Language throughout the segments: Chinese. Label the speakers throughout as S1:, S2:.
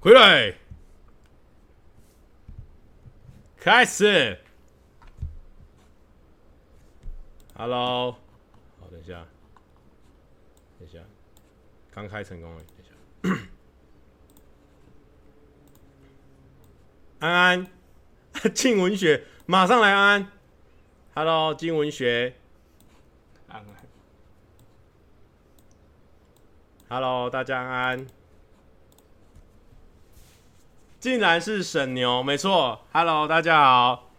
S1: 回来，开始。Hello，好，等一下，等一下，刚开成功了，等一下。 安安， 静文学，马上来，安安。Hello，金文学。
S2: 安安，
S1: Hello，大家安安。竟然是沈牛，没错。Hello，大家好。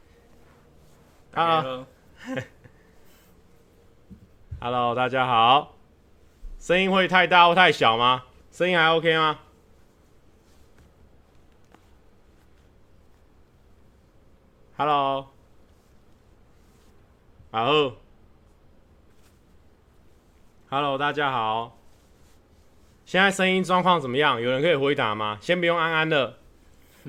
S2: 大
S1: Hello，Hello，
S2: 家好，
S1: 大家好。声音会太大或太小吗？声音还 OK 吗？Hello，然后，Hello，大家好。现在声音状况怎么样？有人可以回答吗？先不用安安的，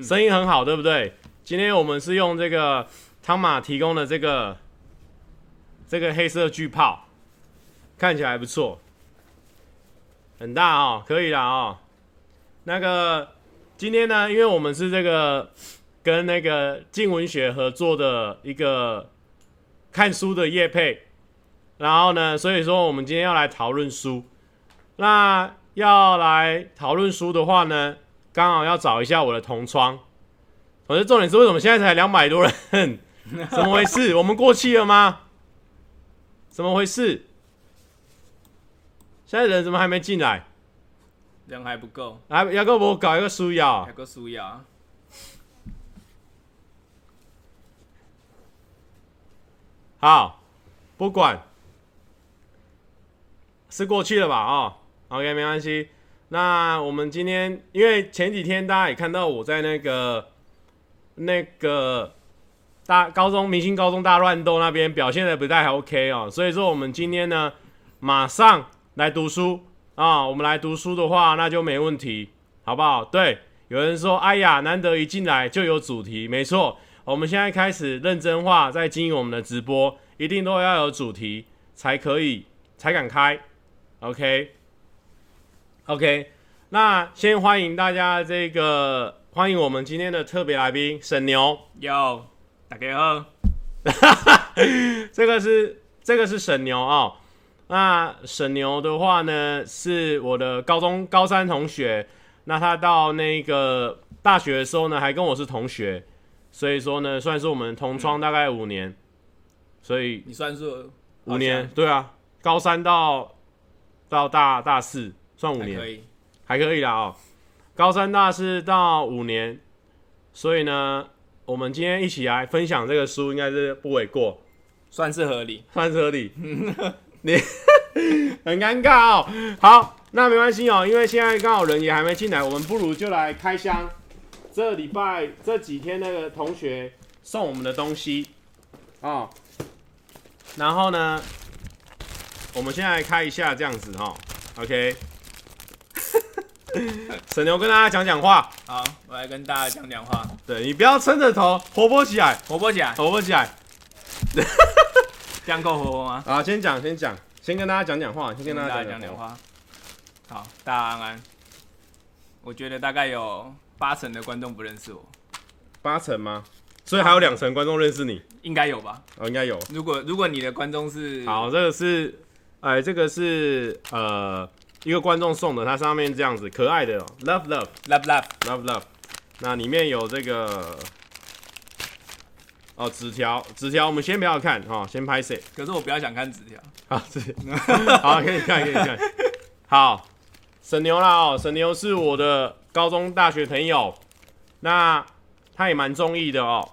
S1: 声音很好，对不对？今天我们是用这个汤马提供的这个这个黑色巨炮，看起来还不错，很大哦，可以啦哦。那个今天呢，因为我们是这个跟那个静文学合作的一个看书的业配，然后呢，所以说我们今天要来讨论书。那要来讨论书的话呢，刚好要找一下我的同窗。可是重点是为什么现在才两百多人？ 怎么回事？我们过气了吗？怎么回事？现在人怎么还没进来？
S2: 人还不够，
S1: 来，要给我搞一个书呀、
S2: 还够苏雅，
S1: 好，不管是过去了吧？哦，OK，没关系。那我们今天，因为前几天大家也看到我在那个那个大高中明星高中大乱斗那边表现的不太 OK 哦，所以说我们今天呢，马上来读书啊、我们来读书的话，那就没问题，好不好？对，有人说，哎呀，难得一进来就有主题，没错，我们现在开始认真化，在经营我们的直播，一定都要有主题才可以，才敢开。OK，OK，、那先欢迎大家这个欢迎我们今天的特别来宾沈牛，
S2: 有大家好，
S1: 这个是这个是沈牛哦。那沈牛的话呢，是我的高中高三同学，那他到那个大学的时候呢，还跟我是同学，所以说呢，算是我们同
S2: 嗯
S1: 窗大概五年，所以
S2: 你算数
S1: 五年，对啊，高三到到大大四算五
S2: 还
S1: 年
S2: 可，以，
S1: 还可以啦哦。高三大四到五年，所以呢，我们今天一起来分享这个书，应该是不为过。
S2: 算是合理。
S1: 算是合理。 你 很尴尬哦。好，那没关系哦，因为现在刚好人也还没进来，我们不如就来开箱这礼拜这几天那个同学送我们的东西哦。然后呢，我们现在开一下这样子哦。OK，沈牛跟大家讲讲话，
S2: 好，我来跟大家讲讲话。
S1: 对你不要撑着头，活泼起来，
S2: 活泼起来，
S1: 活泼起来。
S2: 这样够活泼吗？
S1: 啊，先讲，先讲，先跟大家讲讲话，先跟大家讲
S2: 讲
S1: 讲话。
S2: 话。好，大家安安。我觉得大概有八成的观众不认识我，
S1: 八成吗？所以还有两成观众认识你，
S2: 应该有吧？
S1: 哦，应该有。
S2: 如果如果你的观众是
S1: 好，这个是，哎，这个是呃一个观众送的，它上面这样子可爱的、哦、，love love
S2: love love，
S1: love love，那里面有这个哦纸条，纸条我们先不要看哈、哦，先拍谁？
S2: 可是我比较想看纸条。
S1: 好，这好可以看，可以看。好，沈牛啦哦，沈牛是我的高中、大学朋友，那他也蛮中意的哦。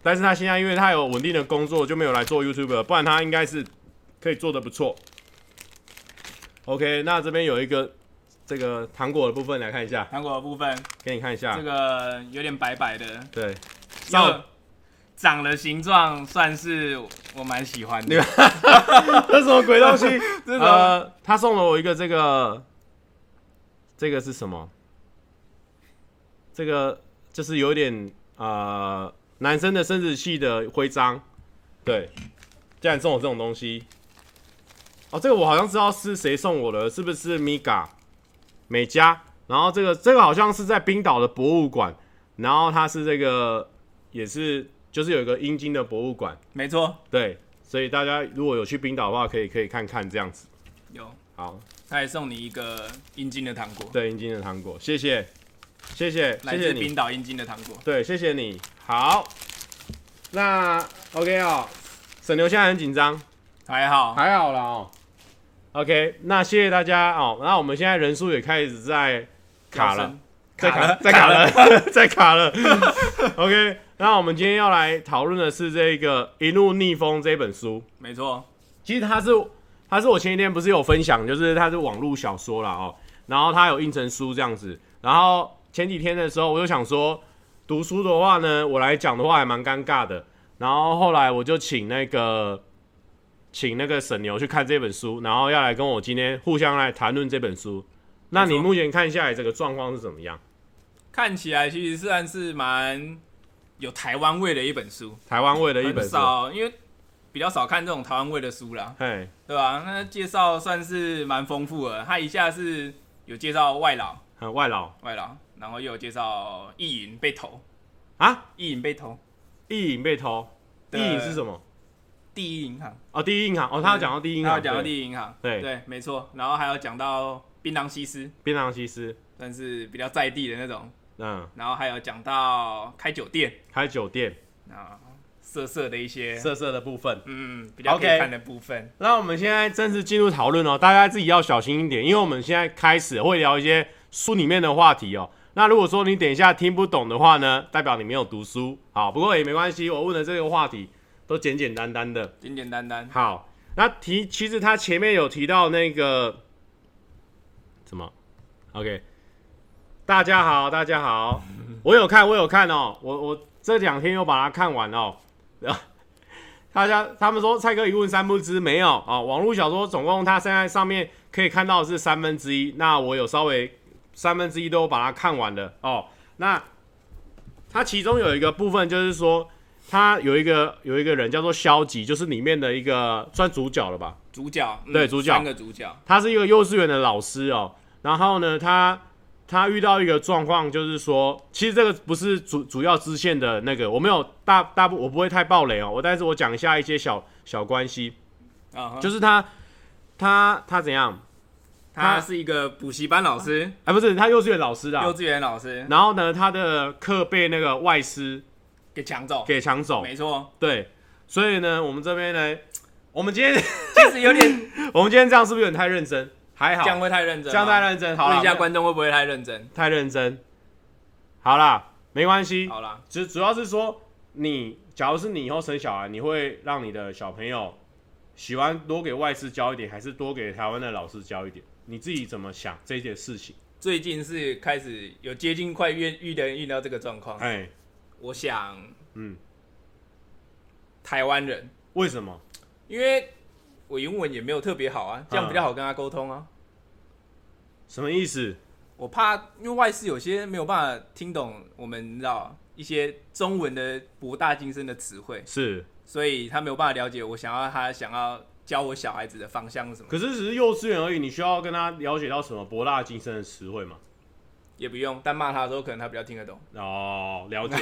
S1: 但是他现在因为他有稳定的工作，就没有来做 YouTube，不然他应该是可以做的不错。OK，那这边有一个这个糖果的部分来看一下，
S2: 韩国的部分，
S1: 给你看一下。
S2: 这个有点白白的，
S1: 对，
S2: 因
S1: 少
S2: 为长的形状算是我蛮喜欢
S1: 你
S2: 的
S1: 们。 这什么鬼东西？
S2: 这种
S1: 呃，他送了我一个这个，这个是什么？这个就是有点呃男生的生殖器的徽章，对，竟然送我这种东西。哦，这个我好像知道是谁送我的，是不是米嘎美嘉？然后这个这个好像是在冰岛的博物馆，然后它是这个也是就是有一个阴茎的博物馆，
S2: 没错，
S1: 对，所以大家如果有去冰岛的话，可以可以看看这样子。
S2: 有，
S1: 好，
S2: 他也送你一个阴茎的糖果，
S1: 对，阴茎的糖果，谢谢，谢谢，
S2: 来
S1: 谢谢
S2: 自
S1: 你
S2: 冰，岛阴茎的糖果。
S1: 对，谢谢你。好，那 OK 哦，沈牛现在很紧张，
S2: 哦还好，
S1: 还好啦哦。OK，那谢谢大家哦。那我们现在人数也开始在卡了，，再
S2: 卡了
S1: 再卡 了，再卡了。OK，那我们今天要来讨论的是这个《一路逆风》这本书。
S2: 没错，
S1: 其实它是它是我前几天不是有分享，就是它是网络小说啦哦，然后它有印成书这样子。然后前几天的时候，我就想说读书的话呢，我来讲的话还蛮尴尬的。然后后来我就请那个请那个沈牛去看这本书，然后要来跟我今天互相来谈论这本书。那你
S2: 没错
S1: 目前看下来这个状况是怎么样？
S2: 看起来其实算是蛮有台湾味的一本书，
S1: 台湾味的一本
S2: 很
S1: 书，
S2: 少，因为比较少看这种台湾味的书啦，
S1: 嘿，
S2: 对吧、那介绍算是蛮丰富的，他一下是有介绍外劳，
S1: 很外劳
S2: 外劳，然后又有介绍意淫被投，
S1: 啊，
S2: 意淫被投，
S1: 意影被偷，意
S2: 对
S1: 影是什么？
S2: 第一银行，
S1: 哦，第一银行，哦，他有讲到第一银
S2: 他
S1: 行，
S2: 有讲到
S1: 对
S2: 第一银行，
S1: 对
S2: 对，没错，然后还有讲到槟榔西施，
S1: 槟榔西施，
S2: 算是比较在地的那种，
S1: 嗯，
S2: 然后还有讲到开酒店
S1: 开酒店
S2: 啊，色色的一些，
S1: 色色的部分。
S2: 嗯，比较可
S1: OK
S2: 以看的部分。
S1: 那我们现在正式进入讨论哦，大家自己要小心一点，因为我们现在开始会聊一些书里面的话题哦。那如果说你等一下听不懂的话呢，代表你没有读书。好，不过也没关系，我问的这个话题都简简单单的。
S2: 简简单单，
S1: 好，那提其实他前面有提到那个什么，OK，大家好，大家好，我有看，我有看哦，我我这两天又把它看完哦。 然后大家他们说蔡哥一问三不知，没有啊、哦网络小说总共它现在上面可以看到的是三分之一，那我有稍微三分之一都把它看完了哦。那它其中有一个部分就是说，他有一个有一个人叫做肖吉，就是里面的一个算主角了吧？
S2: 主角、嗯
S1: 对主角
S2: 三个主角，
S1: 他是一个幼稚园的老师哦。然后呢，他他遇到一个状况，就是说，其实这个不是主主要支线的那个，我没有大大部我不会太暴雷哦，我但是我讲一下一些小小关系，
S2: 啊哈，
S1: 就是他他他怎样？
S2: 他是一个补习班老师，
S1: 哎，不是他幼稚园老师
S2: 幼
S1: 啦。
S2: 稚园老师
S1: 然后呢，他的课被那个外师
S2: 给抢走，
S1: 给抢走，
S2: 没错，
S1: 对，所以呢，我们这边呢，我们今天
S2: 其实有点
S1: 我们今天这样是不是有点太认真？还好
S2: 这，样会太认真吗，
S1: 这样太认真，好
S2: 问
S1: 了
S2: 一，下观众会不会太认真？
S1: 太认真，好啦，没关系，
S2: 好啦，
S1: 只主要是说你，假如是你以后生小孩，你会让你的小朋友喜欢多给外师教一点，还是多给台湾的老师教一点？你自己怎么想这件事情？
S2: 最近是开始有接近快遇遇的人遇到这个状况，
S1: 哎，
S2: 我想
S1: 嗯，
S2: 台湾人，
S1: 为什么？
S2: 因为我英文也没有特别好啊，这样比较好跟他沟通啊。
S1: 什么意思？
S2: 我怕因为外事有些没有办法听懂我们你知道一些中文的博大精深的词汇，
S1: 是，
S2: 所以他没有办法了解我想要他想要教我小孩子的方向是什么，
S1: 可是只是幼稚园而已，你需要跟他了解到什么博大精深的词汇吗？
S2: 也不用。但骂他的时候，可能他比较听得懂。
S1: 哦，了解。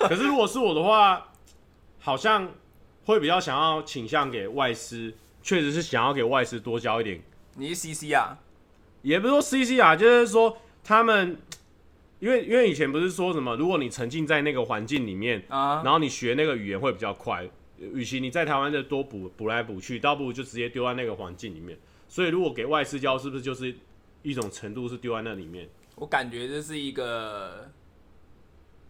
S1: 可是如果是我的话，好像会比较想要倾向给外师，确实是想要给外师多教一点，
S2: 你是 CC 啊？
S1: 也不是说 CC 啊，就是说他们，因为因为以前不是说什么，如果你沉浸在那个环境里面，
S2: 啊，
S1: 然后你学那个语言会比较快，与其你在台湾就多补补来补去，倒不如就直接丢在那个环境里面。所以如果给外师教，是不是就是一种程度是丢在那里面
S2: 我感觉这是一个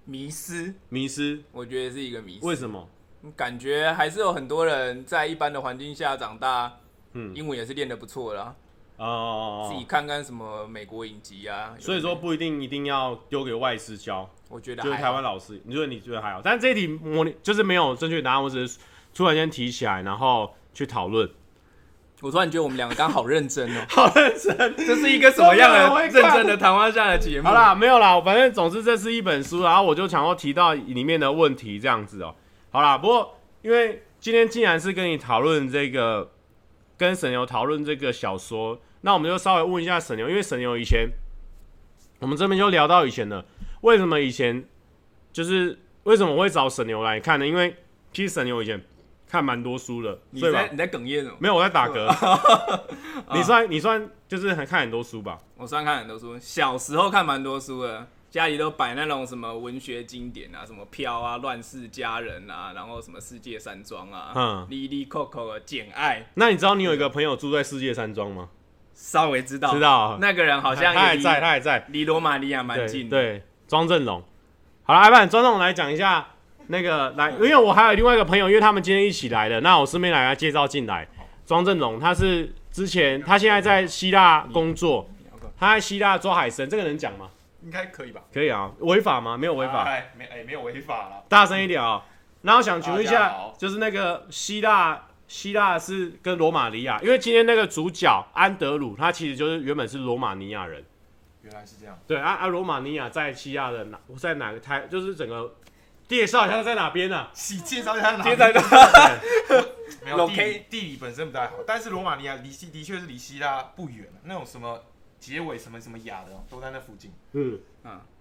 S2: 迷失，
S1: 迷失？
S2: 我觉得是一个迷
S1: 为
S2: 失。
S1: 什么？
S2: 感觉还是有很多人在一般的环境下长大，
S1: 嗯
S2: 英文也是练得不错啦。
S1: 哦哦，哦
S2: 自己看看什么美国影集啊。有
S1: 所以说
S2: 没有，
S1: 不一定一定要丢给外师教，
S2: 我觉得
S1: 就是
S2: 还
S1: 台
S2: 好
S1: 湾老师，你觉得你觉得还好？但这一题模拟就是没有正确答案，我只是突然间提起来，然后去讨论。，
S2: 我突然觉得我们两个刚好认真 哦
S1: 好认真，
S2: 这是一个什么样
S1: 真的我
S2: 的
S1: 也
S2: 认
S1: 看
S2: 真的谈话下的节目？
S1: 好，啦，没有啦，反正总之这是一本书，然后我就想要提到里面的问题这样子哦、好啦，不过因为今天既然是跟你讨论这个，跟沈牛讨论这个小说，那我们就稍微问一下沈牛，因为沈牛以前我们这边就聊到以前的，为什么以前就是为什么我会找沈牛来看呢？因为其实沈牛以前看蛮多书的，
S2: 你
S1: 对吧
S2: 在？你哦在哽咽哦。
S1: 没有，我在 打嗝。你算你算就是很看很多书吧？
S2: 我上看很多书，小时候看蛮多书的，家里都摆那种什么文学经典啊，什么《飘》啊，《乱世佳人》啊，然后什么《世界山庄》啊，
S1: 嗯
S2: 《莉莉 Coco》啊，《简爱》，
S1: 那你知道你有一个朋友住在世界山庄吗？
S2: 稍微知道，
S1: 知道啊
S2: 那个人好像
S1: 他
S2: 也
S1: 还
S2: 离
S1: 在，他还在，
S2: 离罗马尼亚蛮
S1: 对
S2: 近的。
S1: 对，庄正龙。好了，阿半庄正龙来讲一下那个来，因为我还有另外一个朋友，因为他们今天一起来的，那我顺便来介绍进来。庄正龙他是之前他现在在希腊工作，他在希腊抓海参，这个能讲吗？
S3: 应该可以吧？
S1: 可以啊，违法吗？没有违法，
S3: 哎，没哎没有违法啦。
S1: 大声一点啊、然后想请问一
S3: 大家
S1: 下
S3: 好，
S1: 就是那个希腊。希腊是跟罗马尼亚，因为今天那个主角安德鲁，他其实就是原本是罗马尼亚人，
S3: 原来是这样，
S1: 对啊啊，罗马尼亚在希腊的哪在哪个台？就是整个介绍一下在哪边呢、啊？
S3: 洗介绍一下哪 里，
S2: 接着
S3: 没有地
S2: OK
S3: 理地理本身不太好，但是罗马尼亚离希的确是离希腊不远，那种什么结尾什么什么亚的都在那附近。
S1: 嗯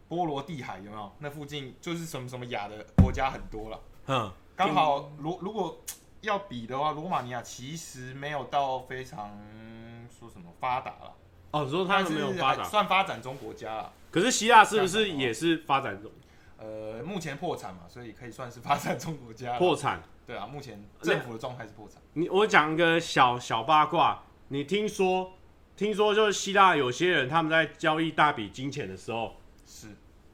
S3: 波罗的海有没有？那附近就是什么什么亚的国家很多了。
S1: 嗯，
S3: 刚好罗如果要比的话，罗马尼亚其实没有到非常说什么发达了，
S1: 哦，你说他们没有发
S3: 但是还
S1: 达，
S3: 算发展中国家了。
S1: 可是希腊是不是也是发展中
S3: 呃，目前破产嘛，所以可以算是发展中国家啦。
S1: 破产？
S3: 对啊，目前政府的状态是破产。
S1: 你我讲一个小小八卦，你听说听说就是希腊有些人他们在交易大笔金钱的时候，
S3: 是，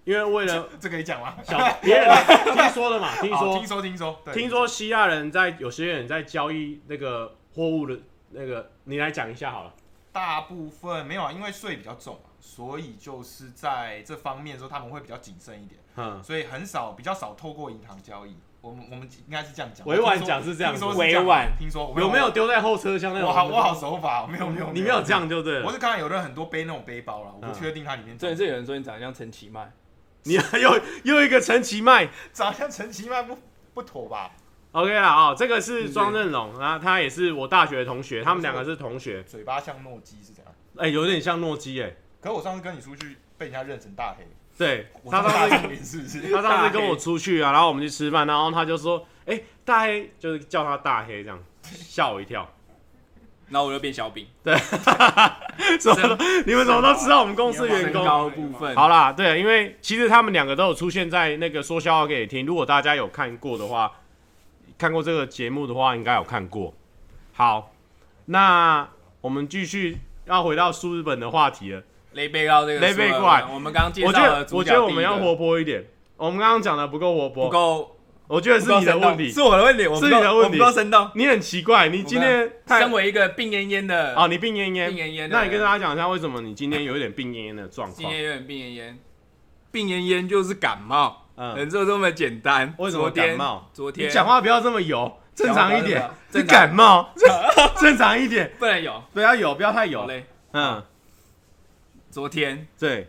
S1: 因为为了
S3: 这可以讲吗？
S1: 小 别人听说的 嘛，听
S3: 好
S1: 说
S3: 听说，听说，对，
S1: 听说希腊人在有些人在交易那个货物的那个，你来讲一下好了。
S3: 大部分没有啊，因为税比较重嘛，所以就是在这方面说他们会比较谨慎一点，
S1: 嗯，
S3: 所以很少比较少透过银行交易。我们我们应该是这样讲，
S1: 委婉讲是这样
S3: 听
S1: 子
S3: 说是这样
S2: 委婉
S3: 听说我
S1: 有没有？丢在后车厢那种？
S3: 我好我好手法，没有没有，
S1: 你没有这，样就对
S3: 我
S1: 了。
S3: 是看到有人很多背那种背包了，我
S1: 嗯
S3: 不确定它里面
S2: 真的是有人说你长得像陈其迈，
S1: 你 又又一个陈其迈
S3: 长得像陈其迈不不妥吧？
S1: ，OK 啦哦，这个是庄振龙，然后他也是我大学的同学，他们两个是同学，
S3: 嘴巴像诺基是怎样？
S1: 哎、有点像诺基哎、
S3: 可我上次跟你出去被人家认成大黑，
S1: 对
S3: 我
S1: 他
S3: 是
S1: 上
S3: 大
S1: 次
S3: 黑脸是不是？
S1: 他上次跟我出去啊，然后我们去吃饭，然后他就说，哎、大黑就是叫他大黑这样，吓我一跳，
S2: 然后我就变小饼，
S1: 什么都你们怎么都知道我们公司员
S2: 身
S1: 工？
S2: 高部分。
S1: 好啦，对，啊因为其实他们两个都有出现在那个说笑话给你听。如果大家有看过的话，看过这个节目的话，应该有看过。好，那我们继续要回到苏日本的话题了。
S2: 雷贝高这个
S1: 雷贝
S2: 说了
S1: 怪
S2: 我们刚刚介
S1: 我觉
S2: 绍了
S1: 得，
S2: 主
S1: 我
S2: 角
S1: 觉得我
S2: 第一
S1: 们要
S2: 个
S1: 活泼一点。我们刚刚讲的不够活
S2: 不
S1: 泼，
S2: 够，
S1: 我觉得
S2: 不
S1: 是
S2: 够
S1: 你的
S2: 生动
S1: 问题
S2: 是。我的问题，我
S1: 是
S2: 不够
S1: 你的问题
S2: 我不够生动。
S1: 你很奇怪，你今天太
S2: 身为一个病恹恹的
S1: 啊，你病恹
S2: 病
S1: 恹。
S2: 恹恹的，
S1: 那你跟大家讲一下，为什么你今天有一点病恹恹的状
S2: 今
S1: 况？
S2: 天有点病恹恹，病恹恹就是感冒，
S1: 嗯，
S2: 能做这么简单？
S1: 为什么
S2: 昨天
S1: 感冒？
S2: 昨天
S1: 你讲话不要这么油，正常一点。你
S2: 正常
S1: 感冒， 正常一点。
S2: 不能啊有，
S1: 不要有，不要太
S2: 好
S1: 有。
S2: 嘞。
S1: 嗯，
S2: 昨天
S1: 对。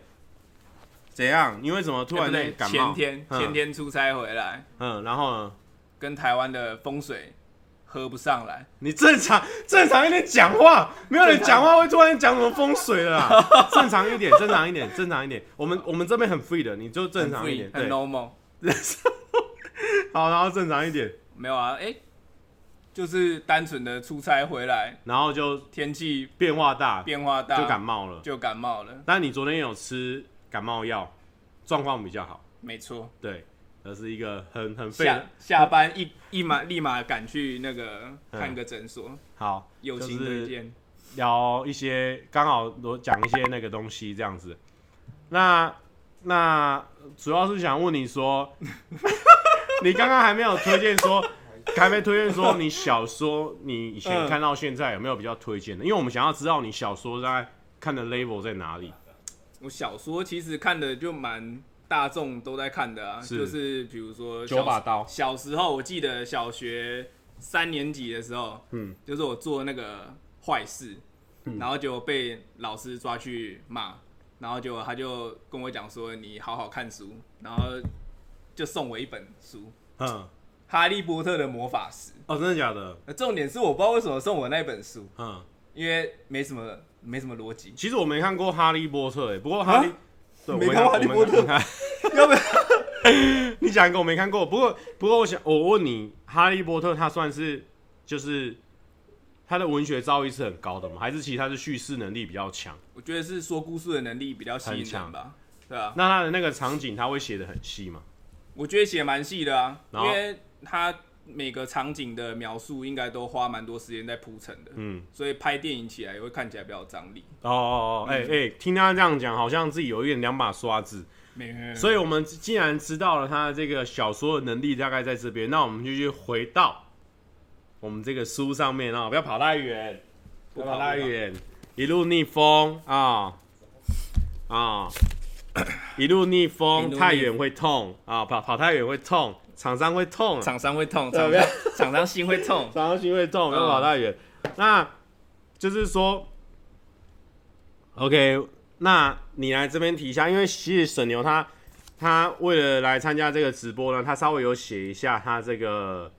S1: 怎样？你为什么突
S2: 哎
S1: 然
S2: 不对
S1: 间感
S2: 前
S1: 冒？
S2: 天
S1: 嗯
S2: 前天出差回来，
S1: 嗯，然后呢？
S2: 跟台湾的风水合不上来，
S1: 你正常正常一点讲话，没有人
S2: 正常
S1: 讲话会突然讲什么风水了 啦。正常一点，正常一点，正常一点。我们我们这边很 free 的，你就正常一点。
S2: 很 free，很
S1: 对，
S2: normal。
S1: 好，然后正常一点，
S2: 没有啊，哎、就是单纯的出差回来，
S1: 然后就
S2: 天气
S1: 变化大，
S2: 变化大，
S1: 就感冒了。
S2: 就感冒了，
S1: 但你昨天有吃感冒药，状况比较好。
S2: 没错。
S1: 对，这是一个很很费
S2: 下
S1: 的。
S2: 下班一一马立马赶去那个看个诊所，
S1: 好，
S2: 友情
S1: 嗯就是
S2: 推荐。
S1: 聊一些，刚好我讲一些那个东西这样子。那那主要是想问你说， 你刚刚还没有推荐说，还没推荐说你小说你以前
S2: 嗯
S1: 看到现在有没有比较推荐的？因为我们想要知道你小说大概看的 level 在哪里。
S2: 我小说其实看的就蛮大众都在看的啊，
S1: 是
S2: 就是比如说
S1: 九把刀
S2: 小时候我记得小学三年级的时候，
S1: 嗯
S2: 嗯，就是我做那个坏事，然后就被老师抓去骂，然后就他就跟我讲说你好好看书，然后就送我一本书
S1: 嗯，
S2: 《哈利波特的魔法石》。
S1: 哦，真的假的？
S2: 呃重点是我不知道为什么送我那本书，
S1: 嗯，
S2: 因为没什么没什么逻辑。
S1: 欸其实我没看过《哈利波特》诶，不过哈利、
S2: 啊
S1: 对，我
S2: 没
S1: 没看
S2: 看过哈利
S1: 我没
S2: 波特
S1: 看
S2: 要不然
S1: 你讲一个我没看过，不过不过我想我问你，《哈利波特》它算是就是它的文学造诣是很高的吗？还是其实它是叙事能力比较强？
S2: 我觉得是说故事的能力比较吸引
S1: 很强
S2: 人吧，对啊，
S1: 那它的那个场景它会写的很细吗？
S2: 我觉得写蛮细的啊，
S1: 然
S2: 因
S1: 后
S2: 为他每个场景的描述应该都花蛮多时间在铺陈的，
S1: 嗯，
S2: 所以拍电影起来也会看起来比较有张力。
S1: 哦哦哦，哎、哎、听他这样讲，好像自己有一点两把刷子。
S2: 没没没
S1: 所以我们既然知道了他的这个小说的能力大概在这边，那我们就去回到我们这个书上面啊、不要跑太远，不
S2: 不
S1: 要
S2: 跑
S1: 跑太
S2: 不跑
S1: 远，一路逆风啊啊、 一路逆
S2: 一
S1: 风，
S2: 路逆
S1: 太远会痛啊、跑跑太远会痛，厂商会痛、啊，
S2: 厂商会痛，
S1: 对
S2: 厂
S1: 不要，
S2: 商厂商心会痛
S1: 常常心会痛，
S2: 嗯
S1: 要跑太远。那就是说，OK，那你来这边提一下，因为其实沈牛他他为了来参加这个直播呢，他稍微有写一下他这个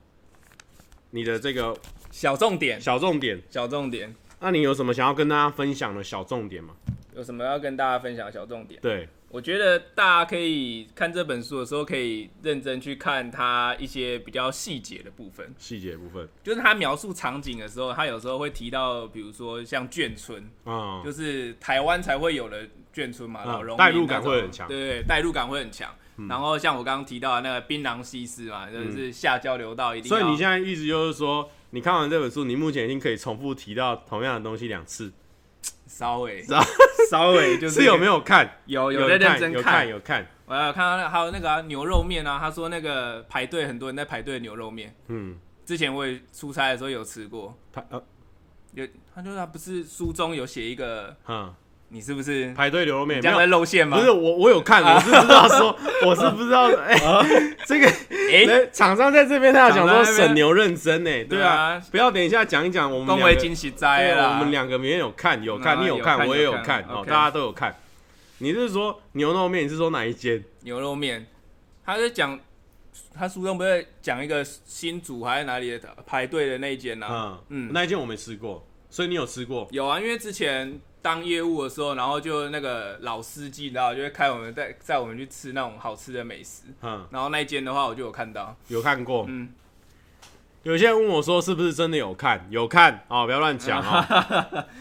S1: 你的这个
S2: 小重点，
S1: 小重点。
S2: 小重点，
S1: 那你有什么想要跟大家分享的小重点吗？
S2: 有什么要跟大家分享的小重点？
S1: 对，
S2: 我觉得大家可以看这本书的时候，可以认真去看它一些比较细节的部分。
S1: 细节部分
S2: 就是他描述场景的时候，他有时候会提到，比如说像眷村，
S1: 啊，嗯
S2: 就是台湾才会有的眷村嘛，
S1: 嗯
S2: 老农民
S1: 代入
S2: 那
S1: 感
S2: 种
S1: 会很强嗯
S2: 对对，代入感会很强。然后像我刚刚提到的那个槟榔西施嘛，就是下交流道一定要。
S1: 所以你现在意思就是说，你看完这本书，你目前已经可以重复提到同样的东西两 次，
S2: 稍 微
S1: 知道？
S2: 稍微就是
S1: 有没有看？
S2: 有有
S1: 有
S2: 在认
S1: 看
S2: 真
S1: 有看有看，
S2: 我有看到那还有那个啊、牛肉面啊，他说那个排队很多人在排队牛肉面，
S1: 嗯，
S2: 之前我也出差的时候有吃过，
S1: 他呃
S2: 有他就他不是书中有写一个，
S1: 嗯，
S2: 你是不是
S1: 排队牛肉面
S2: 你
S1: 没
S2: 这样在
S1: 有？
S2: 露馅吗？
S1: 不是我，我有看，我是不知 道说，我是不知道，哎， 这个
S2: 哎、
S1: 哎厂商在这边他有讲
S2: 厂
S1: 说
S2: 商在那边
S1: 沈牛认真呢，对
S2: 对
S1: 啊
S2: 啊，
S1: 不要等一下讲一讲，我们
S2: 恭
S1: 两
S2: 维
S1: 个
S2: 惊喜
S1: 对
S2: 斋
S1: 啊
S2: 啦，
S1: 我们两个明天有看有看，
S2: 啊
S1: 你
S2: 有
S1: 看
S2: 看
S1: 我也有
S2: 有看
S1: 看，哦，
S2: OK
S1: 大家都有看。你是说牛肉面？你是说哪一间？
S2: 牛肉面，他在讲，他书中不是讲一个新竹还是哪里的排队的那一间啊？
S1: 嗯嗯，
S2: 嗯
S1: 那一间我没吃过，所以你有吃过？
S2: 有啊，因为之前当业务的时候，然后就那个老司机，然后就会开我们带带我们去吃那种好吃的美食，
S1: 嗯，
S2: 然后那一间的话我就有看到，
S1: 有看过。
S2: 嗯，
S1: 有些人问我说是不是真的有看？有看哦，不要乱讲
S2: 啊
S1: 哦。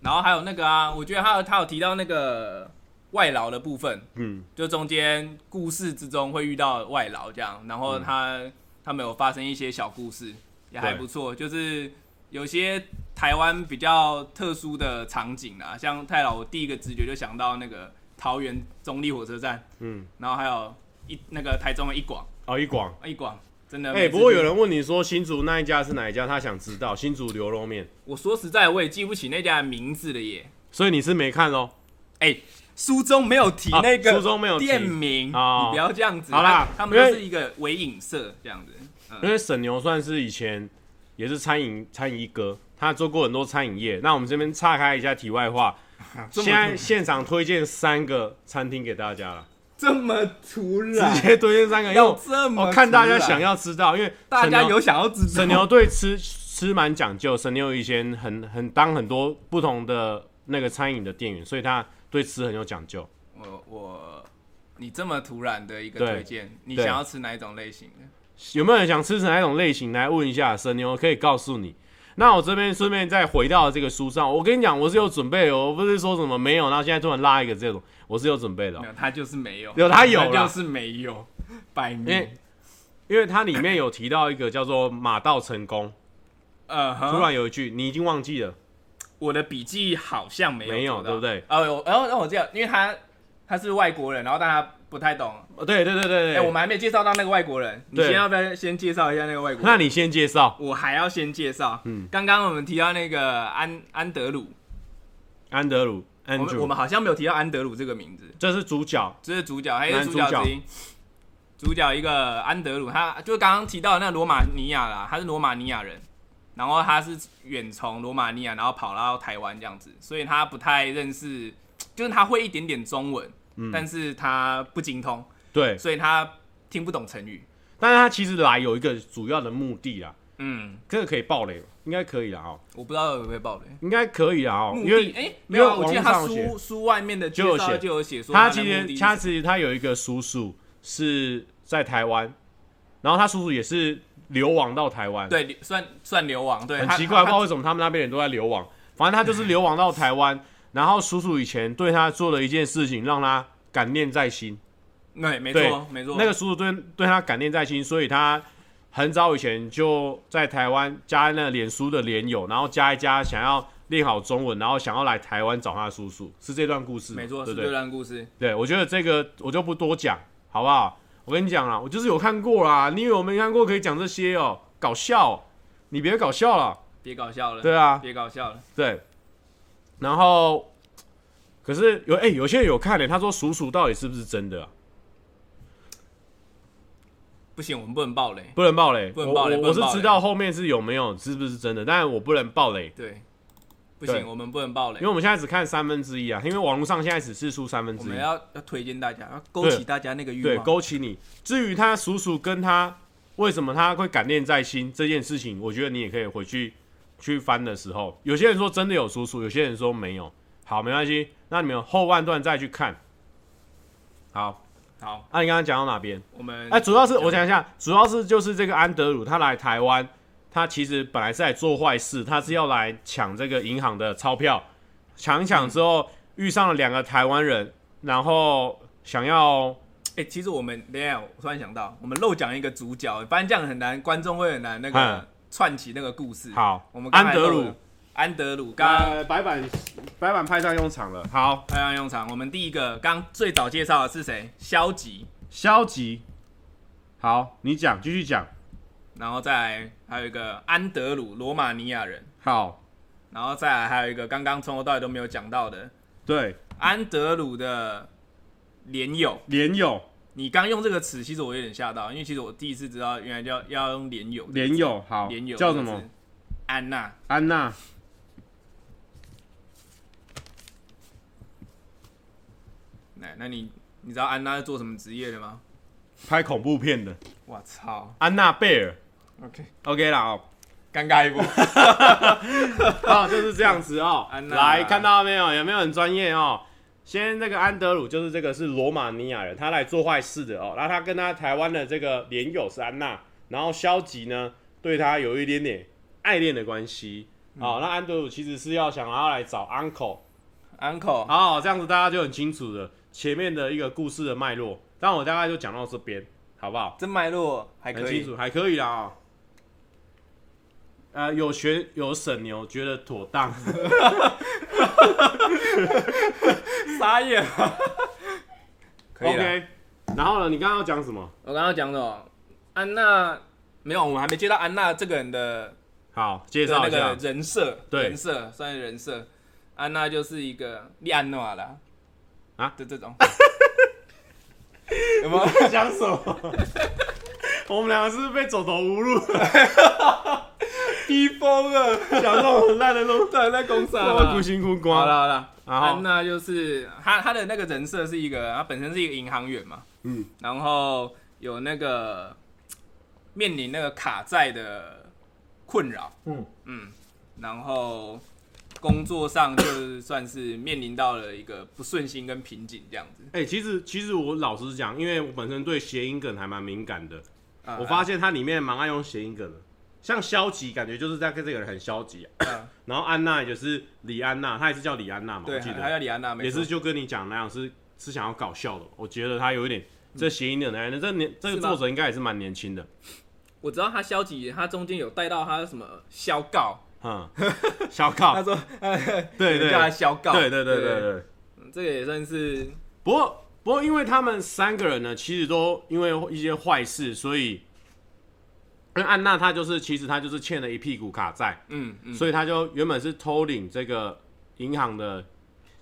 S2: 然后还有那个啊，我觉得他有他有提到那个外劳的部分，
S1: 嗯，
S2: 就中间故事之中会遇到外劳这样，然后他、他们有发生一些小故事，也还
S1: 嗯对
S2: 不错。就是有些台湾比较特殊的场景啊，像太老，我第一个直觉就想到那个桃园中立火车站，
S1: 嗯，
S2: 然后还有一那个台中的一广，
S1: 哦，一广。
S2: 一广真的
S1: 哎、
S2: 每次
S1: 不过有
S2: 去
S1: 人问你说新竹那一家是哪一家，他想知道新竹牛肉面，
S2: 我说实在我也记不起那家的名字了耶。
S1: 所以你是没看哦喽？
S2: 哎、书中没有提
S1: 啊
S2: 那个
S1: 书中没有提
S2: 店名，
S1: 哦
S2: 你不要这样子。
S1: 好啦
S2: 他他们
S1: 因
S2: 就
S1: 为
S2: 是一个微影社这样子。嗯
S1: 因为沈牛算是以前也是餐饮餐饮一哥，他做过很多餐饮业。那我们这边岔开一下题外 话，现在现场推荐三个餐厅给大家了，
S2: 这么突然
S1: 直，接推荐三个，因为我
S2: 这么突
S1: 我
S2: 然
S1: 看大家想，要知道，因为
S2: 大
S1: 沈
S2: 家
S1: 牛
S2: 有想要知道
S1: 沈牛对吃吃蛮讲究，沈牛以前很很当很多不同的那个餐饮的店员，所以他对吃很有讲究。
S2: 我我你这么突然的一个
S1: 对
S2: 推荐，你
S1: 对
S2: 想要吃哪一种类型的？
S1: 有没有人想吃成哪种类型？来问一下神牛，可以告诉你。那我这边顺便再回到这个书上，我跟你讲，我是有准备的哦，我不是说什么没有，然后现在突然拉一个这种，我是有准备的哦、
S2: 没有，他就是没有，
S1: 有他有啦
S2: 就是没有，摆
S1: 因为
S2: 明，
S1: 因为它里面有提到一个叫做马到成功，
S2: 呃
S1: 突
S2: 哼，
S1: 然有一句你已经忘记了，
S2: 我的笔记好像没有
S1: 没有
S2: 做到
S1: 对不对？
S2: 哦，有然后让我这样，因为他他是外国人，然后大家不太懂。
S1: 哦对对对对
S2: 哎、
S1: 对，
S2: 我们还没介绍到那个外国人，你
S1: 对
S2: 先要不要先介绍一下那个外国人？
S1: 那你先介绍
S2: 我还要先介绍，
S1: 嗯
S2: 嗯，刚刚我们提到那个安安德鲁，
S1: 安德鲁
S2: 我们
S1: Andrew，
S2: 我们好像没有提到安德鲁这个名字，
S1: 这是主角，
S2: 这是主角，还
S1: 男
S2: 有
S1: 主
S2: 主
S1: 角
S2: 角之一。主角一个安德鲁，他就刚刚提到的那罗马尼亚啦，他是罗马尼亚人，然后他是远从罗马尼亚，然后跑到台湾这样子，所以他不太认识，就是他会一点点中文，但是他不精通，
S1: 嗯对，
S2: 所以他听不懂成语。
S1: 但是他其实来有一个主要的目的啊，
S2: 嗯，
S1: 这个可以爆雷吗？应该可以啦哦，
S2: 我不知道有没有爆雷。
S1: 应该可以啦哦，
S2: 目
S1: 因为
S2: 的哎，没有啊，
S1: 因为
S2: 我记得
S1: 网络
S2: 他
S1: 上有写
S2: 书书外面的介
S1: 就有
S2: 绍
S1: 写
S2: 就有写说
S1: 他
S2: 的
S1: 今
S2: 目的
S1: 天
S2: 是
S1: 他
S2: 什么
S1: 其实他有一个叔叔是在台湾，然后他叔叔也是流亡到台湾，，
S2: 对算算流亡，对，
S1: 很
S2: 他
S1: 奇怪，不
S2: 他
S1: 知道为什么他们那边人都在流亡，反正他就是流亡到台 湾，然后叔叔以前对他做了一件事情，让他感念在心，
S2: 对，没
S1: 对
S2: 错没错，
S1: 那个叔叔对对他感念在心，所以他很早以前就在台湾加那脸书的脸友，然后加一加，想要练好中文，然后想要来台湾找他叔叔，是这段故事吗，
S2: 没错
S1: 对
S2: 是
S1: 不对
S2: 这？段故事，
S1: 对，我觉得这个我就不多讲，好不好？我跟你讲啦，我就是有看过啦，你以为我没看过可以讲这些哦、搞笑哦、你别搞笑了，
S2: 别搞笑了，
S1: 对啊，
S2: 别搞笑了，
S1: 对。然后，可是有哎、有些人有看的、他说鼠鼠到底是不是真的啊、
S2: 不行，我们不能爆雷，
S1: 不能爆雷，
S2: 不能爆雷
S1: 我
S2: 不
S1: 我我
S2: 能
S1: 是
S2: 爆
S1: 知
S2: 雷
S1: 道后面是有没有是不是真的，但我不能爆雷，
S2: 对，不
S1: 对
S2: 行，我们不能爆雷
S1: 因为，我们现在只看三分之一啊，因为网络上现在只是出三分
S2: 我
S1: 之
S2: 们
S1: 一，
S2: 要要推荐大家，要勾起大家那个欲
S1: 对，
S2: 望，
S1: 勾起你。至于他叔叔跟他为什么他会感念在心这件事情，我觉得你也可以回去去翻的时候，有些人说真的有叔叔，有些人说没有。好，没关系，那你们后半段再去看。好，啊
S2: 好，
S1: 那、你刚刚讲到哪边？
S2: 我们
S1: 哎、主要是我想一下，主要是就是这个安德鲁他来台湾，他其实本来是来做坏事，他是要来抢这个银行的钞票，抢一抢之后、遇上了两个台湾人，然后想要
S2: 哎、其实我们等一下，我突然想到，我们漏讲一个主角，不然这样很难，观众会很难那
S1: 嗯
S2: 个串起那个故事。，
S1: 好，
S2: 我们刚
S1: 安
S2: 才
S1: 德
S2: 漏
S1: 鲁
S2: 了，安德鲁刚
S1: 呃，白板白板派上用场了。好，
S2: 派上用场。我们第一个刚最早介绍的是谁？消极，
S1: 消极。好，你讲，继续讲。
S2: 然后再来还有一个安德鲁，罗马尼亚人，
S1: 好，
S2: 然后再来还有一个刚刚从头到尾都没有讲到的
S1: 对，
S2: 安德鲁的连友。
S1: 连友，
S2: 你刚用这个词，其实我有点吓到，因为其实我第一次知道原来叫要用连友，
S1: 连友，好，
S2: 连友
S1: 叫
S2: 这
S1: 什
S2: 个
S1: 么
S2: 字？？安娜。
S1: 安娜。
S2: 那那你你知道安娜是做什么职业的吗？
S1: 拍恐怖片的
S2: 我操
S1: 安娜贝尔
S2: ，OK，
S1: ，OK 啦哦，
S2: 尴尬一波。
S1: 好，就是这样子哦。
S2: 安娜
S1: 来看到没有？有没有很专业哦？先那个安德鲁就是这个是罗马尼亚人，他来做坏事的哦。然后他跟他台湾的这个连友是安娜，然后消极呢对他有一点点爱恋的关系。
S2: 嗯
S1: 哦，那安德鲁其实是要想要来找 uncle，
S2: Uncle，
S1: 好，这样子大家就很清楚了前面的一个故事的脉络。但我大概就讲到这边，好不好？
S2: 这脉络还
S1: 很
S2: 可
S1: 清
S2: 以。
S1: 楚，还可以啦、哦。呃，有学有省牛，觉得妥当。
S2: 傻眼，可以了。
S1: OK，然后呢？你刚刚要讲什么？
S2: 我刚刚讲什么？安娜没有，我们还没接到安娜这个人的
S1: 好，介
S2: 的
S1: 绍
S2: 那
S1: 一下
S2: 个。人设，
S1: 对
S2: 人设算是人设。安娜就是一个利安诺啦，
S1: 啊
S2: 就这种。 有没 有？
S1: 讲什么？ 我们两个是不是被走投无路，
S2: 逼疯 了，
S1: 讲这种很烂的东西，
S2: 对，在公司 啊
S1: 我们苦心苦
S2: 好
S1: 瓜
S2: 了好了，
S1: 然后
S2: 安娜就是她她的那个人设是一个，她本身是一个银行员嘛，
S1: 嗯，
S2: 然后有那个面临那个卡债的困扰，
S1: 嗯
S2: 嗯，然后工作上就是算是面临到了一个不顺心跟瓶颈这样子。
S1: 哎、其实其实我老实讲，因为我本身对谐音梗还蛮敏感的，
S2: 啊
S1: 我发现它里面蛮爱用谐音梗的。像消极，感觉就是在跟这个人很消极、啊
S2: 嗯
S1: 然后安娜也就是李安娜，她也是叫李安娜嘛，我
S2: 对，
S1: 记
S2: 还
S1: 得
S2: 有李安娜，没
S1: 也
S2: 错
S1: 是就跟你讲那样，是是想要搞笑的。我觉得她有一点这谐音梗的，那这年这个
S2: 是吗
S1: 作者应该也是蛮年轻的，
S2: 我知道他消极，他中间有带到他什么消告，
S1: 嗯，小 靠
S2: 他，说
S1: 啊 对对
S2: 叫他消告，
S1: 对对对对对，
S2: 嗯这个也算是
S1: 不过，不过，因为他们三个人呢，其实都因为一些坏事，所以，因为安娜她就是其实她就是欠了一屁股卡债，
S2: 嗯嗯
S1: 所以她就原本是偷领这个银行的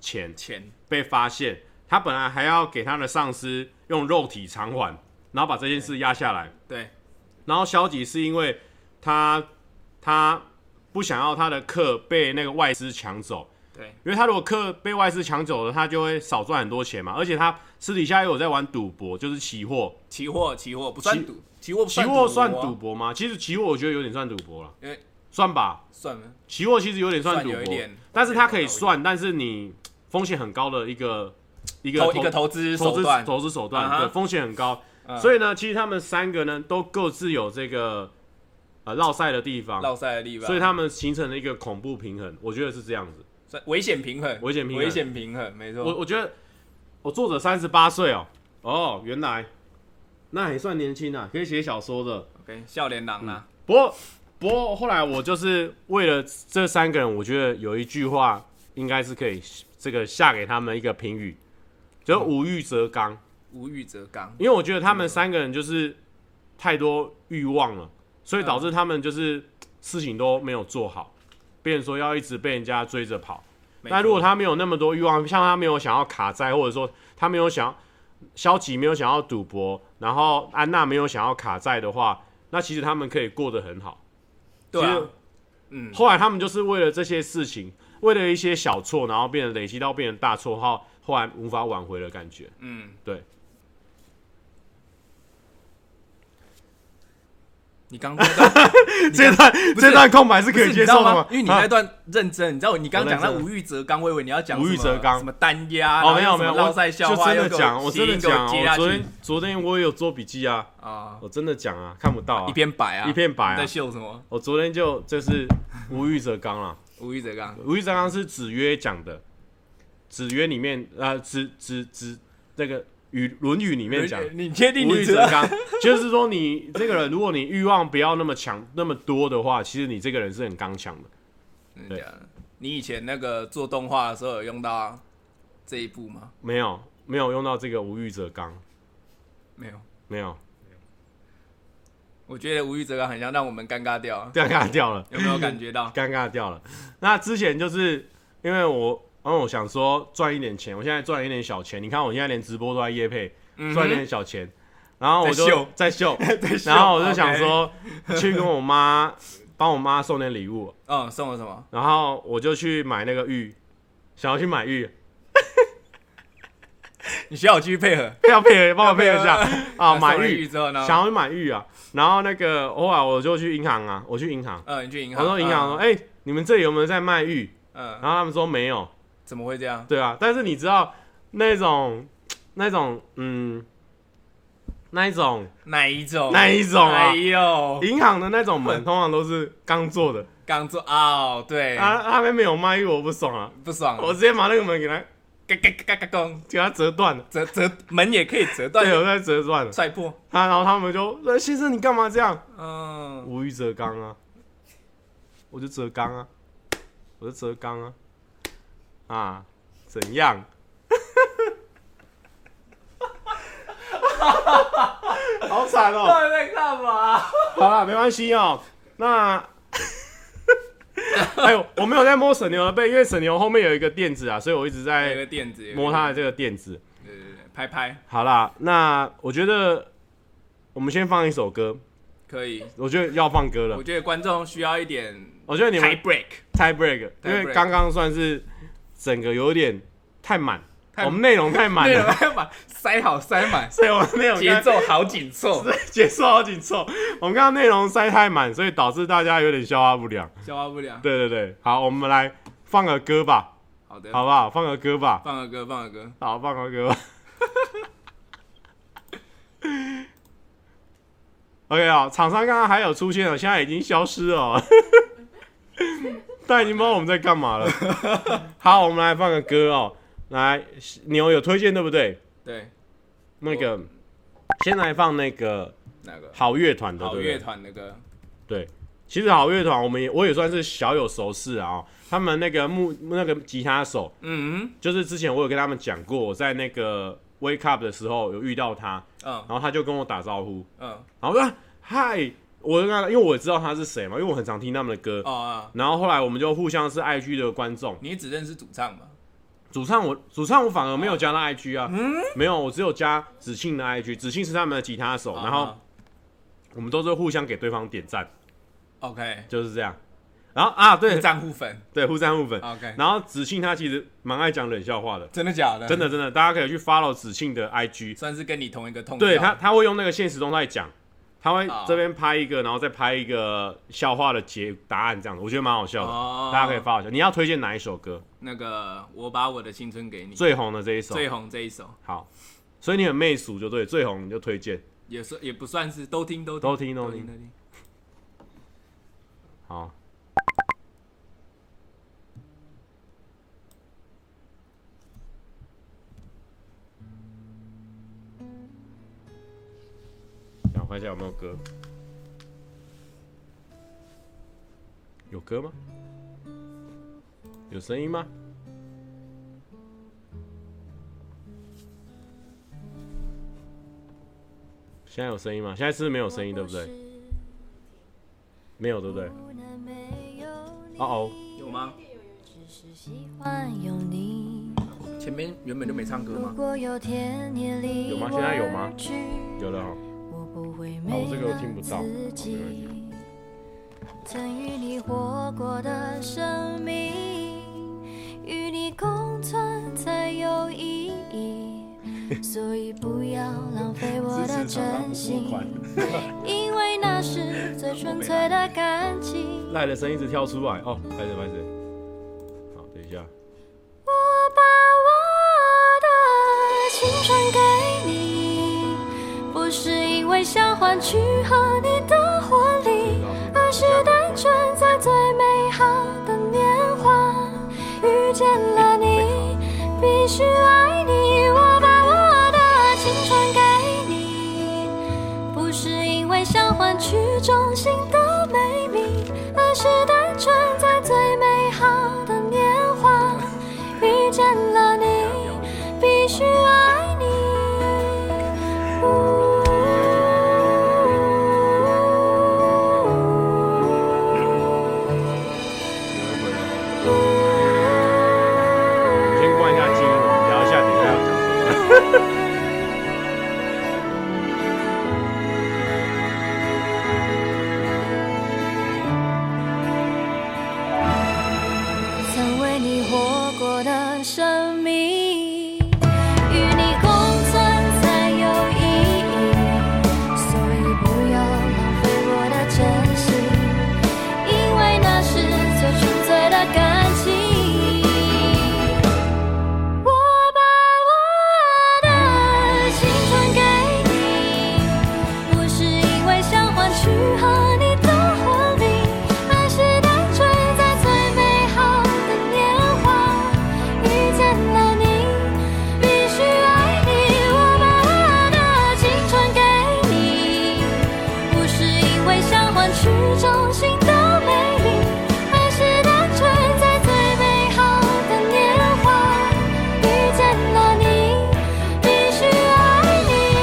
S1: 钱，
S2: 钱，
S1: 被发现，她本来还要给她的上司用肉体偿还，然后把这件事压下来。
S2: 对，
S1: 然后消极是因为他他不想要他的课被那个外资抢走，
S2: 对，
S1: 因为他如果课被外资抢走了，他就会少赚很多钱嘛。而且他私底下也有在玩赌博，就是期货。
S2: 期货期货不算赌，期货不
S1: 期货
S2: 算
S1: 算
S2: 啊
S1: 赌，博吗？其实期货我觉得有点算赌博了，
S2: 因为
S1: 算吧。
S2: 算了，
S1: 期货其实有点
S2: 算
S1: 赌
S2: 有一
S1: 博
S2: 点，
S1: 但是它可以算，但是你风险很高的一个一个
S2: 投一个投资
S1: 投
S2: 手
S1: 资
S2: 段，
S1: 投资手段，
S2: 啊哈
S1: 对，风险很高。
S2: 嗯
S1: 所以呢，其实他们三个呢都各自有这个呃绕赛的地方，
S2: 绕赛的地方，
S1: 所以他们形成了一个恐怖平衡。我觉得是这样子。
S2: 算危险平衡，
S1: 危险平衡
S2: 危险平衡，没
S1: 我
S2: 错，
S1: 我觉得我作者三十八岁哦，哦，原来那也算年轻啊，可以写小说的。
S2: ，OK，笑脸狼啊，
S1: 不过不过后来我就是为了这三个人，我觉得有一句话应该是可以这个下给他们一个评语，就是无欲则刚，
S2: 无欲则刚，
S1: 因为我觉得他们三个人就是太多欲望了，所以导致他们就是事情都没有做好，变成说要一直被人家追着跑。
S2: 没
S1: 那
S2: 错
S1: 如果他没有那么多欲望，像他没有想要卡债，或者说他没有想要消极，没有想要赌博，然后安娜没有想要卡债的话，那其实他们可以过得很好。
S2: 对
S1: 其实
S2: 啊，嗯，
S1: 后来他们就是为了这些事情，为了一些小错，然后变得累积到变成大错，后后来无法挽回的感觉。
S2: 嗯，
S1: 对。
S2: 你刚刚那 段
S1: 这段
S2: 不是
S1: 这段空白是
S2: 不
S1: 可
S2: 是
S1: 以
S2: 你知
S1: 接
S2: 道
S1: 受的
S2: 吗
S1: 吗？？
S2: 因为你
S1: 啊
S2: 那段认真，你知道你刚刚讲
S1: 我认
S2: 那
S1: 真
S2: 无欲则刚，我以为你要讲
S1: 无欲
S2: 什么
S1: 则刚
S2: 什么单压，
S1: 哦，没有
S2: 然后
S1: 没有，
S2: 什么
S1: 我
S2: 绕赛校
S1: 就
S2: 花
S1: 真
S2: 又
S1: 的
S2: 给
S1: 讲，我真的
S2: 谐音给我
S1: 讲，
S2: 接
S1: 我
S2: 下
S1: 昨
S2: 去
S1: 天昨天我也有做笔记啊，
S2: 啊，
S1: 我真的讲啊，看不到啊
S2: 一，片白啊，
S1: 一片白
S2: 你
S1: 啊
S2: 在，秀什么？
S1: 我昨天就就是无欲则刚啊啦。
S2: 无欲则刚，
S1: 吴玉章刚是子曰讲的，子曰里面呃，子子子那个语《论语》里面讲，
S2: 你你确定
S1: 无
S2: 你
S1: 欲
S2: 知
S1: 则
S2: 道？
S1: 刚，就是说你这个人，如果你欲望不要那么强那么多的话，其实你这个人是很刚强的。
S2: 真的假的你以前那个做动画的时候有用到这一步吗？
S1: 没有没有用到这个无欲则刚，
S2: 没有，
S1: 没有
S2: 我觉得无欲则刚很像让我们尴尬掉啊，
S1: 尴尬掉了，
S2: 有没有感觉到？
S1: 尴尬掉了。那之前就是因为我。然后我想说赚一点钱，我现在赚一点小钱。你看我现在连直播都在夜配，
S2: 嗯哼
S1: 赚一点小钱，然后我
S2: 在
S1: 就
S2: 秀
S1: 在秀，
S2: 对
S1: 然后我就想，说，去跟我妈帮我妈送点礼物，
S2: OK 嗯，送了什么？
S1: 然后我就去买那个玉，想要去买玉，
S2: 你需要我继续配合，
S1: 要配合帮我配合一下啊，买
S2: 送了
S1: 玉，
S2: 之后呢？
S1: 想要去买玉啊。然后那个后来我就去银行啊，我去银行，
S2: 嗯，你去银
S1: 我
S2: 行，
S1: 说银行说，哎，你们这里有没有在卖玉？
S2: 嗯，
S1: 然后
S2: 嗯，
S1: 他们说没有，
S2: 怎么会这样？
S1: 对啊。但是你知道那种那种嗯，那一种
S2: 哪一种？
S1: 那一种啊
S2: 哎，呦，
S1: 银行的那种门通常都是钢做的，
S2: 刚做哦，对，
S1: 啊，他们没有卖玉，我不爽啊。
S2: 不爽，
S1: 我直接把那个门给它
S2: 嘎嘎嘎嘎嘎，
S1: 给它折断了，
S2: 折折门也可以折断
S1: 对，，我在折断了。
S2: 摔破，
S1: 他然后他们就说：“先生，你干嘛这样？”
S2: 嗯，
S1: 无欲则刚啊，我就折刚啊，我就折刚啊，啊，怎样？ 好惨哦！
S2: 底在干嘛？
S1: 好啦，没关系哦。那，哎呦，我没有在摸沈牛的背，因为沈牛后面有一个垫子啊，所以我一直
S2: 还有
S1: 在
S2: 个垫子，
S1: 摸它的这个垫子。
S2: 对，对对对，拍拍
S1: 好啦，那我觉得我们先放一首歌，
S2: 可以，
S1: 我觉得要放歌了
S2: 我。觉得观众需要一点
S1: 我觉得你
S2: tie
S1: 们
S2: break，
S1: tie break，因
S2: break
S1: 为刚刚算是整个有点太满，
S2: 太
S1: 我们内容太满
S2: 对，我
S1: 了，
S2: 要把塞好塞满，
S1: 所以我们内容
S2: 节奏好紧凑，
S1: 节奏好紧凑。我们刚刚内容塞太满，所以导致大家有点消化不良。
S2: 消化不良。
S1: 对对对，好，我们来放个歌吧，
S2: 好的，
S1: 好不好？放个歌吧，
S2: 放个歌，放个歌，
S1: 好，放个歌吧。OK 啊，厂商刚刚还有出现了，现在已经消失了， 但已经不知道我们在干嘛了。 好，我们来放个歌哦，来，牛有推荐对不对？
S2: 对，
S1: 那个，先来放那个
S2: 哪个？
S1: 好乐团的，
S2: 好
S1: 对不
S2: 哦乐
S1: 对？
S2: 团的歌，
S1: 对，其实好乐团我们也我也算是小有熟识啊、哦，他们那个木那个吉他手
S2: 嗯
S1: 就是之前我有跟他们讲过，我在那个 Wake Up 的时候有遇到他，
S2: 嗯
S1: 然后他就跟我打招呼，
S2: 嗯
S1: 然后我说嗨，我就跟他，因为我知道他是谁嘛，因为我很常听他们的歌
S2: 哦，啊，
S1: 然后后来我们就互相是 IG 的观众，
S2: 你只认识主唱吗？
S1: 主唱我主唱我反而没有加到 IG 啊，没有，我只有加子庆的 IG，子庆是他们的吉他手，哦然后
S2: 啊
S1: 我们都是互相给对方点赞，
S2: 哦 OK，
S1: 就是这样。然后啊，对
S2: 账户粉
S1: 对，互赞互粉。
S2: ，OK，
S1: 然后子庆他其实蛮爱讲冷笑话的，
S2: 真的假的？
S1: 真的真的，大家可以去 follow 子庆的 IG，
S2: 算是跟你同一个痛调。
S1: 对他他会用那个现实动态讲，他会
S2: 啊
S1: 这边拍一个，然后再拍一个笑话的结答案这样子，我觉得蛮好笑的，
S2: 哦，
S1: 大家可以 follow 一下。你要推荐哪一首歌？
S2: 那个我把我的青春给你，
S1: 最红的这一首。
S2: 最红这一首
S1: 好，所以你很媚俗就对，最红你就推荐。
S2: 也算也不算是都听都
S1: 都听
S2: 都
S1: 都听
S2: 都听。
S1: 好，让我看一下有没有歌。有歌吗？有声音吗？现在有声音吗？现在是不是没有声音，对不对？没有，对不对？哦哦，
S2: 有吗？前面原本就没唱歌吗？
S1: 有
S4: 有
S1: 吗
S4: 吗？
S1: 现
S4: 现
S1: 在
S4: 在
S1: 有
S4: 有
S1: 吗
S4: 吗？
S1: 有了哦。
S4: 我不会
S1: 啊
S4: 没
S1: 我这个我听不到好
S4: 了
S1: 没
S4: 自
S1: 关系
S4: 己曾与你活过的生命，与你共存才有意义。 所以不要浪费我的真心，因为那是最纯粹的 感情。
S1: 赖的声音一直跳出来哦，拍着拍着，好，等一下，
S4: 我把我的青春给你，不是因为想换取和你的婚礼，而是单纯在最美好的年华遇见了你，必须爱你。我把我的青春给你，不是因为想换取中心的美丽，而是单纯在最美好的年华遇见了你，必须爱你。
S1: 我先关一下静音，我们聊一下等一下要讲什么。
S4: 曾为你活过的生命，与你共存才有意义。所以不要浪费我的真心，因为那是最纯粹的感情。我把我的青春给你，不是因为想换取和你的婚礼，而是单纯在最美好的年华遇见了你，必须爱你。我把我的青春给你，不是因为想换取中心的美丽，而是单纯在最美好的年华遇见了你，必须爱你。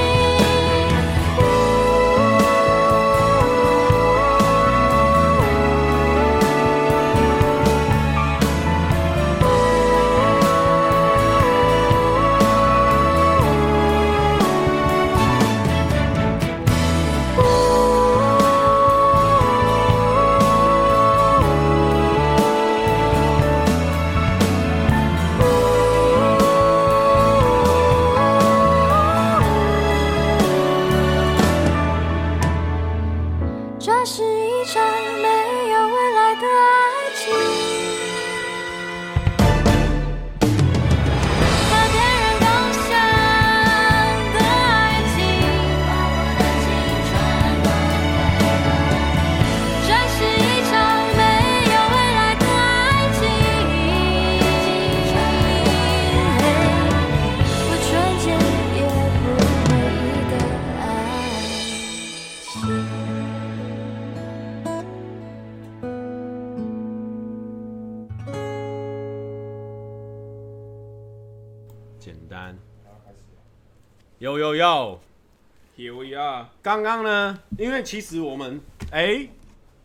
S4: 这是一场没有未来的爱情。和别人共享的爱情，把我的青春都给了你。这是一场没有未来的爱情。不纯洁也不唯一的爱情。
S1: 简单，有有有，
S2: Here we are，
S1: 刚刚呢，因为其实我们哎、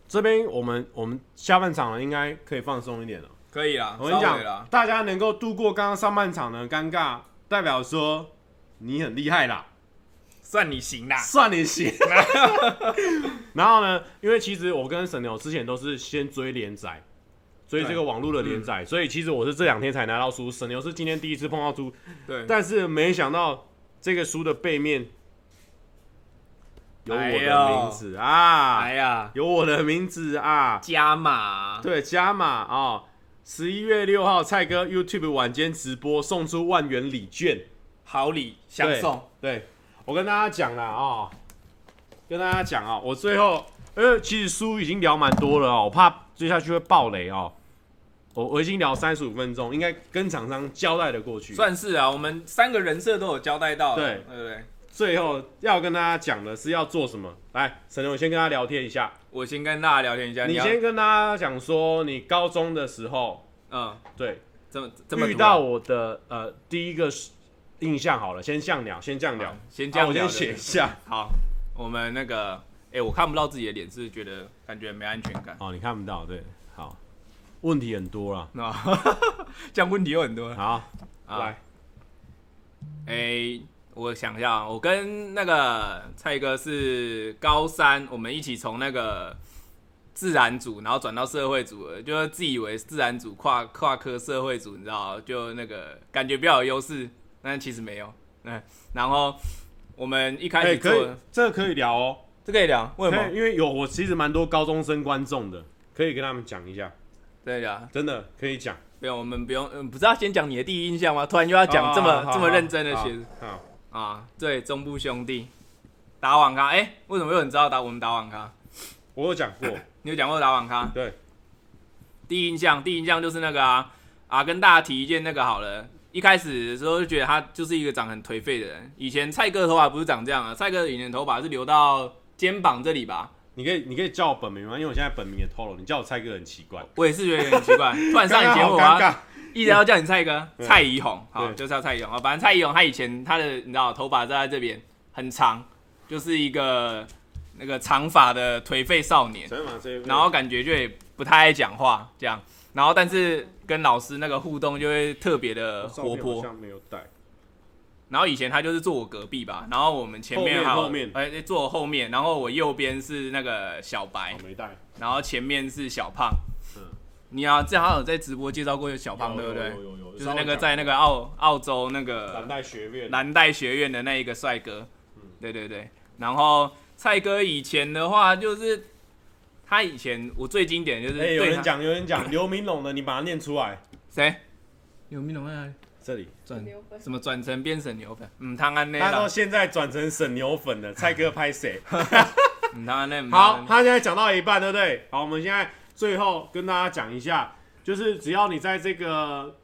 S1: 这边我们我们下半场了，应该可以放松一点了。
S2: 可以啦，
S1: 我跟你
S2: 稍
S1: 讲
S2: 微啦，，
S1: 大家能够度过刚刚上半场的尴尬，代表说你很厉害啦。
S2: 算你行啦。
S1: 算你 行。然后呢，因为其实我跟沈牛之前都是先追连载，追这个网络的连
S2: 嗯
S1: 载，所以其实我是这两天才拿到书，神牛是今天第一次碰到书，
S2: 对，
S1: 但是没想到这个书的背面有我
S2: 哎
S1: 的
S2: 呦
S1: 名字啊，
S2: 哎呀，
S1: 有我的名字啊，
S2: 加码，
S1: 对，加码啊！十、一月六号，蔡哥 YouTube 晚间直播送出万元礼券，
S2: 好礼相送，
S1: 对。对，我跟大家讲啦啊、跟大家讲啊、我最后，呃，其实书已经聊蛮多了哦，我怕追下去会爆雷哦。我我已经聊三十五分钟，应该跟厂商交代的过去。
S2: 算是啊，我们三个人设都有交代到了，
S1: 对
S2: 对不对？
S1: 最后要跟大家讲的是要做什么。来，沈龙，我先跟他聊天一下。
S2: 我先跟大家聊天一下，
S1: 你
S2: 要
S1: 先跟大家讲说，你高中的时候，
S2: 嗯，
S1: 对，
S2: 这么这么
S1: 遇到我的呃第一个印象好了，先降鸟，先降鸟
S2: 好，先
S1: 降
S2: 降
S1: 我
S2: 鸟
S1: 先
S2: 的
S1: 写一下。
S2: 好，我们那个，哎、我看不到自己的脸，是觉得感觉没安全感。
S1: 哦，你看不到，对，好，问题很多啦。
S2: 那这样哦问题有很多。
S1: 好，
S2: 啊
S1: 来，
S2: 哎、我想一下啊，我跟那个蔡哥是高三，我们一起从那个自然组，然后转到社会组了，就是自以为自然组跨跨科社会组，你知道，就那个感觉比较有优势，但其实没有。嗯，然后我们一开
S1: 哎，
S2: 始
S1: 可
S2: 做、
S1: 以，这个可以聊哦，
S2: 这可以聊，为什
S1: 可以
S2: 么？
S1: 因为有我其实蛮多高中生观众的，可以跟他们讲一下，
S2: 对呀，
S1: 真的可以讲。
S2: 不用，我们不用，嗯，不是要先讲你的第一印象吗？突然又要讲这么、
S1: 哦好
S2: 这么认真的
S1: 好
S2: 学生
S1: 好，
S2: 啊？对，中部兄弟打网咖，哎、为什么有人知道打我们打网咖？
S1: 我有讲过，
S2: 你有讲过打网咖？
S1: 对，
S2: 第一印象，第一印象就是那个啊啊，跟大家提一件那个好了。一开始的时候就觉得他就是一个长很颓废的人。以前蔡哥头发不是长这样啊，蔡哥以前头发是留到肩膀这里吧？
S1: 你可以你可以叫我本名吗？因为我现在本名也透露，你叫我蔡哥很奇怪。
S2: 我也是觉得有点奇 怪。突然上你节目，
S1: 刚刚
S2: 我
S1: 好
S2: 要
S1: 尴尬，
S2: 一直要叫你蔡哥，
S1: 嗯
S2: 蔡怡红，好，
S1: 对
S2: 就叫蔡怡红啊。反正蔡怡红她以前她的你知道头发在这边很长，就是一个那个长发的颓废少年，
S1: 陈马这一位
S2: 然后感觉就也不太爱讲话这样，然后但是跟老师那个互动就会特别的
S1: 照片
S2: 活
S1: 好
S2: 泼。
S1: 像没有带，
S2: 然后以前他就是坐我隔壁吧，然后我们前面还有
S1: 后面后
S2: 哎、坐我后面，然后我右边是那个小白
S1: 我，哦没带，
S2: 然后前面是小胖。
S1: 嗯
S2: 你啊，这好像有在直播介绍过小胖，对不对？
S1: 有有有有，
S2: 就是那个在那个澳澳洲那个
S1: 蓝带学院
S2: 南代学院的那一个帅哥，
S1: 嗯
S2: 对对对。然后蔡哥以前的话，就是他以前我最经典的就是
S1: 哎、有
S2: 对
S1: 人
S2: 他
S1: 讲，有人讲刘明龙的，你把它念出来。
S2: 谁？有明龙啊，
S1: 这里，
S2: 转什么转成变成牛粉？嗯，汤安内
S1: 他说
S2: 啦，
S1: 现在转成省牛粉 了，蔡哥拍谁？
S2: 嗯，汤安内。嗯
S1: 好，
S2: 汤
S1: 他现
S2: 安内
S1: 在讲到一半，对不对？好，我们现在最后跟大家讲一下，就是只要你在这个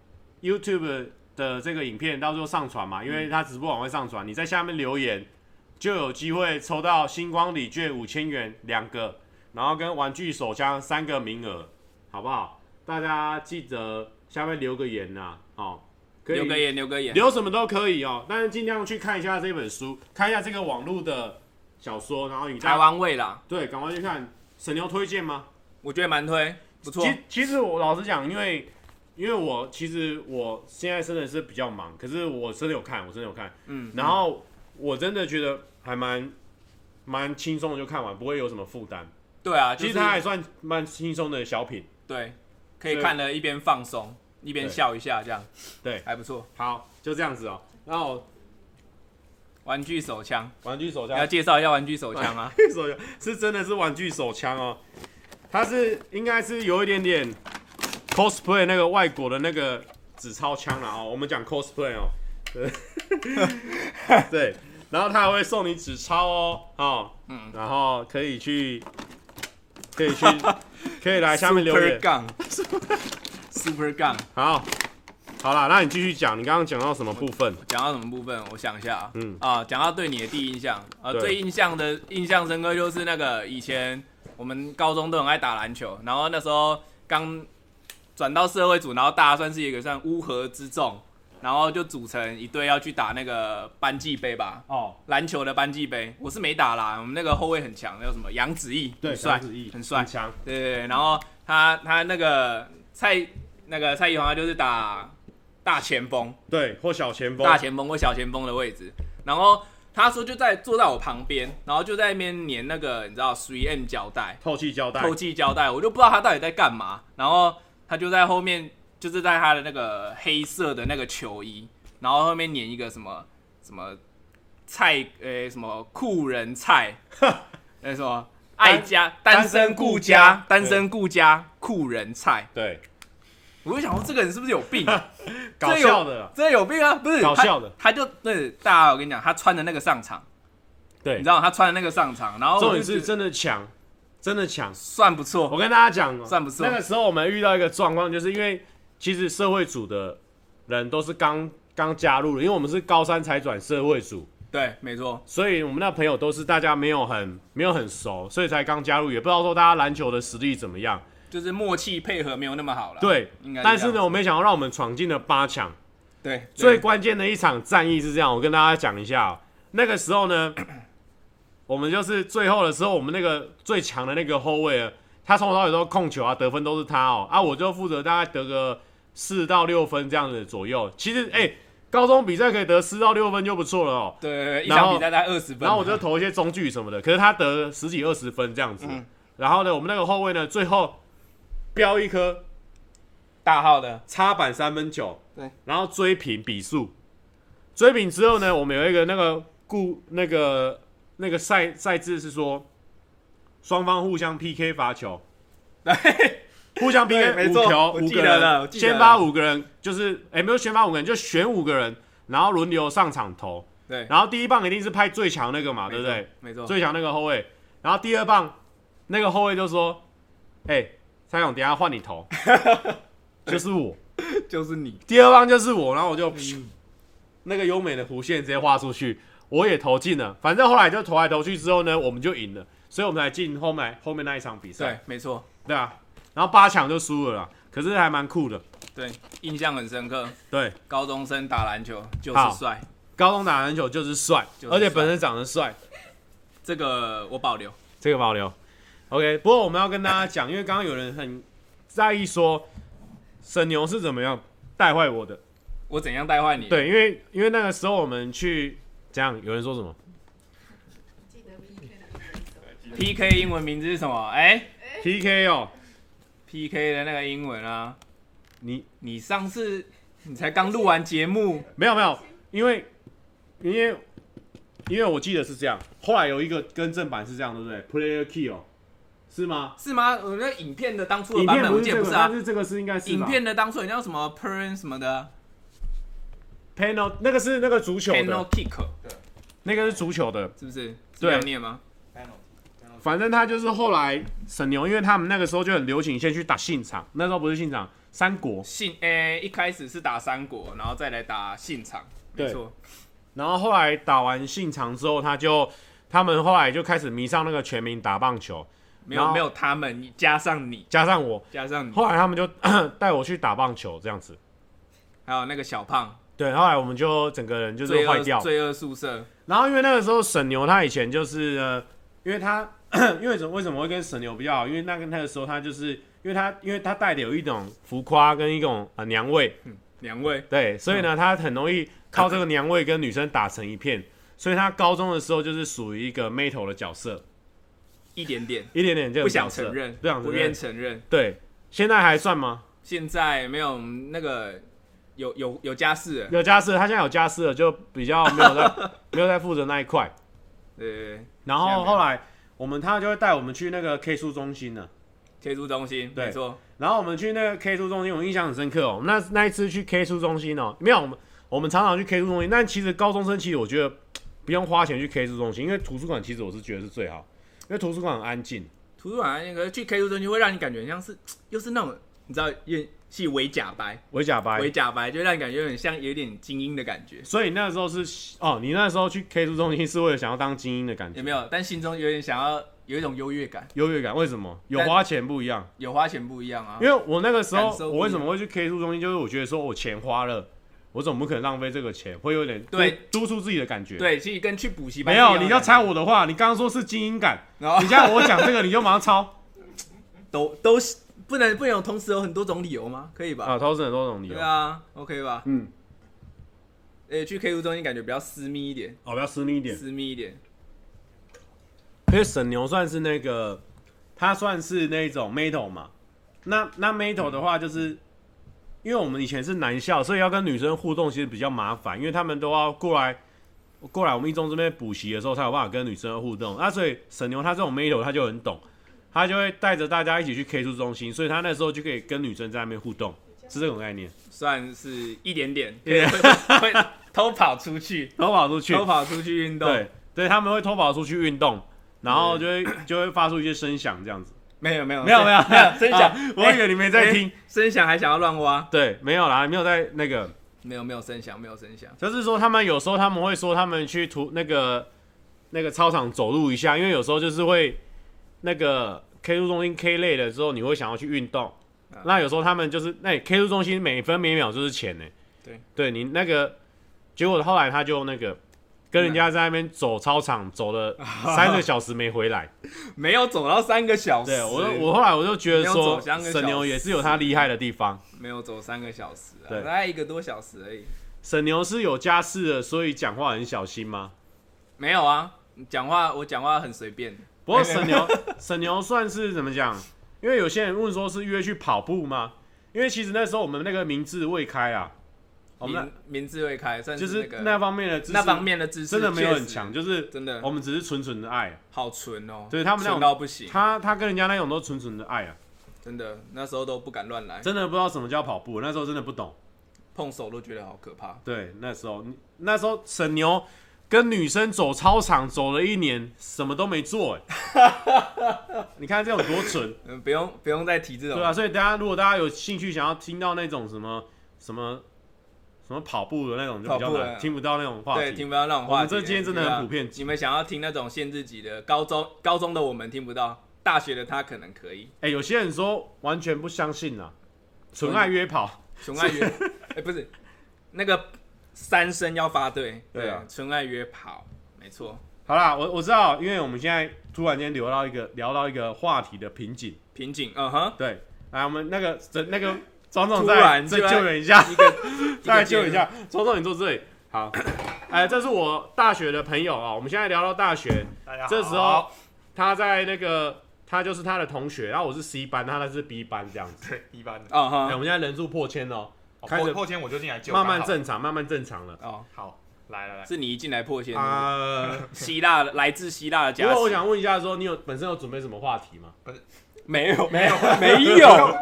S1: YouTube 的这个影片到时候上传嘛，因为他直播网会上传，你在下面留言就有机会抽到星光礼券五千元两个，然后跟玩具手枪三个名额，好不好？大家记得下面留个言呐、哦，可以
S2: 留个言，留个言。
S1: 留什么都可以哦，但是尽量去看一下这本书，看一下这个网络的小说，然后你再
S2: 台湾味啦，
S1: 对，赶快去看。沈牛推荐吗？
S2: 我觉得蛮推，不错
S1: 其。其实我老实讲，因为因为我其实我现在真的是比较忙，可是我真的有看，我真的有看，
S2: 嗯，
S1: 然后我真的觉得还蛮蛮轻松的就看完，不会有什么负担。
S2: 对啊，
S1: 其实
S2: 就是
S1: 它还算蛮轻松的小品。
S2: 对，可以
S1: 对
S2: 看了一边放松，一边
S1: 对
S2: 笑一下，这样
S1: 对，
S2: 还不错。
S1: 好，就这样子哦。然后
S2: 玩具手枪，
S1: 玩具手
S2: 你要
S1: 枪，
S2: 介绍一下玩具手枪 啊？
S1: 手枪是真的是玩具手枪哦，它是应该是有一点点 cosplay 那个外国的那个纸钞枪了哦。我们讲 cosplay 哦， 对对，然后他还会送你纸钞哦，哦，
S2: 嗯
S1: 然后可以去，可以去，可以来下面留
S2: Super
S1: 言。
S2: 杠，Super 杠，
S1: 好，好啦，那你继续讲，你刚刚讲到什么部分？
S2: 讲到什么部分？我想一下啊，
S1: 嗯
S2: 啊，讲到对你的第一印象，呃，
S1: 对
S2: 最印象的印象深刻就是那个以前我们高中都很爱打篮球，然后那时候刚转到社会组，然后大家算是一个算乌合之众，然后就组成一队要去打那个班级杯吧，
S1: 哦，
S2: 篮球的班级杯，我是没打啦，我们那个后卫很强，那叫什么杨子毅，
S1: 对，
S2: 很帅
S1: 张子毅，
S2: 很帅，
S1: 强，
S2: 对对对，然后他他那个蔡那个蔡依红，他就是打大前锋，
S1: 对，或小前锋，
S2: 大前锋或小前锋的位置。然后他说就在坐在我旁边，然后就在那边粘那个你知道 3M 胶带、
S1: 透气胶带，
S2: 透气胶带，我就不知道他到底在干嘛。然后他就在后面，就是在他的那个黑色的那个球衣，然后后面粘一个什么什么菜，呃、什么酷人菜， 那什么爱家单
S1: 单
S2: 身
S1: 身
S2: 顾
S1: 顾
S2: 家
S1: 家
S2: 单身顾家酷人菜，
S1: 对，
S2: 我就想说这个人是不是有病、
S1: 搞
S2: 这有
S1: 笑的啦，
S2: 这有病啊！不是
S1: 搞笑的
S2: 他他就对大家，我跟你讲，他穿的那个上场，
S1: 对
S2: 你知，道他穿的那个上场，然后
S1: 重
S2: 哦我
S1: 点
S2: 就是觉得
S1: 真的强，真的强。
S2: 算不
S1: 我
S2: 错，
S1: 跟大家讲哦，
S2: 算不错
S1: 那个时候我们遇到一个状况，就是因为其实社会组的人都是刚刚加入的，因为我们是高三才转社会组，
S2: 对，没错，
S1: 所以我们那朋友都是大家没有很没有很熟，所以才刚加入，也不知道说大家篮球的实力怎么样。
S2: 就是默契配合没有那么好了。
S1: 对
S2: 啊应该，
S1: 但是
S2: 这
S1: 呢，
S2: 样
S1: 我没想到让我们闯进了八强。
S2: 对，
S1: 最
S2: 对
S1: 关键的一场战役是这样，我跟大家讲一下哦、那个时候呢， 我们就是最后的时候，我们那个最强的那个后卫啊，他从头到尾都控球啊，得分都是他哦。啊，我就负责大概得个四到六分这样子左右。其实，哎、高中比赛可以得四到六分就不错了哦。
S2: 对对对，一
S1: 然
S2: 场
S1: 后
S2: 比赛大概二十分，
S1: 然后我就投一些中距什么的，可是他得十几二十分这样子。然后呢，我们那个后卫呢，最后标一颗
S2: 大号的，
S1: 插板三分球，
S2: 对，
S1: 然后追平比数，追平之后呢，我们有一个那个故那个那个赛赛制是说，双方互相 PK 罚球，互相
S2: 对
S1: PK
S2: 没
S1: 五
S2: 错
S1: 球，
S2: 我
S1: 五
S2: 记
S1: 个
S2: 得了我
S1: 人，
S2: 记得
S1: 先发五个人，就是哎、没有先发五个人，就选五个人，然后轮流上场投，
S2: 对，
S1: 然后第一棒一定是派最强那个嘛，
S2: 没
S1: 对
S2: 错
S1: 不对？？
S2: 没错，
S1: 最强那个后卫，然后第二棒那个后卫就说，哎、蔡勇，等一下换你投， 就是我。
S2: 就是你，
S1: 第二棒就是我，然后我就、那个优美的弧线直接画出去，我也投进了。反正后来就投来投去之后呢，我们就赢了，所以我们才进后面后面那一场比
S2: 对
S1: 赛，，
S2: 没错，
S1: 对啊。然后八强就输了啦，可是还蛮酷的。
S2: 对，印象很深刻。
S1: 对，
S2: 高中生打篮球就
S1: 好
S2: 是帅，
S1: 高中打篮球就是帅，
S2: 就是帅
S1: 而且本身长得帅，
S2: 这个我保留。
S1: 这个保留。OK，不过我们要跟大家讲，因为刚刚有人很在意说沈牛是怎么样带坏我的。
S2: 我怎样带坏你？，
S1: 对，因为因为那个时候我们去这样，有人说什么
S2: PK 英文名字是什么？哎、
S1: PK 哦，
S2: p k 的那个英文啊，
S1: 你
S2: 你上次你才刚录完节目，
S1: 没有没有，因为因为因为我记得是这样，后来有一个更正版是这样，对不对？Player Key 哦，是吗？
S2: 是吗？我那影片的当初的
S1: 影
S2: 版
S1: 片
S2: 本
S1: 不
S2: 我
S1: 是
S2: 记
S1: 这
S2: 得
S1: 个，
S2: 不是啊
S1: 但，是这个是应该是
S2: 影
S1: 吧
S2: 片的当初你叫什么 Pern 什么的
S1: Panel 那个是那个足球
S2: Panel
S1: 的，
S2: Kick
S1: 那个是足球的。
S2: 是不是？是
S1: 对
S2: 这样念吗？
S1: 哎反正他就是后来沈牛，因为他们那个时候就很流行，先去打信场，那时候不是信场，三国，
S2: 信诶、一开始是打三国，然后再来打信长，没
S1: 对
S2: 错，
S1: 然后后来打完信场之后，他就他们后来就开始迷上那个全民打棒球，
S2: 没
S1: 然
S2: 有
S1: 后
S2: 没有他们，你加上你
S1: 加上我，
S2: 加上你，
S1: 后来他们就 带我去打棒球这样子。
S2: 还有那个小胖，
S1: 对，后来我们就整个人就是
S2: 罪
S1: 坏掉
S2: 恶。罪恶宿舍，
S1: 然后因为那个时候沈牛他以前就是，呃、因为他 因为怎么为什么会跟沈牛比较好？因为那个那个时候他就是因为他因为他带的有一种浮夸跟一种呃娘味，
S2: 两位
S1: 对，所
S2: 嗯
S1: 以呢他很容易靠这个娘味跟女生打成一片。所以他高中的时候就是属于一个 metal 的角色，
S2: 一点点
S1: 一点点这
S2: 不
S1: 种
S2: 想
S1: 角色
S2: 承认，
S1: 不想承
S2: 愿
S1: 认。
S2: 承认。
S1: 对，现在还算吗？
S2: 现在没有那个有有有家室了，
S1: 有家室，他现在有家室了，就比较没有在 没有在负责那一块。
S2: 对对对，
S1: 然
S2: 现在
S1: 后
S2: 没有
S1: 后来我们他就会带我们去那个 K 书中心了。
S2: 贴出中心，
S1: 对
S2: 没错，
S1: 然后我们去那个 K 书中心，我印象很深刻哦。我们那那一次去 K 书中心哦，没有我们我们常常去 K 书中心，但其实高中生其实我觉得不用花钱去 K 书中心，因为图书馆其实我是觉得是最好，因为图书馆很安静。
S2: 图书馆那个去 K 书中心会让你感觉像是又是那种你知道有点系伪假白，
S1: 我假白
S2: 伪，假白就让你感觉有点像有点精英的感觉，
S1: 所以那时候是哦，你那时候去 K 书中心是为了想要当精英的感
S2: 有
S1: 觉，
S2: 没有？但心中有点想要有一种优越感，
S1: 优越感？为什么？有
S2: 但
S1: 花钱不一样。
S2: 有花钱不一样啊
S1: 因。为我那个时候
S2: 感受不一，样
S1: 我为什么会去 K 书中心？就是我觉得说我哦钱花了，我总不可能浪费这个钱，会有点
S2: 对
S1: 督督促自己的感觉。，
S2: 对，其实跟去补习班
S1: 没有，
S2: 是一
S1: 你
S2: 样的
S1: 要猜我的话，你刚刚说是精英感，
S2: 然后
S1: 你现在我讲这个，你就马上抄
S2: 都都是不能不能有同时有很多种理由吗？可以吧？
S1: 啊，抄是很多种理由
S2: 对。啊，OK 吧？
S1: 嗯，
S2: 诶、去 K 书中心感觉比较私密一点，
S1: 哦，不要私密一点，
S2: 私密一点，
S1: 因为沈牛算是那个，他算是那种 metal 嘛，那那 Metal 的话，就是因为我们以前是男校，所以要跟女生互动其实比较麻烦，因为他们都要过来过来我们一中这边补习的时候才有办法跟女生互动。啊那所以沈牛他这种 Metal 他就很懂，他就会带着大家一起去 K 书中心，所以他那时候就可以跟女生在那边互动，是这种概念。
S2: 算是一点点，
S1: 对
S2: 会 会会偷跑出去，
S1: 偷跑出去，
S2: 偷跑出去运动
S1: 对。对，他们会偷跑出去运动，然后就会就会发出一些声响这样子。
S2: 没有没有
S1: 没有没有
S2: 没有声 响
S1: 啊，我以为你没在听
S2: 哎声响，还想要乱挖？
S1: 对，没有啦，没有在那个。
S2: 没有没有声响，没有声响。
S1: 就是说，他们有时候他们会说他们去图那个那个操场走路一下，因为有时候就是会那个 K 路中心 K 累了之后，你会想要去运动。
S2: 啊
S1: 那有时候他们就是那、K 哎路中心每分每秒就是钱呢、
S2: 对，
S1: 对你那个结果后来他就那个跟人家在那边走操场走 了三个小时没回来。
S2: 没有走到三个小时，
S1: 对我就我后来我就觉得
S2: 没有
S1: 说
S2: 走三个小时
S1: 沈牛也是有他厉害的地方。
S2: 没有走三个小时啊，
S1: 对
S2: 大概一个多小时而已。
S1: 沈牛是有家室的，所以讲话很小心吗？
S2: 没有啊，讲话我讲话很随便，
S1: 不过
S2: 哎
S1: 沈牛， 沈牛算是怎么讲？因为有些人问说是约去跑步吗？因为其实那时候我们那个名字未开啊，我们
S2: 名名字会开，算
S1: 那就是是
S2: 那
S1: 那
S2: 个
S1: 方面的知识
S2: 那方面的知识
S1: 真的没有
S2: 确
S1: 很
S2: 实
S1: 强，就是
S2: 真的
S1: 我们只是纯纯的爱。
S2: 好纯哦，
S1: 对他们那种
S2: 纯到不行，
S1: 他他跟人家那种都纯纯的爱啊，
S2: 真的那时候都不敢乱来，
S1: 真的不知道什么叫跑步，那时候真的不懂。
S2: 碰手都觉得好可怕。
S1: 对，那时候那时候沈牛跟女生走操场走了一年，什么都没做、哎 你看这有多蠢。
S2: 嗯，不用不用再提这种，
S1: 对啊，所以大家如果大家有兴趣想要听到那种什么什么什么跑步的那种，就比较
S2: 跑步的
S1: 难听不到那种话
S2: 对，
S1: 题
S2: 听。不到那种话题。
S1: 我们这今天真的很普遍
S2: 你们想要听那种限制级的，高中高中的我们听不到，大学的他可能可以。
S1: 哎、有些人说完全不相信啊，
S2: 嗯
S1: 纯爱约跑，
S2: 纯 爱约，哎、不是那个三声要发对，
S1: 对啊
S2: 纯爱约跑，没错，
S1: 好啦，我我知道，因为我们现在突然间聊到一个聊到一个话题的瓶颈。
S2: 瓶颈，嗯哼，
S1: 对，来，我们那个整那个庄总
S2: 突
S1: 再
S2: 然
S1: 再
S2: 就来
S1: 救援一下，
S2: 一个
S1: 再来救援一下，庄总你坐这里。好，哎、这是我大学的朋友啊、我们现在聊到大学，
S3: 大家好
S1: 这时候他在那个他就是他的同学，然后我是 C 班，他那是 B 班这样子。
S3: 对一般的，
S1: 哎、
S2: 嗯
S1: 我
S2: 哼，
S1: 们现在人数破千哦，
S3: 哦
S1: 开始
S3: 后后天我就进来救，
S1: 慢慢
S3: 刚好
S1: 正常，慢慢正常了。
S2: 哦，
S3: 好，来来来，
S2: 是你一进来破
S3: 嗯
S2: 线，
S1: 啊、
S2: 希腊的来自希腊的
S1: 不
S2: 加
S1: 过我
S2: 持，
S1: 想问一下说你有本身有准备什么话题吗？
S2: 没有，没有， 没有，啊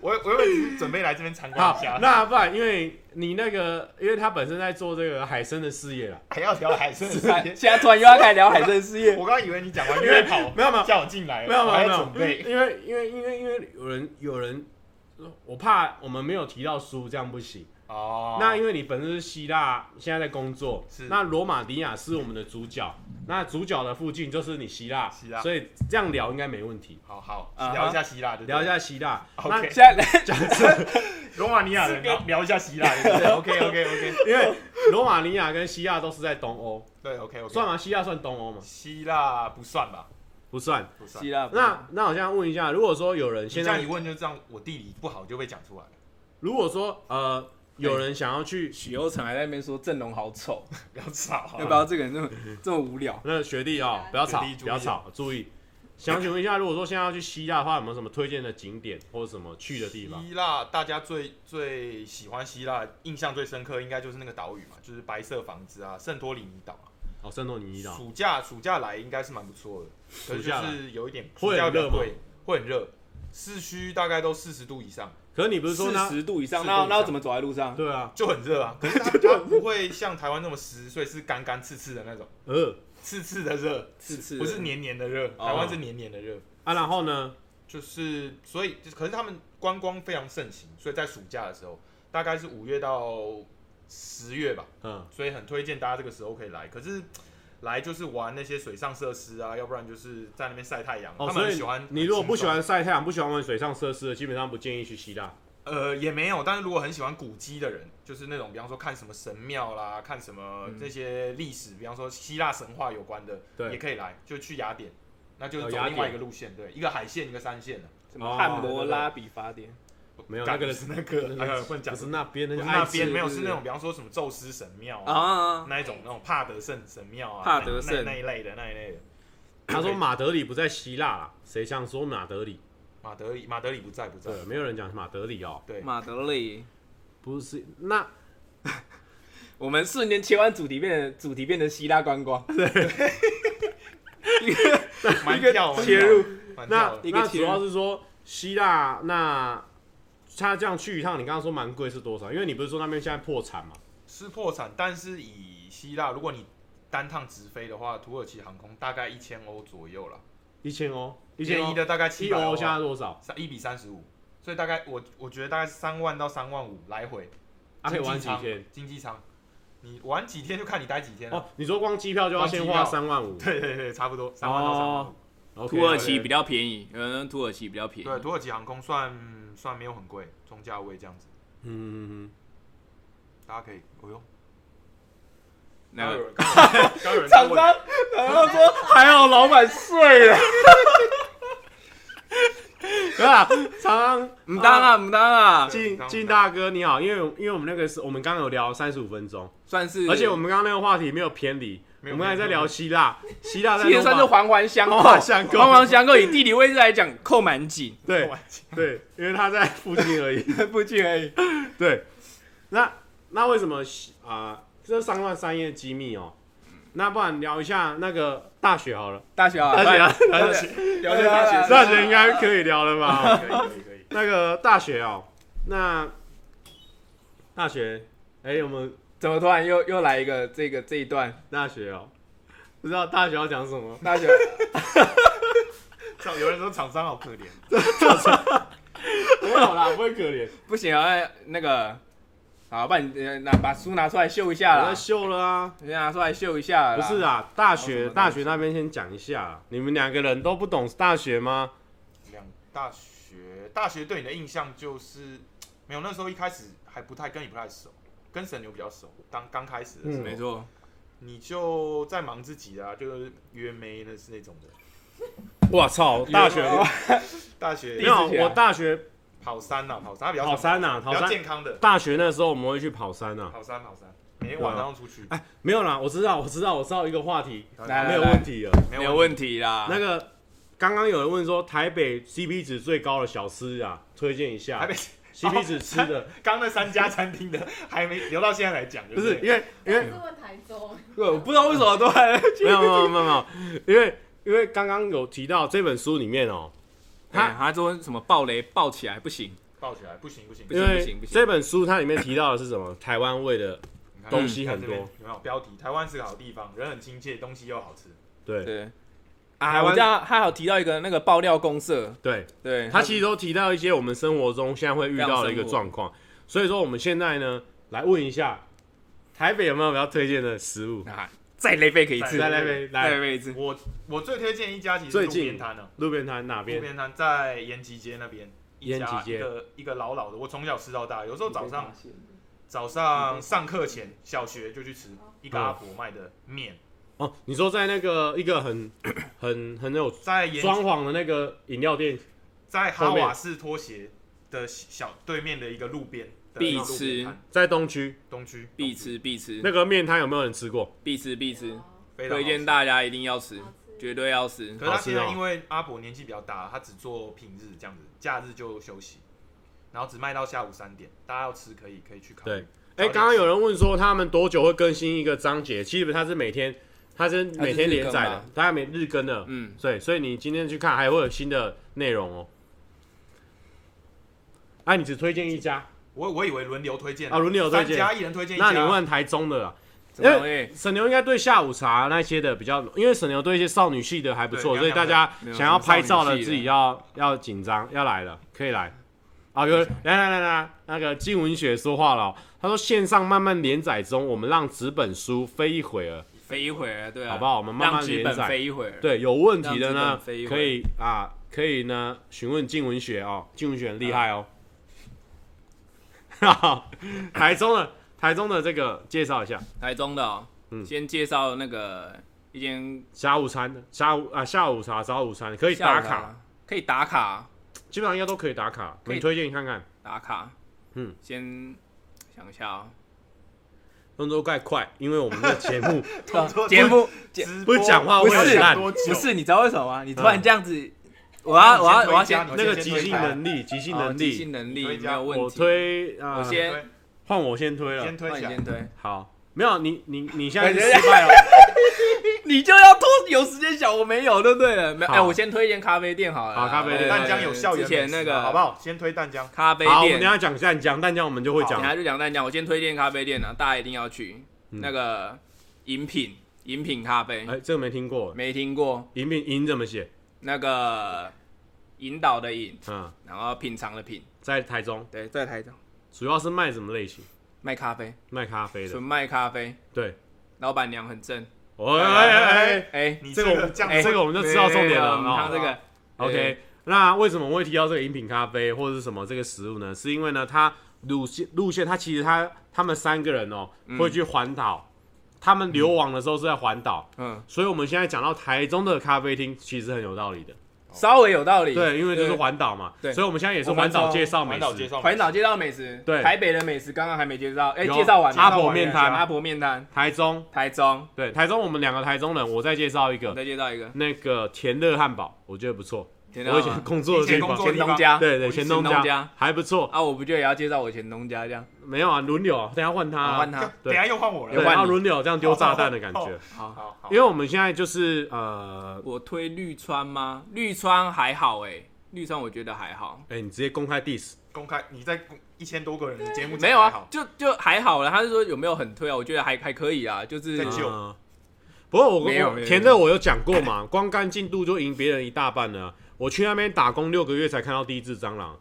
S3: 我我原本只是准备来这边参观
S1: 好
S3: 一下，，
S1: 那不然因为你那个，因为他本身在做这个海参的事业啦，
S3: 还要聊海参的事
S2: 哎
S3: 情。
S2: 现在突然又要开始聊海参 事业，
S3: 我刚刚以为你讲完约跑，
S1: 没有没有
S3: 叫我进来了，
S1: 没有
S3: 哎我
S1: 没
S3: 还
S1: 有没
S3: 在
S1: 有
S3: 准，备。
S1: 因为因为因为因为有人有人，我怕我们没有提到书，这样不行。
S3: 哦
S1: 那因为你本身是希腊，现在在工作，
S3: 是
S1: 那罗马尼亚是我们的主角，那主角的附近就是你希腊，
S3: 希腊
S1: 所以这样聊应该没问题。
S3: 好好
S2: 啊哈
S3: 聊一下希腊，对不对
S1: 聊一下希腊
S3: OK
S2: 现在
S1: 那假设
S3: 罗马尼亚人，聊聊一下希腊，对不对？OK OK OK，
S1: 啊因为罗马尼亚跟希腊都是在东欧，
S3: 对 OK OK，
S1: 算吗？希腊算东欧吗？
S3: 希腊不算吧？
S1: 不算。
S3: 不 算
S2: 希。腊，
S1: 那那我现在问一下，如果说有人
S3: 现
S1: 现
S3: 在
S1: 在
S3: 一，问就这样，我地理不好就被讲出来了。
S1: 如果说呃有人想要去
S2: 许攸城还在那边说阵容好丑，
S3: 不要吵啊，
S2: 要不要这个人这么这么无聊？
S1: 那学弟哦，不要吵
S3: 学弟，注意
S1: 不要吵，注意。想请问一下，如果说现在要去希腊的话，有没有什么推荐的景点或者什么去的地方？
S3: 希腊大家最最喜欢希腊，印象最深刻应该就是那个岛屿嘛，就是白色房子啊，圣托里尼岛啊。
S1: 哦，圣托里尼岛。
S3: 暑假暑假来应该是蛮不错的，可是
S1: 暑假
S3: 就
S1: 来
S3: 是有一点
S1: 会很
S3: 暑假比较
S1: 热吗
S3: 贵，会很热，市区大概都四十度以上，
S1: 可是你不是说
S2: 四
S1: 那
S2: 十度以上，
S3: 40
S2: 那
S3: 度以
S2: 那要
S3: 上
S2: 怎么走在路上？
S1: 对啊，
S3: 就很热啊。 可是它它不会像台湾那么湿，所以是干干刺刺的那种，
S1: 呃
S3: 刺刺的热，
S2: 刺刺的
S3: 不是黏黏的热，
S2: 哦
S3: 台湾是黏黏的热。
S1: 啊，然后呢？
S3: 就是所以，可是他们观光非常盛行，所以在暑假的时候，大概是五月到十月吧，
S1: 嗯，
S3: 所以很推荐大家这个时候可以来。可是来就是玩那些水上设施啊，要不然就是在那边晒太阳。
S1: 哦，
S3: 他们
S1: 所
S3: 很
S1: 以
S3: 喜欢。
S1: 你如果不喜，欢晒太阳，不喜欢玩水上设施的，基本上不建议去希腊。
S3: 呃，也没有。但是如果很喜欢古迹的人，就是那种比方说看什么神庙啦，看什么这些历史，比方说希腊神话有关的，
S1: 嗯对
S3: 也可以来，就去雅典。那就是
S1: 哦
S3: 走
S1: 雅
S3: 另外一
S1: 典
S3: 个路线，对，一个海线，一个山线的、
S2: 什么汉
S1: 哦
S2: 摩拉比法典？
S1: 没有
S3: 干
S1: 那个
S3: 不
S1: 人
S3: 是那个，哎呀，不能讲
S1: 不是那边，那
S3: 不
S1: 就是
S3: 那
S1: 爱吃
S3: 边没有，
S2: 是
S3: 是那种比方说什么宙斯神庙啊，
S2: 啊，
S3: 那一种那种帕德圣神庙啊，
S2: 帕德圣
S3: 那那那一类的那一类的。
S1: 他说马德里不在希腊啦，谁想说马德里？
S3: 马德里，马德里不在，不在。
S1: 对，没有人讲马德里哦，
S3: 对，
S2: 马德里，
S1: 不是那
S2: 我们瞬间切换主题，变成主题变成希腊观光， 一个
S3: 蛮
S2: 一个
S3: 跳蛮
S2: 切入
S3: 跳蛮跳
S1: 那
S3: 的
S2: 一个
S1: 那
S2: 切
S1: 主
S2: 入
S1: 要是说希腊，那他这样去一趟，你刚刚说蛮贵是多少？因为你不是说那边现在破产嘛？
S3: 是破产，但是以希腊，如果你单趟直飞的话，土耳其航空大概一千欧左右啦，
S1: 一千欧，一千
S3: 便宜
S1: 欧
S3: 的大概七
S1: 一
S3: 百
S1: 欧
S3: 欧
S1: 现在
S3: 啊，
S1: 多少？
S3: 三一比三十五，所以大概我我觉得大概三万到三万五来回。
S1: 啊，可以玩
S3: 经
S1: 几
S3: 济舱
S1: 天？？
S3: 经济舱，你玩几天就看你待几天了。
S1: 哦，你说光机票就要先花
S3: 光机
S1: 三万五，
S3: 对对对，差不多三万到三
S1: 哦
S3: 万五。
S1: OK，
S2: 土耳其比较便宜，嗯，土耳其比较便宜，
S3: 对，土耳其航空算算没有很贵，中价位这样子，
S1: 嗯，嗯嗯
S3: 大家可以。哦呦，
S2: 那个
S3: 人，刚刚有人在
S2: 厂
S3: 问
S2: 商，然后说还好老板睡了，
S1: 嗯，对啊，常常
S2: 唔当啊唔当啊，
S1: 进
S3: 当
S1: 进大哥你好，因为因为我们那个是我们刚刚有聊三十五分钟，
S2: 算是，
S1: 而且我们刚刚那个话题没有偏离，我
S3: 没有
S1: 们刚才在聊希腊，希腊在
S2: 其实算是
S1: 罗马
S2: 环环相扣，
S1: 环环相扣
S2: 环环相扣。以地理位置来讲，扣蛮紧，
S1: 对对，因为他在附近而已。
S2: 附近而已。
S1: 对，那那为什么希啊、这三万三夜机密哦？那不然聊一下那个大学好了，
S2: 大学啊，
S1: 大学啊，大学，
S2: 学，
S3: 聊聊大学
S1: 大学应该可以聊了吧？
S3: 可以可以可以。
S1: 那个大学哦，那大学，哎、我们
S2: 怎么突然又又来一个这个这一段
S1: 大学哦，不知道大学要讲什么？
S2: 大学？啊
S3: 有人说厂商好可怜，
S1: 不会好啦，不会可怜，
S2: 不行啊，那个，好，不然你呃拿把书拿出来秀一下
S1: 我
S2: 啦
S1: 在，秀了啊。
S2: 你拿出来秀一下啦。
S1: 不是啊，大
S2: 搞什
S1: 学
S2: 么
S1: 大学那边先讲一下啦，你们两个人都不懂大学吗？
S3: 两大学，大学对你的印象就是没有，那时候一开始还不太跟你不太熟，跟神牛比较熟，当刚开始的时候，
S1: 嗯
S2: 没错，
S3: 你就在忙自己啊，就是约妹那是那种的。
S1: 我操，大学
S3: 大
S1: 没
S3: 学
S2: 第一
S1: 有，
S2: 次去啊
S1: 我大学
S3: 跑山呐、啊，跑山它比较
S1: 跑山呐、
S3: 比
S1: 跑
S3: 较
S1: 山。
S3: 健康的，
S1: 大学那时候我们会去跑山啊，
S3: 跑山跑山，每天晚上都出去，
S1: 哎，没有啦，我知道，我知道，我知道一个话题，
S2: 来
S1: 没有问题了。
S2: 没有问题啦。
S1: 那个刚刚有人问说，台北 CP 值最高的小吃啊，推荐一下。
S3: 台北哦
S1: CP 值吃的，
S3: 刚那三家餐厅的还没留到现在来讲，
S1: 不是因为因为
S5: 是问台中，
S2: 我不知道为什么突然
S1: 没有没有没有没有，因为因为刚刚有提到这本书里面哦，
S2: 他他说什么暴雷暴起来不行，
S3: 抱起来不行不行，
S1: 因
S2: 行不
S1: 为
S2: 行不行
S1: 这本书它里面提到的是什么台湾味的
S3: 你看
S1: 东西
S3: 看
S1: 很
S3: 这边
S1: 多，
S3: 有没有标题？台湾是个好地方，人很亲切，东西又好吃。
S1: 对
S2: 对。
S1: 台
S2: 啊，我
S1: 湾
S2: 知道他还有提到一个那个爆料公社，
S1: 对，
S2: 对
S1: 他其实都提到一些我们生活中现在会遇到的一个状况，所以说我们现在呢来问一下，台北有没有比较推荐的食物？
S2: 啊，再雷贝可以一次，
S1: 来来来
S2: 再
S1: 来，
S2: 雷一次，
S3: 我我最推荐一家其实是
S1: 最
S3: 路
S1: 近
S3: 边摊呢，
S1: 路边摊哪
S3: 路
S1: 边？
S3: 边摊在延吉街那边，一
S1: 延
S3: 家
S1: 吉街
S3: 一个一个老老的，我从小吃到大，有时候早上早上上课前，小学就去吃
S1: 嗯
S3: 一个阿婆卖的面，
S1: 哦，你说在那个一个很很很有
S3: 在延
S1: 装潢的那个饮料店，
S3: 在哈瓦斯拖鞋的小对面的一个路边的
S2: 必
S3: 路边
S2: 吃
S3: 摊
S1: 在东区
S3: 东区
S2: 必，吃必吃
S1: 那个面摊有没有人吃过？
S2: 必吃必吃，
S3: 非常
S2: 推
S3: 好
S2: 荐
S3: 吃
S2: 大家一定要吃
S5: 好，吃
S2: 绝对要吃
S3: 可。是他
S1: 好吃
S3: 现在
S1: 哦
S3: 因为阿婆年纪比较大，他只做平日这样子，假日就休息，然后只卖到下午三点。大家要吃可以可以去考虑。
S1: 对哎，刚刚有人问说他们多久会更新一个章节？其实它是每天，它是每天连载
S2: 它是日
S1: 的
S2: 更，
S1: 它每日更的，
S2: 嗯，
S1: 对，所以你今天去看还会有新的内容哦。哎、你只推荐一家，
S3: 我我以为轮流推荐
S1: 啊轮流推荐
S3: 三家一人推荐一家。
S1: 那你问台中的啦，
S2: 怎
S1: 因
S2: 么
S1: 为
S2: 会？
S1: 沈牛应该对下午茶那些的比较，因为沈牛对一些少女系的还不错，
S3: 对
S1: 所以大家
S2: 没有
S1: 想要拍照
S2: 没
S1: 的
S2: 有
S1: 自己要要紧张，要来了可以来。啊，有人来来来来，那个金文雪说话了哦、他说线上慢慢连载中，我们让纸本书飞一会儿，
S2: 飞一会儿，对啊，
S1: 好不好我们慢慢
S2: 让纸
S1: 连
S2: 本
S1: 载
S2: 飞一会儿，
S1: 对，有问题的
S2: 让
S1: 呢
S2: 资本飞一，会
S1: 可以啊，可以呢询问静文学哦，静文学很厉害哦。 好，台中的台中的这个介绍一下，
S2: 台中的哦，
S1: 嗯
S2: 先介绍那个一间
S1: 下午餐的下午啊下午茶早午餐可以
S2: 下
S1: 打
S2: 午茶
S1: 卡，
S2: 吧，啊可以打卡，
S1: 基本上应该都可以打卡，
S2: 可以
S1: 你推荐你看看，
S2: 打卡。
S1: 嗯，
S2: 先想一下 哦，
S1: 动作怪快，因为我们的节目
S3: 动作
S2: 节目节
S3: 直播
S1: 不讲话
S2: 不
S1: 会很
S2: 是
S3: 啊
S1: 烂，
S3: 多久
S2: 不是，你知道为什么吗？你突然这样子，我要我 要我要
S3: 你先
S2: 先
S3: 推加
S1: 那个
S3: 你
S1: 即
S3: 先推
S1: 兴
S3: 开
S1: 能力，即兴
S2: 哦
S1: 能
S2: 即兴
S1: 力，
S2: 能力
S3: 推
S2: 没
S3: 加
S2: 有问
S1: 我
S2: 题。
S1: 推啊，
S2: 我先
S3: 对
S1: 换我先推了
S3: 先，推
S2: 那你
S3: 一下，
S2: 先推，
S1: 好，没有你你你现在
S2: 哎
S1: 是
S2: 等一下
S1: 失败了，
S2: 你就要拖，有时间想我没有，对不对了？没，
S1: 好
S2: 哎，我先推荐咖啡店好了啦。
S1: 好咖啡店
S2: 对
S1: 对
S3: 淡江有校园
S2: 之前
S3: 美食
S2: 那
S3: 啊
S2: 个
S3: 好不好？先推淡江，
S2: 咖啡
S1: 好，我们
S2: 店，
S1: 等一下讲湛江，湛江我们就会
S3: 好
S1: 讲
S2: 等一，下就讲淡江，我先推荐咖啡店呢、啊，大家一定要去、那个饮品饮品咖啡，
S1: 哎，这个没听过，
S2: 没听过
S1: 饮品饮怎么写？
S2: 那个引导的引，
S1: 嗯，
S2: 然后品尝的品，
S1: 在台中，
S2: 对，在台中
S1: 主要是卖什么类型？
S2: 卖咖啡，
S1: 卖咖啡的
S2: 纯，卖咖啡，
S1: 对，
S2: 老板娘很正，
S1: 哦哎哎哎，
S2: 哎、
S3: 你
S1: 这
S3: 这
S1: 个我
S3: 个这
S1: 哎
S3: 样
S1: 这个我们就知道重点了
S2: 没有
S1: 哦
S2: 他这个
S1: OK，那为什么我会提到这个饮品咖啡或者是什么这个食物呢？是因为呢，它路线路线，它其实它他们三个人哦、会去环岛，他们流亡的时候是在环岛，
S2: 嗯，
S1: 所以我们现在讲到台中的咖啡厅，其实很有道理的。
S2: 稍微有道理，
S1: 对，因为就是环岛嘛，
S2: 对
S1: 所以我们现在也是环岛介绍美
S3: 环岛介
S1: 食。
S3: 绍美
S2: 环
S3: 食，
S2: 岛介绍美食，
S1: 对
S2: 台北的美食刚刚还没介绍，哎、
S1: 有啊
S2: 介绍完了，
S1: 阿婆面摊啊
S2: 阿婆面摊，
S1: 台中，
S2: 台中，
S1: 对，台中我们两个台中人，我再介绍一
S2: 我
S1: 个
S2: 再介绍一个，
S1: 那个田乐汉堡，我觉得不错，
S2: 田乐
S1: 我以
S2: 汉堡
S1: 前工作的
S3: 以前
S1: 地方
S3: 工，作
S2: 前东家，
S1: 对对，
S2: 我去
S1: 前东
S2: 前东
S1: 家
S2: 家
S1: 还不错，
S2: 啊，我不就也要介绍我前东家这样？
S1: 没有啊，轮流啊，等一下换他
S2: 啊
S1: 啊，
S2: 换他，
S3: 等一下又换我
S1: 对，
S2: 又
S3: 了，
S2: 换你
S1: 然后轮流这样丢炸弹的感觉
S3: 哦。
S2: 好，
S3: 好好
S1: 因为我们现在就是呃，
S2: 我推绿川吗？绿川还好哎、绿川我觉得还好，
S1: 哎、你直接公开 diss，
S3: 公开，你在公一千多个人的节目讲
S2: 没有
S3: 还
S2: 啊
S3: 好，，
S2: 就就还好了。他是说有没有很推啊？我觉得还还可以啊，就是
S3: 在就
S1: 嗯不过我
S2: 没有
S1: 我
S2: 没有
S1: 田乐我有讲过嘛， 光干净度就赢别人一大半了。我去那边打工六个月才看到第一只蟑螂，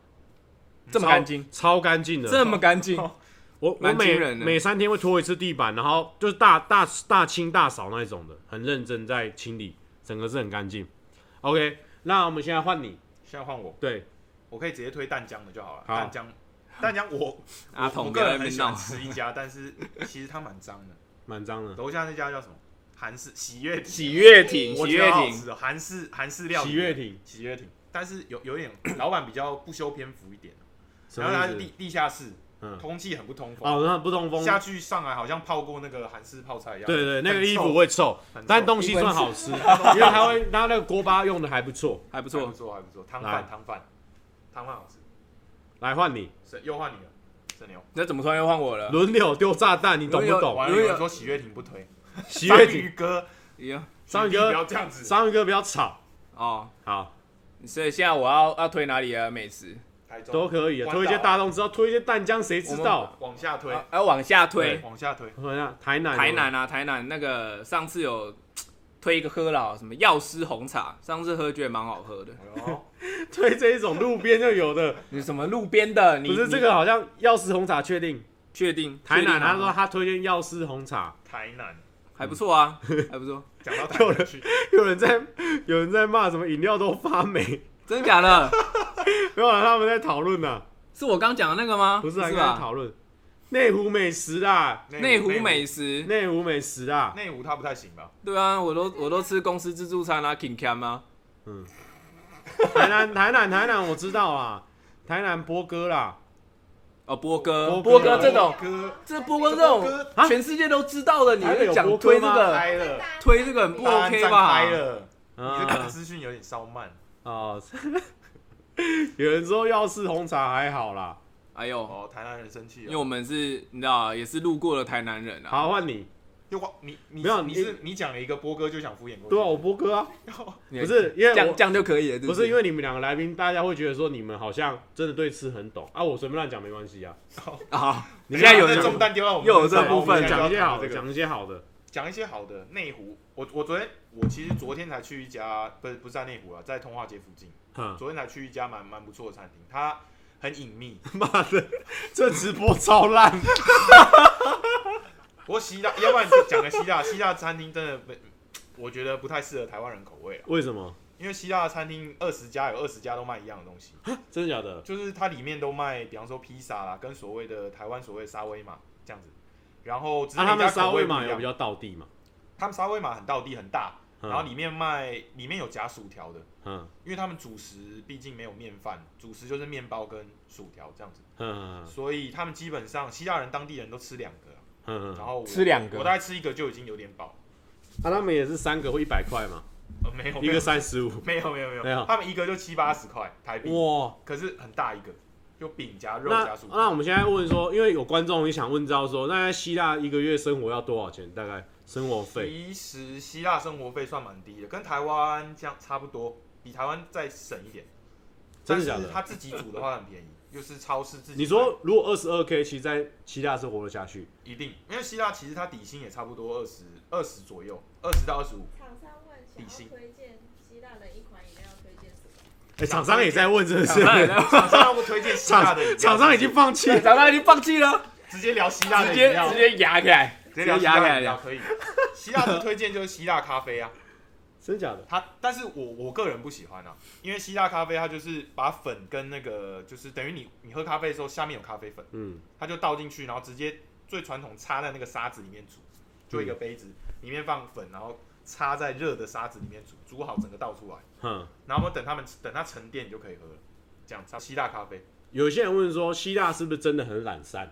S2: 这么
S1: 超
S2: 干净，
S1: 超干净哦的。
S2: 这么干净，
S1: 我我
S2: 蛮
S1: 每
S2: 惊人的
S1: 每三天会拖一次地板，然后就是大大大清大扫那一种的，很认真在清理，整个是很干净。OK，那我们现在换你，
S3: 现在换我，
S1: 对，
S3: 我可以直接推淡江的就好了。
S1: 好
S3: 淡江，淡江我
S2: 阿
S3: 我
S2: 童不
S3: 个
S2: 要在
S3: 人
S2: 那
S3: 很
S2: 边
S3: 喜欢
S2: 闹，
S3: 吃一 家，但是其实它蛮脏的。
S1: 蛮脏的。
S3: 楼下那家叫什么？韩式喜悦亭，
S2: 喜悦亭，
S3: 我
S2: 喜
S3: 觉得
S2: 悦
S3: 好好
S2: 亭，
S3: 吃哦，韩式韩式料理，
S1: 喜悦亭，
S3: 喜悦亭。但是有有一点老板比较不修边幅一点，哦
S1: 什
S3: 然后
S1: 么
S3: 它是
S1: 意
S3: 地
S1: 思？
S3: 地下室，
S1: 嗯，
S3: 通气很不通风。
S1: 哦，那不通风。
S3: 下去上来好像泡过那个韩式泡菜一样。
S1: 对对，那个
S3: 很
S1: 衣
S3: 臭
S1: 服会臭
S3: 很臭，
S1: 但东西算好吃，因为它会，它那个锅巴用的还不错。
S2: 还不
S3: 不错，
S2: 错
S3: 不。错，还不错。汤
S1: 来
S3: 饭，汤饭，汤饭好吃。
S1: 来换你，
S3: 是又换你了，真牛。
S2: 那怎么突然又换我了？
S1: 轮流丢炸弹，你懂不
S2: 轮流
S1: 懂？
S3: 完了有人说喜悦亭不推，
S1: 喜悦
S3: 章鱼
S1: 亭，
S3: 哥，
S2: 一样
S1: 章鱼
S3: 你不要
S1: 哥，
S3: 这样子。
S1: 章鱼哥不要吵，
S2: 哦，
S1: 好，
S2: 所以现在我要要推哪里的美食？
S3: 台中
S1: 都可以啊。
S3: 关岛
S1: 推一些大啊众知道，推一些淡江，谁知道？
S3: 往下推，
S2: 啊要要往下推，
S3: 往下推。
S1: 我想台南，哦
S2: 台，南啊，台南那个上次有推一个喝了什么药师红茶，上次喝觉得蛮好喝的。
S3: 哦，
S1: 推这一种路边就有的，
S2: 你什么路边的？你
S1: 不是
S2: 你
S1: 这个好像药师红茶确定。
S2: 确定？
S1: 台
S2: 确定啊哦
S1: 南
S2: 吗
S1: 他说他推荐药师红茶，
S3: 台南，
S2: 还不错啊，还不错，
S3: 讲到台 南去，
S1: 有人在有人在骂什么饮料都发霉，
S2: 真的假的？
S1: 没有啊，他们在讨论呢，
S2: 是我刚讲的那个吗？
S1: 不是啊，
S2: 吧？
S1: 跟他讨论内湖美食啊，
S2: 内湖美食，
S1: 内湖美食啊，
S3: 内湖它不太行吧？
S2: 对啊，我都我都吃公司自助餐啊，King Cam 啊，
S1: 台南，台南，台南，我知道啊，台南波哥啦，
S2: 哦，波哥，
S1: 波
S2: 波
S1: 哥
S2: 哥这种，
S3: 哥
S2: 这波哥这
S3: 波
S2: 种
S3: 哥
S1: 啊
S2: 全世界都知道的，你
S1: 台北有
S2: 在讲
S1: 波哥
S2: 推这
S1: 吗哎
S2: 个
S3: 开了，
S2: 推这个很不
S3: 大安
S2: OK
S3: 站
S2: 吧嗯
S3: 开？了，你这个
S1: 啊，
S3: 资讯有点稍慢。
S1: 哦， 有人说药师红茶还好啦，
S2: 哎呦，
S3: 哦，台南人生气
S2: 因为
S3: 了。
S2: 我们是你知道啊也是路过的台南人啊，
S1: 好换你，
S3: 又哇，你你
S1: 没有
S3: 你是你讲了一个波哥就想敷衍过去。
S1: 对啊，我波哥啊，
S2: 你
S1: 不是因为
S2: 这样
S1: 我
S2: 这样就可以了，
S1: 不是因
S2: 为
S1: 为你们两个来宾，大家会觉得说你们好像真的对吃很懂啊，我随便乱讲没关系啊，
S2: 啊，你
S3: 等一
S2: 现
S3: 下，
S2: 在有
S3: 这
S2: 人
S3: 重担丢到我们
S2: 又有
S3: 身上
S2: 这部分
S3: 我们现在
S1: 讲一
S3: 就
S1: 些
S3: 要
S1: 好
S3: 讨
S1: 的，
S3: 论这个
S1: 讲一些好的，
S3: 讲一些好的内湖。我我昨天我其实昨天才去一家，不是不是在内湖啊，在通化街附近。
S1: 哼，
S3: 昨天才去一家蛮蛮不错的餐厅，它很隐秘。
S1: 妈的，这直播超烂，
S3: 不过希腊，要不然就讲个希腊，希腊餐厅真的不，我觉得不太适合台湾人口味啊。
S1: 为什么？
S3: 因为希腊餐厅二十家有二十家都卖一样的东西，
S1: 真的假的？
S3: 就是它里面都卖，比方说披萨啦，跟所谓的台湾所谓的沙威玛这样子。然后只是
S1: 那啊他
S3: 每家
S1: 们
S3: 口
S1: 沙
S3: 味
S1: 威
S3: 不
S1: 玛
S3: 一
S1: 有
S3: 样
S1: 比较道地嘛？
S3: 他们沙威玛很到地很大，
S1: 嗯
S3: 然后里面卖里面有夹薯条的，
S1: 嗯
S3: 因为他们主食毕竟没有面饭，主食就是面包跟薯条这样子，
S1: 嗯
S3: 所以他们基本上希腊人当地人都吃两个啊，
S1: 嗯嗯
S3: 然，后我
S2: 吃两个
S3: 我大概吃一个就已经有点饱。
S1: 啊，他们也是三个会一百块嘛？
S3: 呃没有
S1: 一 个三十五，
S3: 没有没有没有
S1: 没有
S3: 他们一个就七八十块台币，
S1: 哇！
S3: 可是很大一个，就饼夹肉
S1: 那
S3: 加薯
S1: 那我
S3: 条，
S1: 们现在问说，因为有观众也想问到说，那在希腊一个月生活要多少钱？大概生活费？
S3: 其实希腊生活费算蛮低的，跟台湾这样差不多，比台湾再省一点。
S1: 真的假的
S3: 但是他自己煮的话很 便宜，就是超市自己买。
S1: 你说如果二十二 k，其实在希腊是活得下去。
S3: 一定，因为希腊其实它底薪也差不多二十二十左右，二十到 二十五。
S5: 厂商问想要推荐希腊的一款饮料，推荐什么？
S1: 哎，厂商也在问，真的是
S2: 厂商也在
S3: 厂商要不推荐希腊的饮料
S1: 厂厂商已经放弃了。
S2: 哎长大已经放弃了，
S3: 直接聊希腊的
S2: 直
S3: 饮
S2: 接
S3: 料，
S2: 直接压起来，
S3: 直
S2: 直
S3: 接聊
S2: 接
S3: 希
S2: 压
S3: 腊
S2: 起
S3: 的
S2: 来
S3: 饮料
S2: 聊。
S3: 可以。希腊的推荐就是希腊咖啡啊，
S1: 真假的？
S3: 它，但是我我个人不喜欢啊，因为希腊咖啡它就是把粉跟那个就是等于你你喝咖啡的时候下面有咖啡粉，
S1: 嗯，
S3: 它就倒进去，然后直接最传统插在那个沙子里面煮，就
S2: 嗯
S3: 一个杯子里面放粉，然后插在热的沙子里面煮，煮好整个倒出来，
S1: 哼。
S3: 然后我们等他们等它沉淀你就可以喝了，这样希腊咖啡。
S1: 有些人问说，希腊是不是真的很懒散？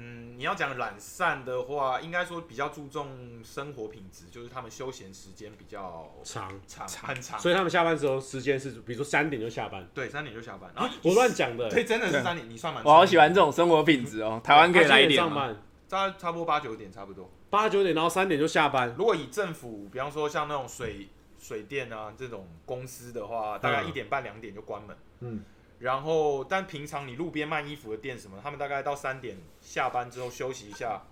S3: 嗯，你要讲懒散的话，应该说比较注重生活品质，就是他们休闲时间比较
S1: 长，
S3: 长，很长。
S1: 所以他们下班时候时间是，比如说三点就下班。
S3: 对，三点就下班。然后
S1: 我乱讲的。
S3: 对，真的是
S2: 对
S3: 三点，你算蛮。
S2: 我好喜。欢这种生活品质哦，台湾可以来
S1: 他几
S2: 一点
S1: 点上啊
S2: 吗？
S1: 班，
S3: 大概差不多八九点差不多。
S1: 八九点，然后三点就下班。
S3: 如果以政府，比方说像那种水水电啊这种公司的话，大概
S1: 嗯
S3: 一点半两点就关门。
S1: 嗯。
S3: 然后，但平常你路边卖衣服的店什么，他们大概到三点下班之后休息一下，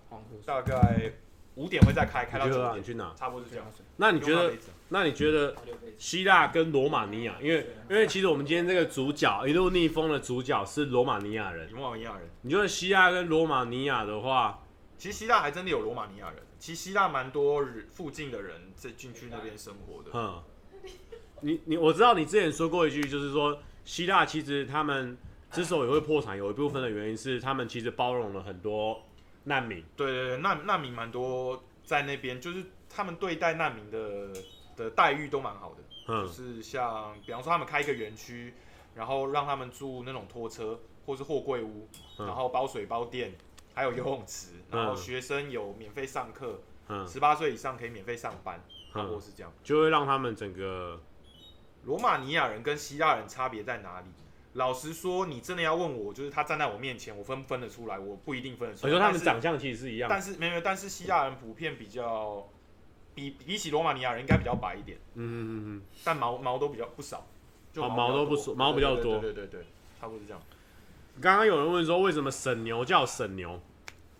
S3: 大概五点会再开，开到
S1: 嗯你觉得
S3: 九
S1: 啊你
S3: 点，
S1: 去哪？
S3: 差不多是这样。
S1: 那你觉
S3: 用到
S1: 得
S3: 为？止
S1: 那你觉得希腊跟罗马尼亚？因为因为其实我们今天这个主角一路逆风的主角是罗马尼亚人。
S3: 有没有一样人？
S1: 你觉得希腊跟罗马尼亚的话，
S3: 其实希腊还真的有罗马尼亚人，其实希腊蛮多人附近的人在进去那边生活的。
S1: 嗯，你你我知道你之前说过一句，就是说希腊其实他们之所以会破产，有一部分的原因是他们其实包容了很多难民。
S3: 对对对，难难民蛮多在那边，就是他们对待难民的的待遇都蛮好的，
S1: 嗯
S3: 就，是像比方说他们开一个园区，然后让他们住那种拖车或是货柜屋，
S1: 嗯
S3: 然后包水包电，还有游泳池，
S1: 嗯
S3: 然后学生有免费上课，
S1: 嗯
S3: 十八岁以上可以免费上班，或
S1: 嗯，
S3: 是这样。
S1: 就会让他们整个
S3: 罗马尼亚人跟希腊人差别在哪里？老实说，你真的要问我，就是他站在我面前，我分不分得出来？我不一定分得出
S1: 我
S3: 来。
S1: 觉得哦他
S3: 但
S1: 们
S3: 是
S1: 长相其实是一样的，
S3: 但是没有，但是希腊人普遍比较比比起罗马尼亚人应该比较白一点，
S1: 嗯嗯嗯
S3: 但毛毛都比较不少，就
S1: 哦
S3: 毛
S1: 毛都
S3: 比
S1: 不
S3: 较
S1: 少
S3: 多
S1: 毛比较多
S3: 对对对对对对差不多是这样。
S1: 嗯。刚刚有人问说，为什么沈牛叫沈牛？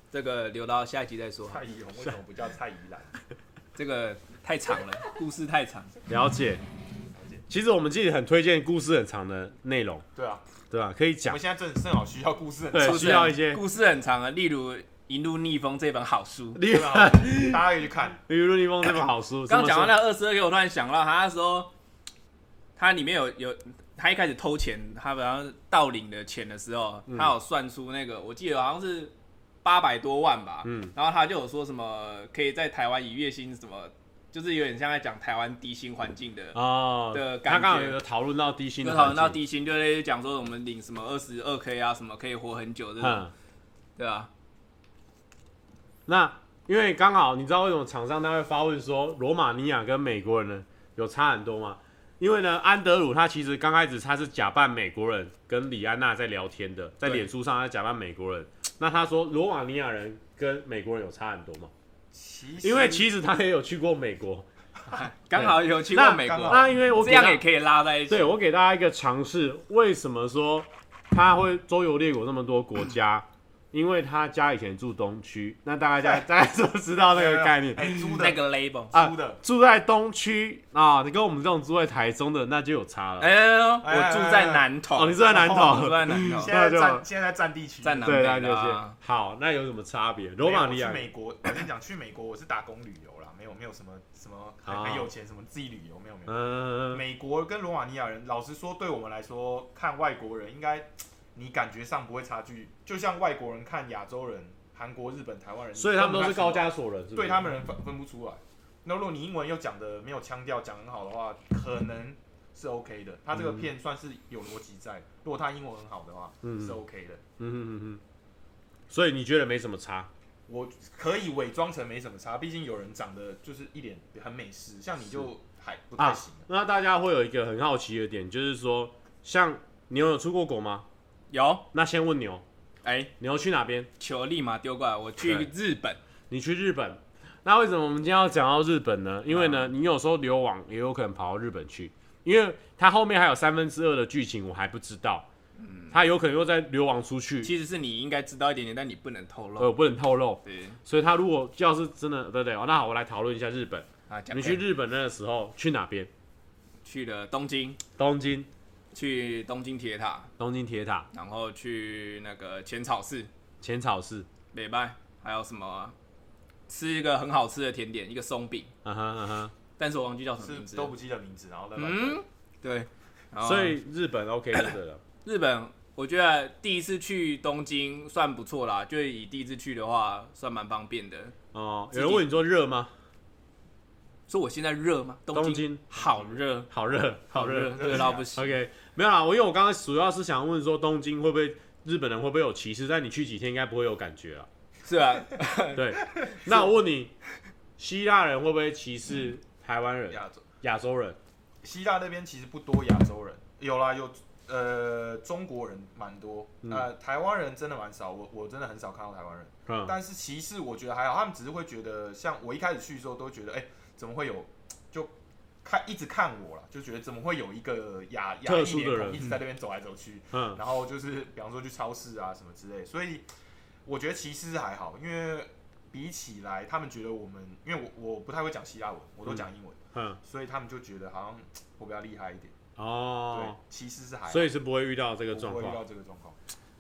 S2: 这个留到下一集再说，
S3: 蔡宜红为什么不叫蔡宜兰？
S2: 这个太长了，故事太长。
S1: 了解。其实我们自己很推荐故事很长的内容，
S3: 对啊，
S1: 对吧？可以
S3: 我
S1: 讲
S3: 们。现在正正好需要故事很
S1: 对
S2: 故事
S1: 需要一些
S2: 故事很长啊，例如《一路逆风》这本好书。
S1: 例
S3: 对
S1: 如，
S3: 啊，大家可以去看。
S1: 例如《逆风》这本好书，
S2: 刚讲到
S1: 了，
S2: 那二十二 K，我突然想到，他那时候他里面有有他一开始偷钱，他好像盗领的钱的时候，
S1: 嗯
S2: 他有算出那个，我记得好像是八百多万吧。
S1: 嗯
S2: 然后他就有说什么可以在台湾以月薪什么，就是有点像在讲台湾低薪环境的。
S1: 哦，
S2: 的
S1: 他
S2: 感觉
S1: 刚好有讨论到低薪
S2: 就
S1: 的，
S2: 讨论到，低薪，就在讲说我们领什么二十二 k 啊，什么可以活很久这种，
S1: 嗯，
S2: 对吧、
S1: 那因为刚好你知道为什么厂商他会发问说罗马尼亚跟美国人呢有差很多吗？因为呢，安德鲁他其实刚开始他是假扮美国人跟李安娜在聊天的，在
S2: 对
S1: 脸书上他假扮美国人。那他说罗马尼亚人跟美国人有差很多吗？
S3: 其实
S1: 因为其实他也有去过美国。
S2: 刚好有去
S1: 那
S2: 过美
S3: 刚好
S2: 国，
S1: 那因为我
S2: 哦这
S1: 给
S2: 样
S1: 大
S2: 也可以拉在一起。
S1: 对我给大家一个尝试，为什么说他会周游列国那么多国家？因为他家以前住东区，那大家大家都知道那个概念。
S3: 哎租的
S2: 那个 label，
S1: 啊
S3: 租的，
S1: 住在东区啊，你跟我们这种住在台中的那就有差了。
S2: 哎、
S3: 哎
S2: 我住在南投，
S1: 哦，你住在南
S2: 我住
S1: 投，
S2: 在南投
S3: 现，在
S1: 那就
S3: 占现在占地区。
S2: 在南
S1: 对，
S2: 北
S1: 那就
S2: 的
S1: 是
S2: 啊。
S1: 好。那有什么差别？
S3: 没有
S1: 罗马尼亚
S3: 我去美国，我跟你讲，去美国我是打工旅游啦，没有没有什么什么很
S1: 啊
S3: 很有钱什么自己旅游，没有没有。
S1: 嗯，
S3: 美国跟罗马尼亚人，老实说，对我们来说，看外国人应该，你感觉上不会差距。就像外国人看亚洲人、韩国、日本、台湾人，
S1: 所以他们都是高
S3: 价，
S1: 加索人，是不是
S3: 对他们人分分不出来。那如果你英文又讲的没有腔调，讲得很好的话，可能是 OK 的。他这个片算是有逻辑在，如果他英文很好的话，
S1: 嗯
S3: 是 OK 的。
S1: 嗯嗯嗯嗯。所以你觉得没什么差？
S3: 我可以伪装成没什么差，毕竟有人长得就是一脸很美式，像你就太不
S1: 啊
S3: 太行了。
S1: 那大家会有一个很好奇的点，就是说，像牛有出过国吗？
S2: 有，
S1: 那先问牛，
S2: 哎、
S1: 牛去哪边？
S2: 球立马丢过来，我去
S1: 对
S2: 日本，
S1: 你去日本。那为什么我们今天要讲到日本呢？因为
S2: 啊
S1: 呢，你有时候流网也有可能跑到日本去，因为它后面还有三分之二的剧情我还不知道，它有可能又在流网出去，
S2: 嗯其实是你应该知道一点点，但你不能透
S1: 呃，
S2: 露。
S1: 不能透露。
S2: 对
S1: 所以它如果要是真的，对不对？哦，那好，我来讨论一下日本。
S2: 啊，讲
S1: 你去日本那个时候去哪边？
S2: 去了东京，
S1: 东京，
S2: 去东京铁塔，
S1: 东京铁塔、
S2: 然后去那个浅草寺、
S1: 浅草寺，
S2: 北拜，还有什么啊、吃一个很好吃的甜点，一个松饼，
S1: 嗯哼嗯哼。
S2: 但是我忘记叫什么
S1: 嗯
S2: 名
S3: 是
S2: 字。
S3: 都不记得名字，然后再乱
S2: 嗯，对。然后
S1: 所以日本 OK 就对了。
S2: 日本，我觉得第一次去东京算不错啦，就以第一次去的话，算蛮方便的。
S1: 哦，
S2: 自
S1: 有
S2: 己
S1: 人问你说热吗？
S2: 说我现在热吗？东京
S1: 东京
S2: 好热，
S1: 好热，好热。
S2: 热到不行。
S1: OK，没有啦，我因为我刚刚主要是想问说东京会不会日本人会不会有歧视，但你去几天应该不会有感觉啊。
S2: 是啊，
S1: 对， 那我问你，希腊人会不会歧视台湾人、
S3: 亚洲
S1: 亚洲人？
S3: 希腊那边其实不多亚洲人，有啦有呃中国人蛮多，
S1: 嗯
S3: 呃台湾人真的蛮少，我我真的很少看到台湾人。
S1: 嗯，
S3: 但是歧视我觉得还好，他们只是会觉得，像我一开始去的时候都觉得，哎、怎么会有就看一直看我啦，就觉得怎么会有一个亚亚
S1: 特
S3: 裔
S1: 殊的
S3: 脸孔
S1: 人
S3: 一直在那边走来走去，
S1: 嗯，
S3: 然后就是比方说去超市啊什么之类，所以我觉得歧视还好，因为比起来他们觉得我们，因为我我不太会讲希腊文，我都讲英文，
S1: 嗯，
S3: 所以他们就觉得好像我比较厉害一点，对
S1: 哦，，
S3: 歧视是还好，
S1: 所以是不会遇到这
S3: 我
S1: 个
S3: 不
S1: 状
S3: 会遇到
S1: 况，
S3: 这个状况，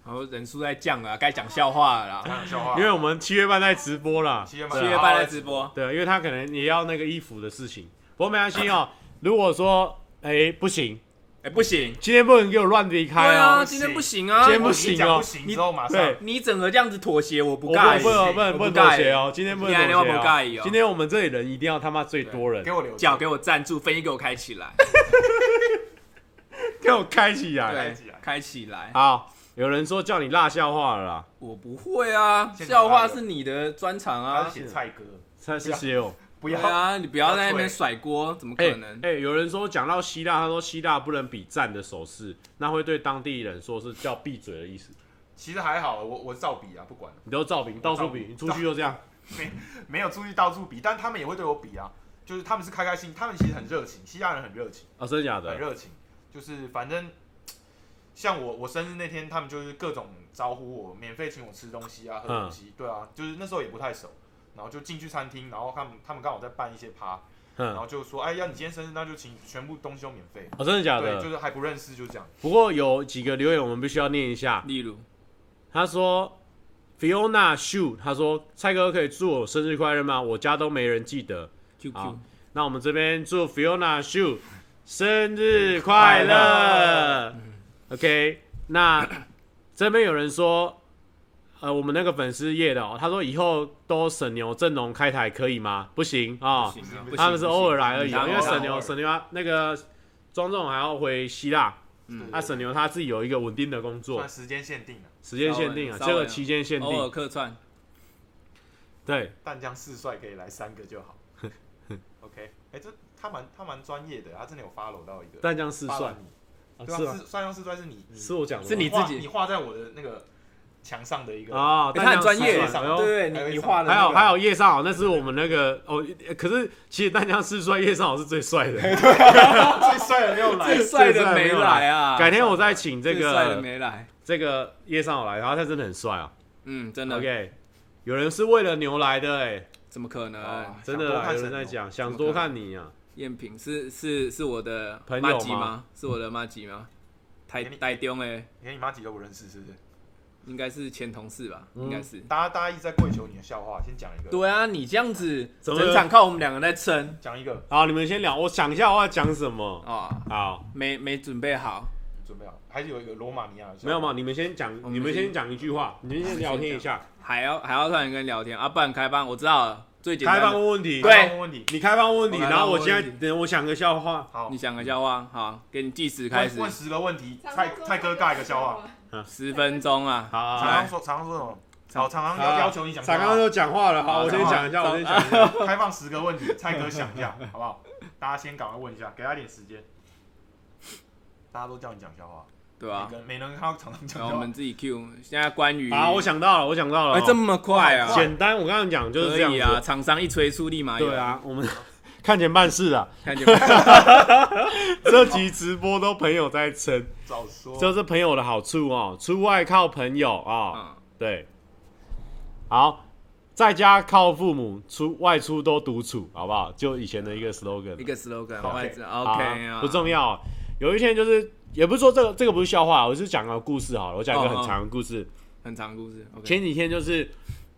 S2: 然后人数在降了，该讲笑话了
S1: 啊
S2: 啦。
S3: 讲笑话，
S1: 因为我们七月半在直播啦，啊
S3: 七月
S2: 七
S3: 半
S2: 月半在直播，
S1: 对，因为他可能也要那个衣服的事情，不过没关系哦。如果说哎、不行，
S2: 哎，不行，
S1: 今天不能给我乱离
S2: 对
S1: 开
S2: 啊，
S1: 哦，
S2: 今天不行啊
S1: 今，天不
S3: 我
S1: 行
S3: 一讲
S1: 哦
S3: 不行之后马上
S1: 对
S2: 你整个这样子妥协，我不
S1: 我不
S2: 尬
S1: 能
S2: 意，
S1: 不能不能
S2: 我
S1: 不
S2: 不
S1: 能妥
S2: 尬
S1: 协
S2: 意
S1: 哦，今天不能
S2: 今
S1: 妥
S2: 天
S1: 协
S2: 我不介意
S1: 哦
S2: 哦。
S1: 今天我们这里人一定要他妈最多人
S3: 给，我留着
S2: 脚给我站住，分一给我开起来，
S1: 给我开起来。
S3: 开
S2: 对
S3: 起来，
S2: 开起来。
S1: 好，有人说叫你辣笑话了啦，
S2: 我不会啊，
S3: 现场
S2: 笑话是你的专长
S3: 他是
S2: 啊。
S3: 写菜歌，
S1: 谢谢哦。
S3: 不
S2: 对
S3: 要。
S2: 啊，你不要在那
S3: 不要
S2: 边
S3: 退
S2: 甩锅，怎么
S1: 哎
S2: 可能？
S1: 哎，有人说讲到希腊，他说希腊不能比赞的手势，那会对当地人说是叫闭嘴的意思。
S3: 其实还好，我我照比啊，不管了，
S1: 你都照比，你到处比，
S3: 照比
S1: 你出去就这样。
S3: 没有注意到处比，但他们也会对我比啊，就是他们是开开心，他们其实很热情，希腊人很热情，
S1: 啊，真的假
S3: 很
S2: 哎
S1: 的？
S3: 热情，就是反正像我我生日那天，他们就是各种招呼我，免费请我吃东西啊，喝东西，对啊，就是那时候也不太熟，然后就进去餐厅，然后他们他们刚好在办一些趴，
S1: 嗯，
S3: 然后就说，哎呀，你今天生日，那就请全部东西都免费，
S1: 啊，真的假
S3: 对，
S1: 的？
S3: 就是还不认识，就这样，
S1: 不过有几个留言我们必须要念一下。
S2: 例如，
S1: 他说，Fiona Shu，他说蔡哥可以祝我生日快乐吗？我家都没人记得。
S2: QQ，
S1: 好，那我们这边祝 Fiona Shu 生日快乐。OK，那这边有人说，呃，我们那个粉丝叶的、哦，他说以后都沈牛阵容开台可以吗？不行啊、
S2: 不行啊
S3: 不行
S2: 不行
S1: 他们是偶尔来而已啊、因
S2: 不行
S1: 为
S2: 偶尔
S1: 沈牛沈牛啊那个庄仲还要回希腊，
S2: 嗯
S1: 那、沈牛他自己有一个稳定的工作
S3: 算，时间限定了，
S1: 时间限定啊，
S2: 稍微
S1: 这个期间限
S2: 偶尔
S1: 定，
S2: 客串，
S1: 对，
S3: 淡江四帅可以来三个就 好，OK，哎，这他蛮他蛮专业的，他真的有 follow 到一个。
S1: 但这样是
S3: follow
S1: 算
S3: 你
S1: 啊
S3: 对
S1: 是
S3: 啊，
S1: 吗？
S3: 是算用是算是你，你
S1: 是我讲的吗，
S2: 是你
S3: 画
S2: 自己
S3: 你画在我的那个墙上的一个，
S1: 啊，
S2: 欸他
S1: 但
S2: 很
S1: 这样
S2: 专
S1: 是
S2: 业，
S1: 算
S3: 哎
S1: 哎呦
S2: 对
S3: 哎
S2: 你你
S3: 呦
S2: 画的
S1: 还
S2: 那
S1: 有
S2: 个
S1: 还有叶尚好，那是我们那个哦，可是其实淡江四帅叶尚好是最帅的，
S3: 最帅的没有 来
S2: 最，帅的没来 啊，
S1: 改天我再请这
S2: 最帅的
S1: 个
S2: 没来，
S1: 这个叶尚好来，然后他真的很帅啊。
S2: 嗯，真的，
S1: OK，有人是为了牛来的哎，
S2: 怎么可能
S3: 哦？
S1: 真的
S3: 想多
S1: 啦
S3: 看
S1: 有人在
S3: 神哦
S1: 讲想
S2: 么
S1: 多
S2: 可能
S1: 看你啊，
S2: 赝品是是是我的
S1: 朋友吗
S2: 妈吉吗？是我的妈吉吗？台
S3: 给你
S2: 台中哎，
S3: 你连你妈几都不认识，是不是？
S2: 应该是前同事吧，
S1: 嗯
S2: 应该是。
S3: 大家大家一直在跪求你的笑话，先讲一个，
S2: 对啊，你这样子
S1: 怎么
S2: 整场靠我们两个在撑
S3: 讲一个，
S1: 好，你们先聊，我想一下我要讲什么。
S2: 啊，
S1: 好，
S2: 没没准备好，
S3: 准备好，还是有一个罗马尼亚的笑话，
S1: 没有嘛？你们先讲，
S2: 我们
S1: 你们先
S2: 先
S1: 讲一句话，你们先聊天一下，
S2: 还要还要突然跟人聊天啊，不然开班我知道了，最简
S1: 开
S2: 单
S1: 放
S2: 的，
S1: 问问题，
S2: 对
S3: 没有问题，
S1: 你开放问题，
S2: 我来
S1: 然后我
S2: 放问
S1: 现在
S2: 题
S1: 等我想个笑话，
S3: 好
S2: 你，想个笑话，好，给你计时开
S3: 问
S2: 始，
S3: 问十个问题，
S5: 常
S3: 蔡
S5: 常说
S3: 蔡哥尬一个笑话，，
S2: 十分钟啊，
S1: 好好
S3: 常
S1: 好
S3: 常说常常说什么？好，常常要要求你讲笑
S1: 刚刚
S3: 话，
S1: 都讲话了，好，
S2: 好
S1: 我先
S3: 讲
S1: 讲
S3: 话
S1: 一下，我先
S2: 讲
S1: 讲一下。
S3: 开放十个问题，蔡哥想一下，好不好？大家先赶快问一下，给他一点时间。大家都叫你讲笑话，
S2: 对
S3: 每
S2: 吧、
S3: 个每个人看到常常讲
S2: 然后
S3: 笑
S2: 我
S3: 话
S2: 们。自己 Q。现在关于
S1: 啊啊，我想到了，我想到了
S2: 哎、
S1: 哦，
S2: 这么快啊，
S1: 简单，我刚刚讲就是这样
S2: 可以
S1: 子
S2: 啊，厂商一催促立马有
S1: 对，啊，我们 看钱办事啊，
S2: 看见没？
S1: 这集直播都朋友在撑，
S3: 早说，
S1: 这是朋友的好处哦，出外靠朋友啊、
S2: 嗯
S1: 对，好，在家靠父母，出外出都独处，好不好？就以前的一个 slogan，
S2: 一个 slogan，
S3: 好
S2: 外资
S1: 好
S2: OK 啊，
S1: 不重要、有一天就是，也不是说这个这个不是笑话，我是讲个故事好了，我讲一个
S2: 哦
S1: 很
S2: 哦
S1: 长的故事。
S2: 很长故事。OK，
S1: 前几天就是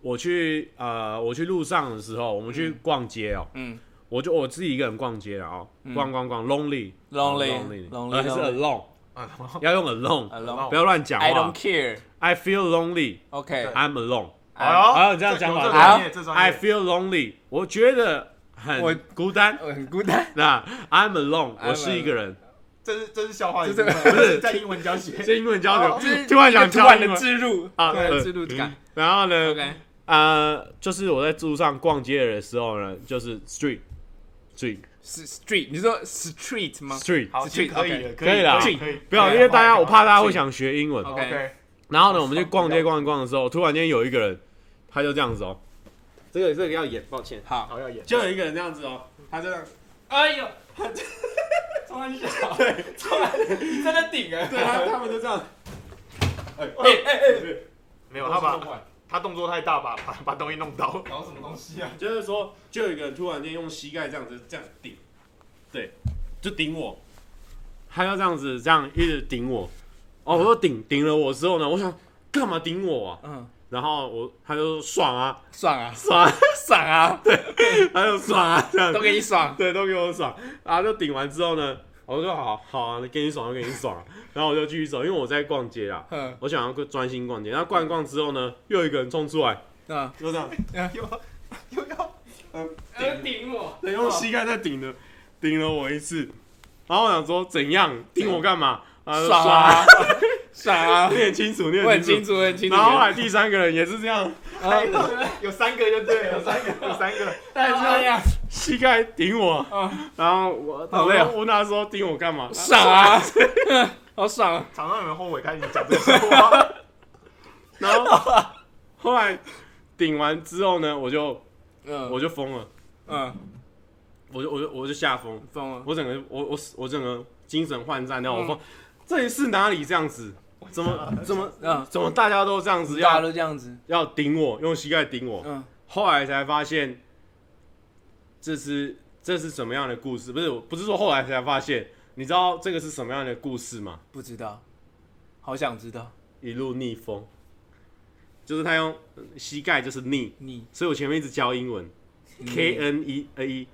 S1: 我去呃我去路上的时候，我们去逛街哦、
S2: 嗯
S1: 我就我自己一个人逛街了哦、逛逛逛，lonely 哦
S2: Lonely，
S1: lonely，呃
S2: lonely，
S1: 而且是 alone，
S3: 嗯然后
S1: 要用 alone，
S2: ，Alone，I
S1: 不要乱讲话
S2: don't。care，OK，
S1: I feel lonely，I'm alone。
S3: 哎呦，
S1: 哎呦这样讲
S3: 有
S1: 法
S3: 这
S1: 哎呦
S3: 专业，这专业
S1: I feel lonely，我觉得很
S2: 我
S1: 孤单。
S2: 我很 孤单。
S1: 那 I'm alone，
S2: I'm
S1: 我是一个人。
S3: 这是这是笑话一
S2: 这
S3: 部分，
S2: 这
S3: 不
S1: 不是
S3: 在英文教学。
S1: 这英文教
S3: 哦
S1: 学，突然想
S2: 突
S1: 教
S2: 然
S1: 英
S2: 的
S1: 文
S2: 置入
S1: 啊，
S2: 突然的
S1: 呃嗯
S2: 置入感。
S1: 然后呢
S2: OK，
S1: 呃，就是我在路上逛街的时候呢，就是 street street
S2: 是 street，你说 street 吗？
S1: street，
S3: 好，
S2: Street，
S3: 可以了，
S2: OK
S1: 可以
S3: 以
S1: 啦
S3: 可可以。
S1: 不要，
S3: 可以
S1: 因为大家
S3: 可以
S1: 我怕大家会
S2: street
S1: 想学英文。
S2: OK
S3: OK，
S1: 然后呢，我们去逛街逛一逛的时候，突然间有一个人，他就这样子哦，这个这个要演，抱歉，
S2: 好，
S3: 好要演，
S1: 就有一个人这样子哦，
S2: 他这样，哎呦， 突然小，突然你在那顶啊，
S1: 对他他们就这样，
S2: 哎哎哎，
S3: 没有他把他动作太大，把把把东西弄倒。
S2: 搞什么东西啊？
S1: 就是说，就有一个人突然间用膝盖这样子这样顶，对，就顶我，他要这样子这样一直顶我，哦，我说顶顶了我之后呢，我想干嘛顶我啊？
S2: 嗯，
S1: 然后我他就说爽啊
S2: 爽啊，
S1: 爽啊，
S2: 爽啊，
S1: 他就爽啊这样
S2: 都，给你爽。
S1: 对，都给我爽，然后就顶完之后呢，我说好好啊，给你爽就给你爽啊，然后我就继续走，因为我在逛街啊。
S2: 嗯，
S1: 我想要专心逛街，然后逛一逛之后呢，又有一个人冲出来，
S2: 嗯，
S1: 就这样，
S3: 又又要
S2: 要顶我，
S1: 对，用膝盖在顶了，顶了我一次。然后我想说怎样顶我干嘛？啊，
S2: 爽啊， 爽啊
S1: 刷，念清楚，念
S2: 我很
S1: 清
S2: 清
S1: 楚。
S2: 楚，我很清楚。
S1: 然后后来第三个人也是这样，
S2: 啊，
S3: 有三个就对了，有三个有三个，
S2: 但是这样，
S1: 膝盖顶我，
S2: 啊
S1: 然后我
S2: 好累哦
S1: 我问他说顶我干嘛？
S2: 爽啊， 好爽啊，
S3: 常常有人后悔开始讲这个话。
S1: 然后 后来顶完之后呢，我就
S2: 嗯，
S1: 我就疯了，
S2: 嗯，
S1: 我就我就我就吓疯，
S2: 疯了，
S1: 我整个我我我整个精神涣散
S2: 嗯
S1: 掉，我疯，这里是哪里这样子？怎么怎么
S2: 嗯，
S1: 怎么大家都这样子
S2: 大家
S1: 要
S2: 都这样子，
S1: 要顶我，用膝盖顶我？
S2: 嗯，
S1: 后来才发现，这是这是什么样的故事？不是，我不是说后来才发现，你知道这个是什么样的故事吗？
S2: 不知道，好想知道
S1: 一路逆风，就是他用呃膝盖就是逆，
S2: 你
S1: 所以我前面一直教英文，K N E A E，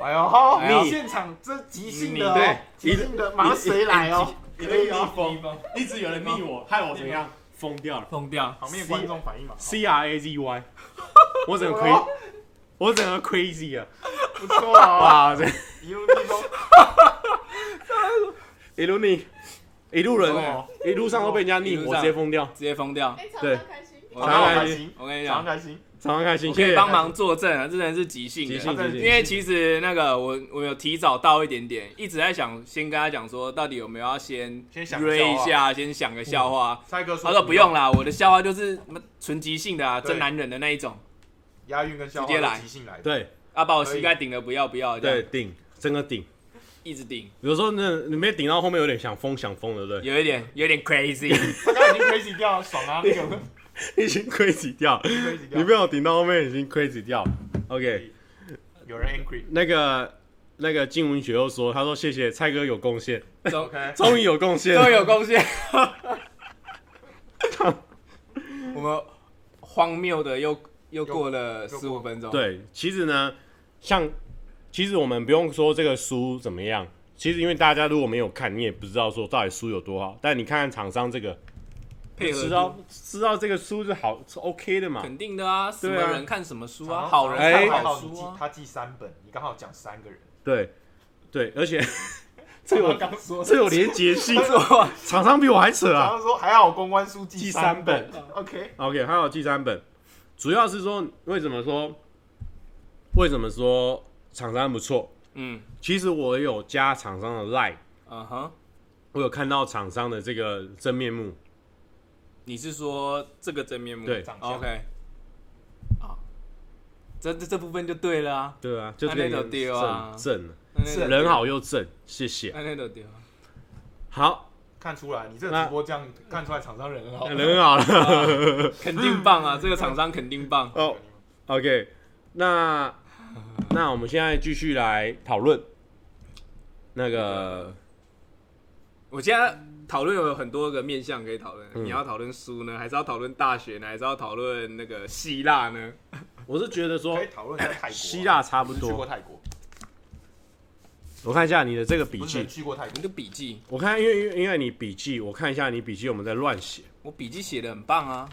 S3: 哎呦，
S2: 哎呦
S3: 现场这即兴的哦，
S1: 对
S3: 即兴的，马上谁来哦？
S1: 一路逆风，啊一直有人逆我，害我怎么样？疯掉了
S2: 疯掉，
S3: 旁边的观众反应蛮好，
S1: ，C R A Z Y，我整个 crazy，我整个 crazy 啊！
S3: 不错啊，
S1: 哇，这
S3: 一路逆风，
S1: 一路逆，一路人
S3: 哦，
S1: 啊一路上都被人家逆，
S2: 一路
S1: 我
S2: 上
S1: 直接疯掉。
S2: 直接疯掉。
S5: 哎，
S1: 对
S5: 常常开心。
S2: 我哎
S1: 常常开心
S2: 我跟你
S3: 常常开心，常常
S2: 讲，
S3: 开心。
S1: 常常开心，
S2: 我
S1: 谢
S2: 可
S1: 谢
S2: 以帮忙作证啊，这真的是即兴
S1: 即
S2: 的
S1: 兴，。即
S2: 因
S1: 兴，
S2: 为其实那个我我有提早到一点点，一直在想先跟他讲说，到底有没有要先
S3: 先想个笑
S2: re
S3: 话
S2: 一下，先想个笑话。
S3: 蔡哥
S2: 他
S3: 说
S2: 说不用，啦，我的笑话就是什么纯即兴的啊，
S3: 对
S2: 真男人的那一种。
S3: 押韵跟笑话
S2: 直接来
S3: 都即兴来的。
S1: 对
S2: 啊，把我膝盖顶了，不要不要，这
S1: 对
S2: 样
S1: 顶，整个顶。
S2: 一直顶，
S1: 有时候那你没顶到后面有点想疯想疯了，对不
S2: 有一点有一点 crazy，
S3: 他刚刚已经 crazy 掉了，爽啊！那个
S1: 对，已 经 crazy 掉，
S3: crazy
S1: 你
S3: 掉
S1: 被，我顶到后面已经 crazy 掉。OK，
S3: 有人 angry。
S1: 那个那个金文学又说，他说谢谢蔡哥有贡 献，
S2: 终
S3: OK，
S1: 终于有贡献了，
S2: 终于有贡献。 我们荒谬的又又过了
S3: 又
S2: 十五分钟，，
S1: 对，其实呢，像其实我们不用说这个书怎么样，其实因为大家如果没有看，你也不知道说到底书有多好。但你看看厂商这个，
S2: 配合
S1: 知
S2: 度
S1: 道知道这个书是好是 OK 的嘛？
S2: 肯定的啊，什么
S1: 对啊
S2: 人看什么书
S3: 常
S2: 啊，
S3: 常
S2: 好
S1: 哎
S2: 人
S3: 刚
S2: 看
S3: 好
S2: 好
S3: 你
S2: 书
S3: 记
S2: 啊。
S3: 他记三本，你刚好讲三个人。
S1: 对对，而 且这有
S3: 刚 说，
S1: 这有连结性，
S2: 错，
S1: 厂商比我还扯啊。
S3: 常常说还好公关书
S1: 记
S3: 记
S1: 三
S3: 三
S1: 本
S3: 本。OK，
S1: OK，还有第三本，主要是说为什么说为什么说厂商不错，
S2: 嗯，
S1: 其实我有加厂商的 line，
S2: 嗯哼，
S1: 我有看到厂商的这个真面目，
S2: 你是说这个真面目？
S1: 对
S3: 长相
S2: ，OK，啊，这这这部分就对了啊，
S1: 对啊，就这
S2: 那那
S1: 个
S2: 就对啊
S1: 正正了，
S2: 那那
S3: 是
S1: 人好又正，谢谢。
S2: 那那都对啊，
S1: 好，
S3: 看出来，你这个直播这样看出来厂商人很好。
S1: 人好了。
S2: 肯定棒
S1: 嗯
S2: 啊，这个厂商肯定棒。
S1: 哦，OK，那那我们现在继续来讨论那个，
S2: 我现在讨论有很多个面向可以讨论，
S1: 嗯
S2: 你要讨论书呢，还是要讨论大学呢，还是要讨论那个希腊呢？
S1: 我是觉得说
S3: 可以讨论一下泰国啊。
S1: 希腊差不
S3: 你是去
S1: 多。
S3: 过泰国，
S1: 我看一下你的这个笔
S3: 不是
S1: 记
S3: 人，去过泰
S2: 你
S3: 国。
S2: 的笔记，
S1: 我看因为因为因为你笔记，我看一下你笔记我们在乱写。
S2: 我笔记写的很棒啊。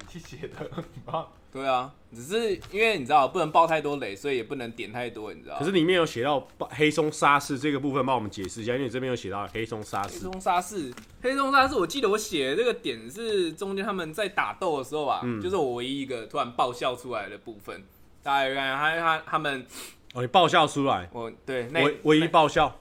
S3: 你去写的很棒，
S2: 对啊，只是因为你知道不能爆太多雷，所以也不能点太多，你知道。
S1: 可是里面有写到巴黑松沙士这个部分，帮我们解释一下，因为你这边有写到黑松沙
S2: 黑
S1: 士。
S2: 松沙士，黑松沙士，我记得我写的这个点是中间他们在打斗的时候啊，
S1: 嗯
S2: 就是我唯一一个突然爆笑出来的部分。大家看他他他们，
S1: 哦，你爆笑出来，
S2: 我对那
S1: 唯唯一爆笑。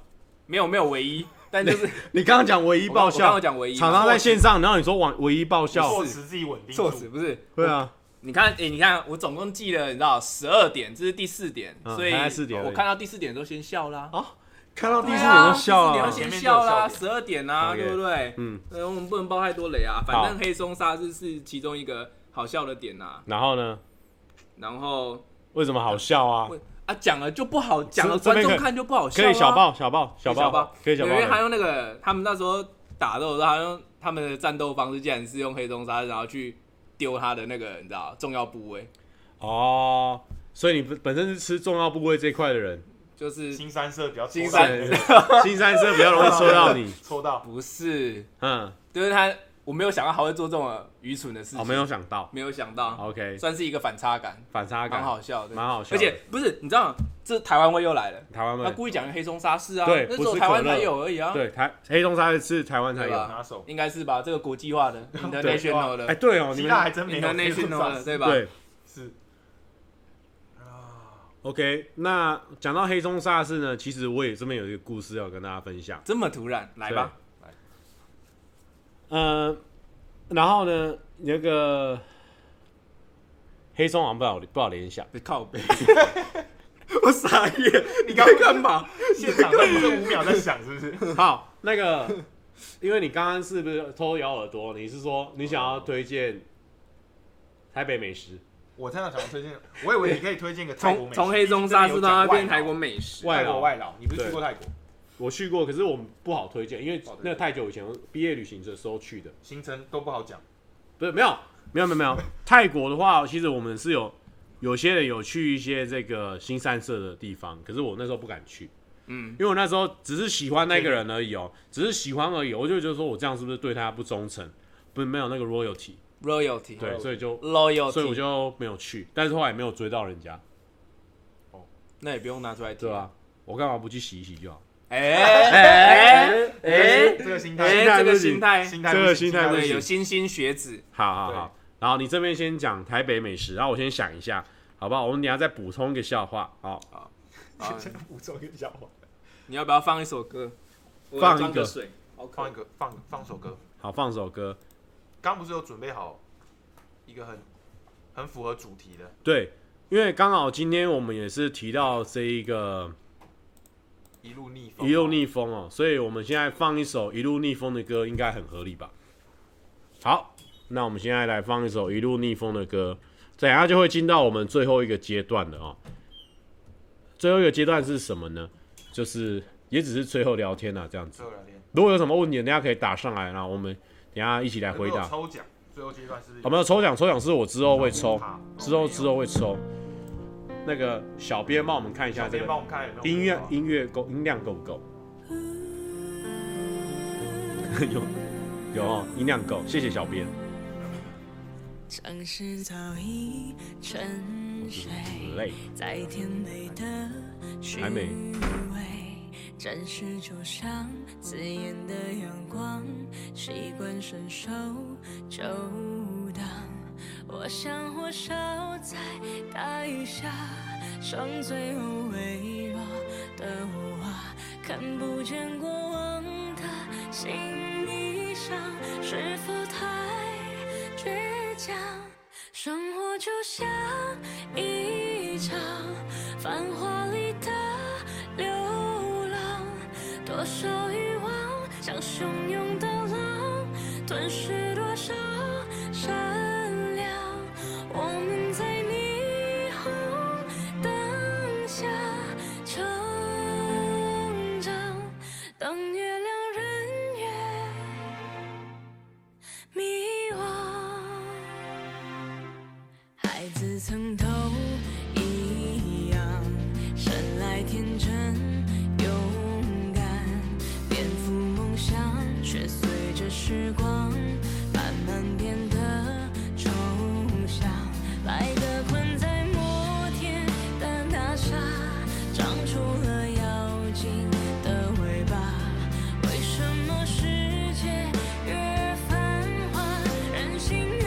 S2: 没有没有唯一，但就是
S1: 你刚刚讲唯一
S2: 我
S1: 爆
S2: 刚我刚
S1: 笑
S2: 刚，讲唯一嘛，
S1: 厂商在线上，然后你说网唯一爆笑，
S3: 措辞自己稳定
S2: 措辞
S3: 住。
S2: 不是
S1: 对啊，
S2: 你看，哎、你看，我总共记了，你知道，十二点，这是第四点，
S1: 嗯
S2: 所以
S1: 还在四点而已
S2: 我看到第四点都先笑啦。
S1: 哦看到第四
S2: 对
S1: 点
S2: 啊
S1: 就笑
S2: 第
S1: 了
S2: 四
S1: 啊。
S2: 点都先笑啦，十二点啦、
S1: OK
S2: 对不对？
S1: 嗯，
S2: 呃，我们不能爆太多雷啊，反
S1: 好
S2: 正黑松沙是是其中一个好笑的点呐、啊。
S1: 然后呢？
S2: 然后
S1: 为什么好笑啊？
S2: 我啊，讲了就不好，讲了
S1: 这
S2: 观
S1: 边可
S2: 众看就不好笑、啊。
S1: 可以小爆小爆
S2: 可以
S1: 小爆
S2: 小爆，，
S1: 可以小
S2: 因为他
S1: 爆。
S2: 用那个他们那时候打斗的时候，他用他们的战斗方式竟然是用黑松沙，然后去丢他的那个你知道重要部位，
S1: 哦，所以你本本身是吃重要部位这一块的人，
S2: 就是
S3: 新三色比较
S2: 新
S3: 三
S2: 三
S1: 对，新三色比较容易戳到 你。
S3: 抽到
S2: 不是，
S1: 嗯，
S2: 就是他我没有想到他会做这么愚蠢的事情，
S1: 我哦没有想到。
S2: 没有想到，
S1: OK，
S2: 算是一个反差感，
S1: 反差
S2: 蛮
S1: 感，
S2: 好笑
S1: 啊
S2: 的，
S1: 蛮好笑
S2: 而
S1: 的
S2: 且不是你知道这台湾味又来了。
S1: 台湾
S2: 他
S1: 们
S2: 故意讲黑松沙士啊，
S1: 对
S2: 那
S1: 不
S2: 只
S1: 是
S2: 有台湾
S1: 可乐
S2: 才有而已啊，
S1: 对台黑松沙是台湾才
S2: 对
S1: 有
S2: 吧。
S3: 拿手。
S2: 应该是吧？这个国际化的 international
S1: 哎，
S2: 的
S1: 对哦哦，你
S3: 希腊还
S1: 们
S3: 真没有黑 松
S2: ，international
S3: 沙
S2: 的
S3: 士，
S2: 对吧？
S1: 对
S3: 是
S1: OK。那讲到黑松沙士呢，其实我也这边有一个故事要跟大家分享。
S2: 这么突然，来吧，
S1: 呃，然后呢，那个黑松好像不好不好联想。
S2: 靠 背，我傻眼，你
S3: 刚
S2: 刚
S3: 刚
S2: 干嘛？
S3: 现场他们这五秒在想是不是？
S1: 好，那个， 因为你刚刚是不是偷咬耳朵？你是说你想要推荐台北美食
S3: 我真的想要推荐，我以为你可以推荐个泰国美
S2: 从从
S3: 食
S2: 黑松沙士到它变泰国
S3: 美
S2: 美食，
S1: 外
S3: 泰
S1: 劳
S3: 国外劳，你不是去过泰国？
S1: 我去过，可是我们不好推荐，因为
S3: 好的
S1: 那太久以前毕业旅行的时候去的。
S3: 行程都不好讲，
S1: 不是，没有，没有，没有，没有。泰国的话，其实我们是有有些人有去一些这个新三色的地方，可是我那时候不敢去，
S2: 嗯
S1: 因为我那时候只是喜欢那个人而已哦、只是喜欢而已。我就觉得说我这样是不是对他不忠诚？不是，没有那个 royalty，
S2: ，royalty，
S1: 对，所以就。
S2: ，royalty，
S1: 所以我就没有去，但是后来没有追到人家，
S2: 那也不用拿出来提
S1: 对啊吧、？我干嘛不去洗一洗就好？
S2: 哎哎哎
S3: 这个心态，
S2: 哎，这个心态，
S3: 心态
S1: 这
S3: 不行，
S1: 个心态不
S2: 对，
S1: 行
S2: 有新兴学子，
S1: 好好
S3: 对
S1: 好，然后你这边先讲台北美食，然后我先想一下，好不好？我们等一下再补充一个笑话， 好，哎
S2: 啊
S3: 先补充一个笑话，
S2: 你要不要放一首歌？我
S1: 放一
S2: 装
S1: 个
S2: 水，好渴
S3: 放一个放放首歌。
S1: 好放首歌。
S3: 刚不是有准备好一个很很符合主题的，
S1: 对，因为刚好今天我们也是提到这一个
S3: 一路逆风，
S1: 一路逆风哦，所以我们现在放一首一路逆风的歌，应该很合理吧？好，那我们现在来放一首一路逆风的歌，等一下就会进到我们最后一个阶段了哦。最后一个阶段是什么呢？就是也只是最后聊天啊，这样子。
S3: 最后聊天，
S1: 如果有什么问题，等一下可以打上来，然后我们等一下一起来回
S3: 有没有
S1: 答。
S3: 抽奖，最后阶段是不是
S1: 好，没有抽奖，抽奖是我之后会抽，
S3: 好
S1: 之后之后会抽。那个小编帮我们看一下
S3: 小
S1: 这
S3: 编
S1: 个
S3: 帮我们看有没有
S1: 音乐音乐够音量够不够？ 有有哦，音量够，谢谢小编。
S4: 城市早已沉睡，
S1: 嗯累，
S4: 在甜美的虚
S1: 还没
S4: 伪，展示桌上刺眼的阳光，习惯伸手就挡。我想火烧在大雨下，伤最后微弱，看不见过往的行李箱，是否太倔强？生活就像一场繁华里的流浪，多少欲望像汹涌的浪，吞噬多少善良。我们在霓虹灯下成长，当月亮人越迷惘。孩子曾都一样，生来天真勇敢，颠覆梦想，却随着时光慢慢变得抽象。来的困在摩天的大厦，长出了妖精的尾巴。为什么世界越繁华，人心越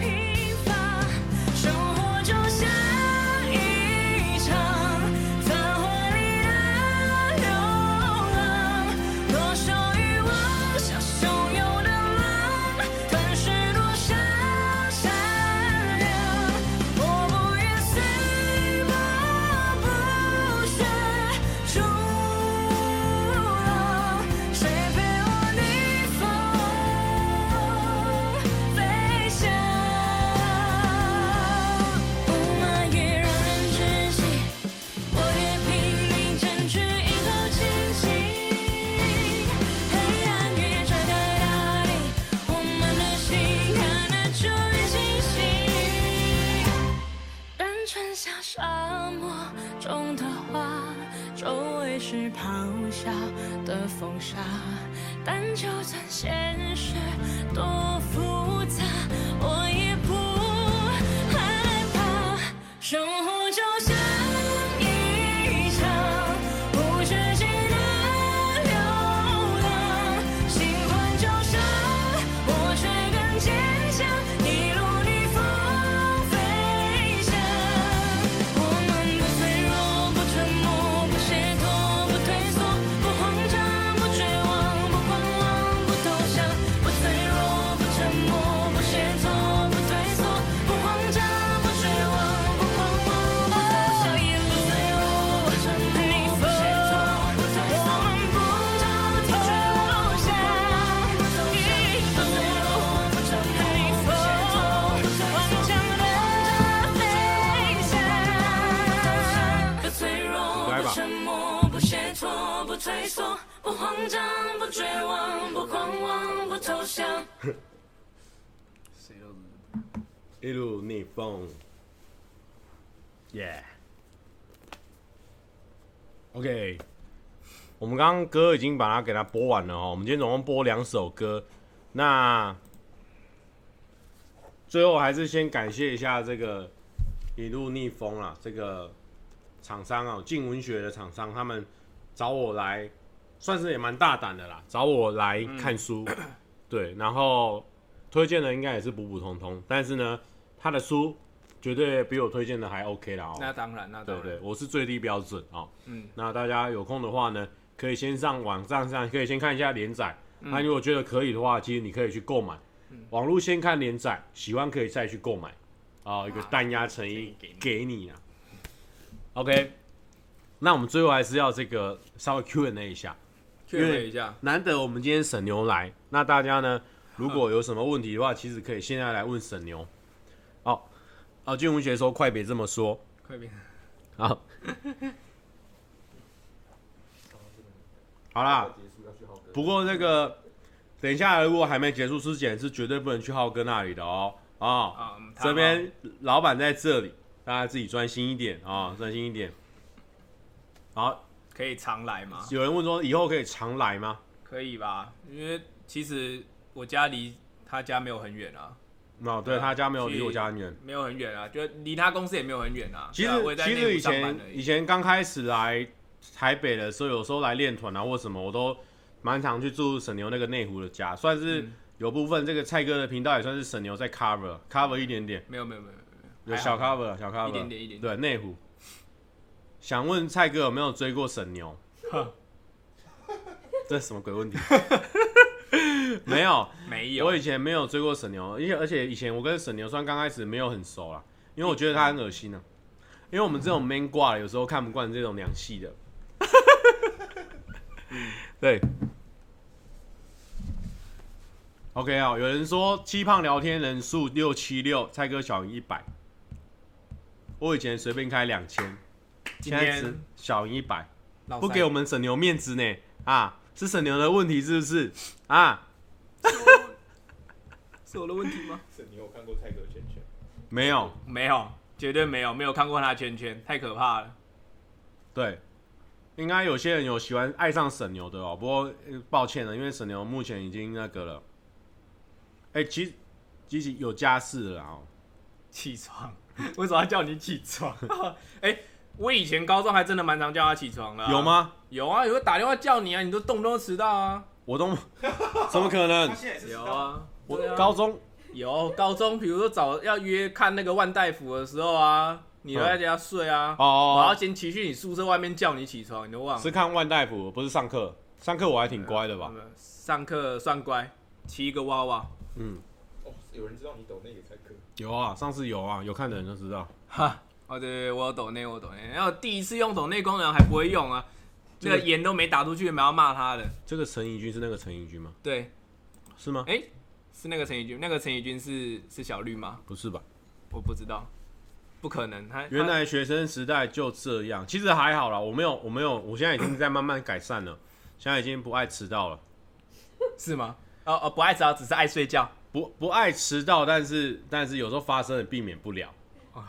S4: 贫乏？生活就像一场繁华里的流浪，多少欲望像汹涌的浪，吞噬多少善良。我不愿随波不旋逐浪，谁陪我逆风飞翔？无奈越让人窒息，我越拼命争取一口清醒。黑暗越传得大力，我们的心看得就越清晰。单纯像沙漠中的花，周围是咆哮的风沙。但就算现实多复杂，我也不害怕。生活就像一场无止境的流浪，心宽就伤，我却更坚强，一路逆风飞翔。我们不脆弱，不沉默，不懈惰，不退缩，不慌张，不绝望，不狂妄，不投降，不脆弱，不沉默，不懈惰，不退缩，不慌张，不绝望，不狂妄，不投降，不脆弱，不沉默，不懈惰，不退缩，我们不逃，不绝望，不投降，不脆弱，不沉默，不懈惰，不顽强的飞翔，不脆
S1: 来
S4: 弱，
S1: 吧
S4: 不沉默，不懈惰，不退缩，不慌张，不绝望，不狂妄，不投降。
S2: 谁都是
S1: 一路逆风，Yeah。OK，我们刚刚歌已经把它给它播完了哦。我们今天总共播两首歌，那最后还是先感谢一下这个一路逆风啦，这个厂商哦，静文学的厂商，他们找我来，算是也蛮大胆的啦，找我来看书，对，然后推荐的应该也是普普通通，但是呢，他的书绝对比我推荐的还 OK 啦哦。
S2: 那当然，那当
S1: 对
S2: 然，
S1: 对，我是最低标准哦。
S2: 嗯，
S1: 那大家有空的话呢，可以先上网站上，可以先看一下连载。
S2: 嗯
S1: 那如果觉得可以的话，其实你可以去购买。网络先看连载，喜欢可以再去购买。啊、一个弹压成衣
S2: 建议
S1: 给你啊。OK，那我们最后还是要这个稍微 Q&A 一下，
S2: 确认一下，
S1: 难得我们今天沈牛来，那大家呢，如果有什么问题的话，其实可以现在来问沈牛。哦，哦，俊文学说快别这么说。
S2: 快点，
S1: 好， 好啦，不过这个等一下如果还没结束之前，是绝对不能去浩哥那里的哦。啊、
S2: 啊嗯他
S1: 这边老板在这里，大家自己专心一点啊、专心一点。好，
S2: 可以常来吗？
S1: 有人问说以后可以常来吗？
S2: 可以吧？因为其实我家离他家没有很远啊，
S1: 哦，对他家没有离
S2: 去
S1: 我家很远。
S2: 没有很远啊，就离他公司也没有很远啊。
S1: 其实
S2: 对啊我也在
S1: 其
S2: 内
S1: 实
S2: 湖
S1: 以
S2: 上班
S1: 前
S2: 而
S1: 以
S2: 已。
S1: 前刚开始来台北的时候，有时候来练团啊或什么，我都蛮常去住沈牛那个内湖的家，算是
S2: 嗯
S1: 有部分这个蔡哥的频道也算是沈牛在 cover cover 一点点，
S2: 没有没有没有没有没
S1: 有
S2: 有，
S1: 小
S2: 咖
S1: cover 小 cover
S2: 一点点一点
S1: 对
S2: 点
S1: 内湖。想问蔡哥有没有追过沈牛？ 这是什么鬼问题？ 没有，
S2: 没
S1: 我
S2: 有
S1: 以前没有追过沈牛，而且而且以前我跟沈牛算刚开始没有很熟啦，因为我觉得他很恶心啊，因为我们这种 man 挂的有时候看不惯这种娘系的。嗯对。OK 啊、有人说七胖聊天人数六七六，蔡哥小于一百。我以前随便开两千，现
S2: 今
S1: 在只
S2: 天
S1: 小于一百，
S2: 老
S1: 不
S2: 三
S1: 给我们沈牛面子呢啊！是沈牛的问题是不是啊？
S2: 是我的问题吗？
S6: 是你有看过泰哥圈圈？
S1: 没有，
S2: 没有，绝对没有，没有看过他的圈圈，太可怕了。
S1: 对，应该有些人有喜欢爱上沈牛的哦。不过呃抱歉了，因为沈牛目前已经那个了，哎、其实其实有家室了哦。
S2: 起床， 为什么要叫你起床？ 哎、我以前高中还真的蛮常叫他起床的、
S1: 有？吗？
S2: 有啊，有会打电话叫你啊，你都动不动迟到啊。
S1: 我都 怎么可能
S3: 他？现在也是
S2: 有啊，
S1: 我
S2: 对啊
S1: 高中
S2: 有高中，比如说早要约看那个万代福的时候啊，你都在家睡啊，我要
S1: 哦，
S2: 先骑去你宿舍外面叫你起床，你都忘了。
S1: 是看万大夫，不是上课。上课我还挺乖的吧？
S2: 嗯？上课算乖，骑一个娃娃。
S1: 嗯，
S6: 哦，有人知道你抖那个泰哥？
S1: 有啊，上次有啊，有看的人就知道。
S2: 哈，哦对对，对我有抖内，我有抖内，然后第一次用抖内功能还不会用啊，这个
S1: 这个
S2: 盐都没打出去，也没要骂他的。
S1: 这个陈怡君是那个陈怡君吗？
S2: 对，
S1: 是吗？
S2: 哎、是那个陈宇君，那个陈宇君是是小绿吗？
S1: 不是吧？
S2: 我不知道，不可能，他
S1: 原来学生时代就这样，其实还好啦，我没有，我没有，我现在已经在慢慢改善了，现在已经不爱迟到了，
S2: 他是吗？哦哦，不爱早，只是爱睡觉。
S1: 不不爱迟到，但是但是有时候发生了避免不了。
S3: 哦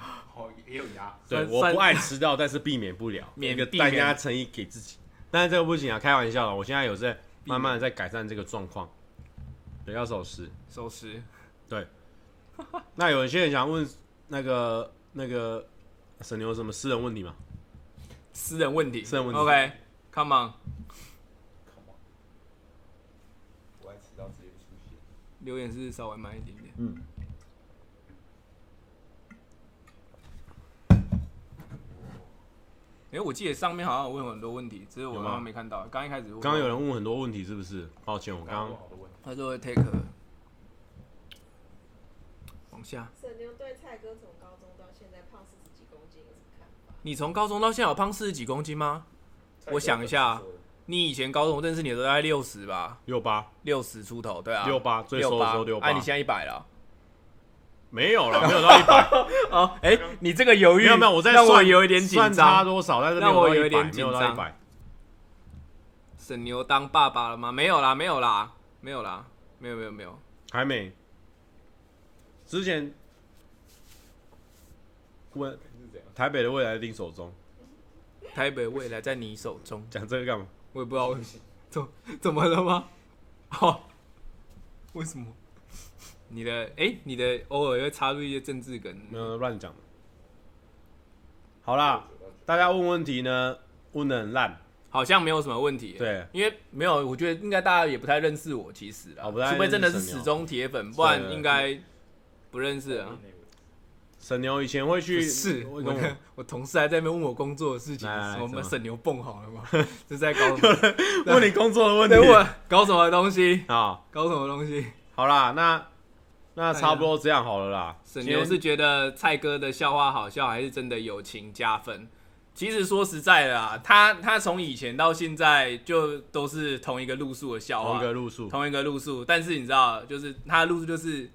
S3: 也有牙，
S1: 对，
S2: 算
S1: 我
S2: 算
S1: 不爱迟到，但是避免不了，
S2: 免
S1: 一个
S2: 避
S1: 代
S2: 免
S1: 价诚意给自己。但是这个不行啊，开玩笑了，我现在有在慢慢的在改善这个状况，对，要守时。
S2: 收拾，
S1: 那有一些人想问那个那个沈牛有什么私人问题吗？
S2: 私人问题，
S1: 私人问题
S2: OK，Come、on，
S6: Come on，我爱迟到直接出现。
S2: 留言是稍微慢一点点。
S1: 嗯
S2: 哎、我记得上面好像有问很多问题，只是我
S1: 有
S2: 刚
S1: 吗
S2: 刚没看到。刚一开始问
S1: 刚刚有人问很多问题，是不是？抱歉，我刚
S6: 刚
S1: 刚
S6: 好的问题，
S2: 他说会 take 往下，
S5: 沈牛对蔡哥从高中到现在胖四十几公斤有什么看法？
S2: 你从高中到现在有胖四十几公斤吗？我想一下你以前高中认识你的时候大概六十吧，
S1: 六八
S2: 六十出头，对啊，
S1: 六八最瘦的时候六八，
S2: 哎，你现在一百了。
S1: 没有了，没有到一百，
S2: 哦，哎，你这个犹豫，
S1: 啊没有没有，我在
S2: 让 我
S1: 算
S2: 有一点紧
S1: 算差
S2: 张。
S1: 多少，但是没
S2: 让我
S1: 有
S2: 有一
S1: 到
S2: 点
S1: 100没有
S2: 紧
S1: 到
S2: 张
S1: 一百，
S2: 沈牛当爸爸了吗？没有啦，没有啦，没有啦，没有没有没有。
S1: 还没。之前问
S6: 是怎样？
S1: 台北的未来丁手中
S2: 台北未来在你手中，
S1: 讲这个干嘛？
S2: 我也不知道为什么，怎怎么了吗？哦，为什么？你的哎、你的偶尔也会插入一些政治梗，
S1: 没有乱讲。好啦，
S2: 嗯
S1: 大家问问题呢，问的很烂，
S2: 好像没有什么问题。
S1: 对，
S2: 因为没有，我觉得应该大家也不太认识我，其实啦，
S1: 哦不太认识
S2: 除非真的是
S1: 神牛
S2: 死忠铁粉，不然
S1: 对
S2: 应该不认识啊。
S1: 沈牛以前会去
S2: 是
S1: 我
S2: 我
S1: 跟我
S2: 的我同事还在那边问我工作的事情，
S1: 来来来
S2: 什么我
S1: 啊怎么
S2: 们省牛蹦好了 吗？这是在搞什么？
S1: 问你工作的问题
S2: 在。问 搞什么东西？
S1: 啊，
S2: 搞什么东西？
S1: 好啦，那那差不多这样好了啦。
S2: 沈
S1: 今
S2: 牛
S1: 天
S2: 是觉得蔡哥的笑话好笑，还是真的友情加分？其实说实在的啊，他他从以前到现在就都是同一个路数的笑
S1: 同
S2: 话
S1: 一，个路数，
S2: 同一个路数，但是你知道，就是他的路数就是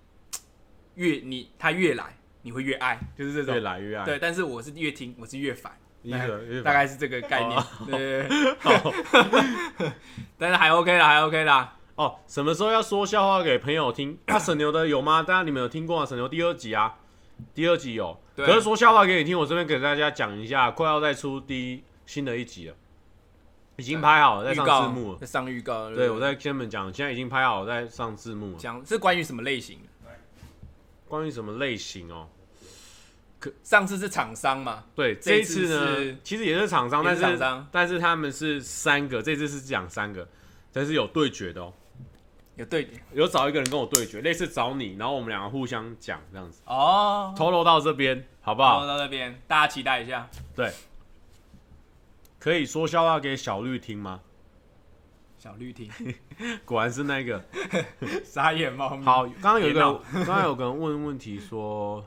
S2: 越你他越来，你会越爱，就是这种。
S1: 越来越爱。
S2: 对，但是我是越听，我是越烦，
S1: 一个，一个
S2: 大概是这个概念。
S1: 哦
S2: 对对对，但是还 OK 啦，还 OK 啦。
S1: 哦，什么时候要说笑话给朋友听？ 那、沈牛的有吗？大家你们有听过啊？沈牛第二集啊，第二集有。
S2: 对
S1: 可是说笑话给你听，我这边给大家讲一下，快要再出第一新的一集了，已经拍好了，在
S2: 预
S1: 上
S2: 告
S1: 字幕了。
S2: 在上预告。
S1: 对，
S2: 不
S1: 我在跟你们讲，现在已经拍好了，在上字幕了。
S2: 讲是关于什么类型的？
S1: 关于什么类型哦？
S2: 上次是厂商嘛，
S1: 对，
S2: 这
S1: 这
S2: 一
S1: 一
S2: 次
S1: 次
S2: 是
S1: 呢，其实也是厂商，
S2: 也
S1: 但
S2: 是
S1: 是
S2: 厂商
S1: 但是他们是三个，这次是讲三个，但是有对决的哦，
S2: 有对
S1: 有找一个人跟我对决，类似找你，然后我们两个互相讲这样子，
S2: 哦。
S1: 透露到这边好不
S2: 好，
S1: 好？
S2: 到这边大家期待一下。
S1: 对，可以说笑话给小绿听吗？
S2: 小 绿听，
S1: 果然是那个。
S2: 傻眼猫咪。
S1: 好，刚刚有一
S2: 别
S1: 个
S2: 闹，
S1: 刚刚有个人问问题说，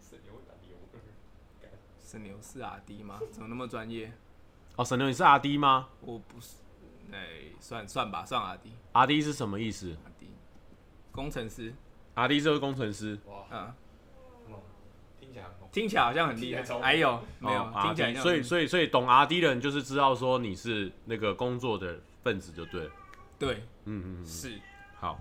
S6: 是牛奶油
S2: 是牛是阿迪吗？怎么那么专业？
S1: 哦，沈牛你是阿 D 吗？
S2: 我不是，哎、算算吧，算阿迪，
S1: 阿 D 是什么意思？
S2: 阿迪，工程师，
S1: 阿 D 就是工程师，
S6: 哇，
S2: 嗯，
S6: 听起来很猛。
S2: 听起来好像很厉害
S6: 听起来超。
S2: 哎呦，没有，
S1: 哦阿
S2: 听起来
S1: D，
S2: 像
S1: 所以所以所以懂阿 D 的人就是知道说你是那个工作的分子就对了。
S2: 对
S1: 嗯嗯嗯，
S2: 是，
S1: 好。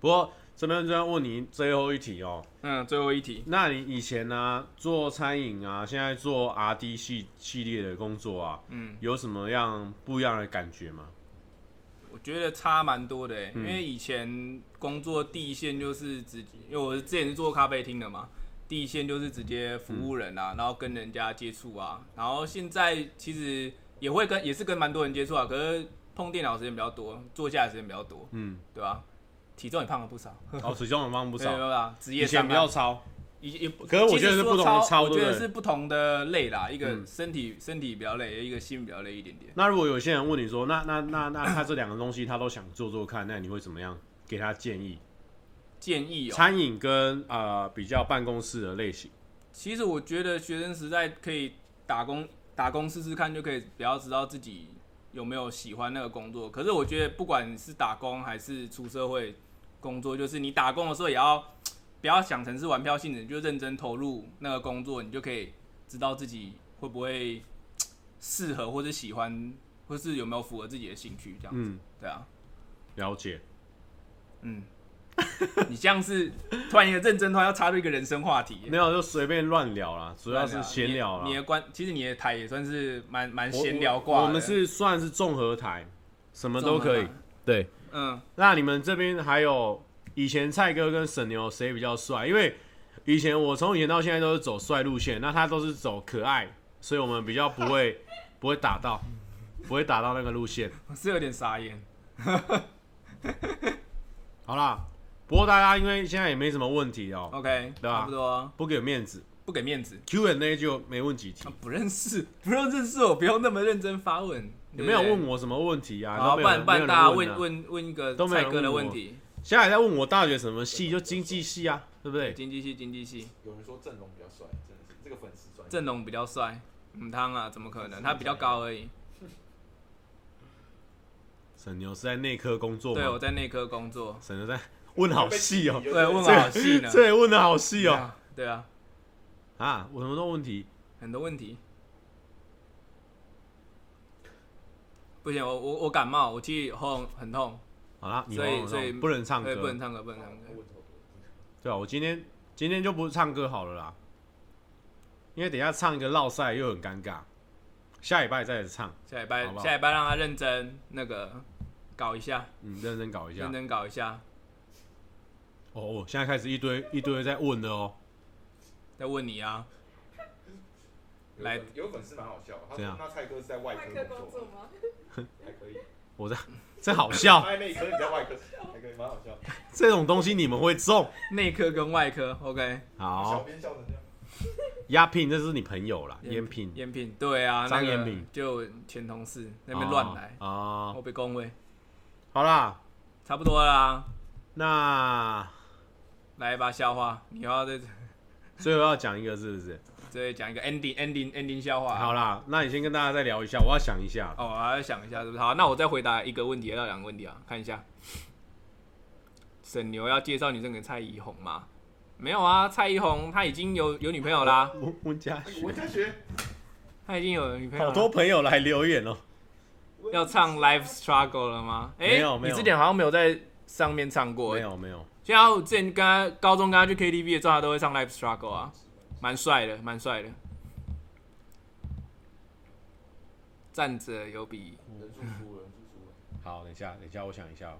S1: 不过这边就要问你最后一题哦，
S2: 嗯，最后一题，
S1: 那你以前呢、做餐饮啊，现在做 R D 系系列的工作啊，
S2: 嗯，
S1: 有什么样不一样的感觉 吗？
S2: 我觉得差蛮多的、欸，
S1: 嗯
S2: 因为以前工作第一线就是直，因为我之前是做咖啡厅的嘛，第一线就是直接服务人啊，
S1: 嗯
S2: 然后跟人家接触啊，然后现在其实也会跟也是跟蛮多人接触啊，可是碰电脑时间比较多，坐下来时间比较多，
S1: 嗯，
S2: 对吧、体重也胖了不少，
S1: 哦，水中很方不
S2: 不
S1: 少，
S2: 对吧？职
S1: 以
S2: 业
S1: 前
S2: 上啊
S1: 比较超，
S2: 也也，
S1: 可是我觉得是不同的
S2: 其实说
S1: 操
S2: 我觉
S1: 对
S2: 得
S1: 不对
S2: 是不同的累啦，一
S1: 嗯
S2: 个身体、身体比较累，一个心比较累一点点。
S1: 那如果有些人问你说，那那那那他这两个东西他都想做做看，那你会怎么样给他建议？
S2: 建议哦、
S1: 餐饮跟呃比较办公室的类型，
S2: 其实我觉得学生时代可以打工打工试试看，就可以比较知道自己有没有喜欢那个工作。可是我觉得不管是打工还是出社会工作，就是你打工的时候也要不要想成是玩票性质，你就认真投入那个工作，你就可以知道自己会不会适合或者喜欢，或是有没有符合自己的兴趣这样子。
S1: 嗯，
S2: 对啊，
S1: 了解。
S2: 嗯，你像是突然一个认真，突然要插入一个人生话题耶，
S1: 没有就随便乱聊啦，主
S2: 主
S1: 要是闲聊啦。
S2: 你的关，其实你的台也算是蛮蛮
S1: 我
S2: 闲聊
S1: 我
S2: 挂的。
S1: 我们是算是综合台，什么都可以
S2: 综合台。
S1: 对，
S2: 嗯，
S1: 那你们这边还有以前蔡哥跟沈牛谁比较帅？因为以前我从以前到现在都是走帅路线，那他都是走可爱，所以我们比较不 会不会打到，不会打到那个路线。
S2: 我是有点傻眼。
S1: 好啦，不过大家因为现在也没什么问题哦、
S2: OK，
S1: 对啊
S2: 差不多，
S1: 不给面子
S2: 不给面子。
S1: ，Q&A 就没问几题
S2: 啊。不认识，不用认识我，不用那么认真发问。
S1: 有没有问
S2: 我？
S1: 我什么问题啊？
S2: 好，
S1: 都
S2: 不
S1: 没有人
S2: 然不
S1: 没
S2: 然
S1: 有人
S2: 大家
S1: 啊
S2: 问问问一个
S1: 都没有
S2: 蔡
S1: 人
S2: 哥的
S1: 问
S2: 问
S1: 我
S2: 题。
S1: 现在还在问我大学什么系，就经济系啊，对不对？
S2: 经济系，经济系，
S6: 有人说阵容比较帅，真的是这个粉丝专业。
S2: 郑龙比较帅。嗯，汤啊，怎么可能？他比较高而已。
S1: 沈牛是在内科工作
S2: 对，我
S1: 吗？
S2: 在内科工作。
S1: 沈牛在问好细哦、
S6: 被
S2: 对，
S6: 有
S2: 问
S6: 这个
S2: 好细呢。
S1: 这也问的好细
S2: 对
S1: 哦、
S2: 啊对啊，
S1: 啊，我什么都问题，
S2: 很多问题。不行，我我我感冒，我其实喉咙很痛，
S1: 好啦，你
S2: 所以
S1: 忘了
S2: 所以
S1: 不能唱
S2: 所以不
S1: 歌
S2: 能，唱歌，不能唱
S1: 嗯
S2: 歌。
S6: 问错多
S1: 对啊，我今天今天就不唱歌好了啦，因为等一下唱一个绕赛又很尴尬，下礼拜再唱，
S2: 下礼拜
S1: 好不好
S2: 下礼拜让他认真那个搞一下，
S1: 嗯，认真搞一下
S2: 认。真搞一下，
S1: 哦，哦现在开始一堆一堆在问的哦，
S2: 再问你啊。
S6: 有
S2: 来
S6: 粉有粉丝蛮好笑，他说
S1: 怎样
S6: 那蔡哥是在外
S5: 外科
S6: 科
S5: 工
S6: 工
S5: 作
S6: 作，
S5: 吗？
S6: 还可以。
S1: 我在真好笑，
S6: 他在内科，你在外科，还可以，蛮好笑。
S1: 这种东西你们会中。
S2: 内科跟外科，OK，
S6: 小
S1: 好，
S6: 编笑成这样，
S1: 鸦片这是你朋友啦，烟品
S2: 烟品，对啊，
S1: 张
S2: 那个
S1: 延平
S2: 就前同事那边乱来，
S1: 哦哦
S2: 我被恭维，
S1: 好啦，
S2: 差不多啦，
S1: 那
S2: 来吧，笑话，你又要再
S1: 最后要讲一个是不是？
S2: 再讲一个 ending ending ending 笑话，
S1: 好啦，那你先跟大家再聊一下，我要想一下。
S2: 哦，我还要想一下，是不是？好，那我再回答一个问题，到两个问题啊，看一下。沈牛要介绍女生给蔡依红吗？没有啊，蔡依红她已经有有女朋友啦，
S1: 温温家
S6: 那个文家学
S2: 她已经有女朋友
S1: 好
S2: 啦。
S1: 多朋友来留言哦、
S2: 要唱《Life Struggle》了吗？哎、
S1: 没有没有
S2: 你之前好像没有在上面唱过、
S1: 没
S2: 欸。
S1: 有没有，
S2: 就像我之前跟他高中跟他去 KTV 的时候，他都会唱《Life Struggle》啊，蛮帅的，蛮帅的。站着有比
S6: 人数输了，人数输了。
S1: 好，等一下，等一下，我想一下哦、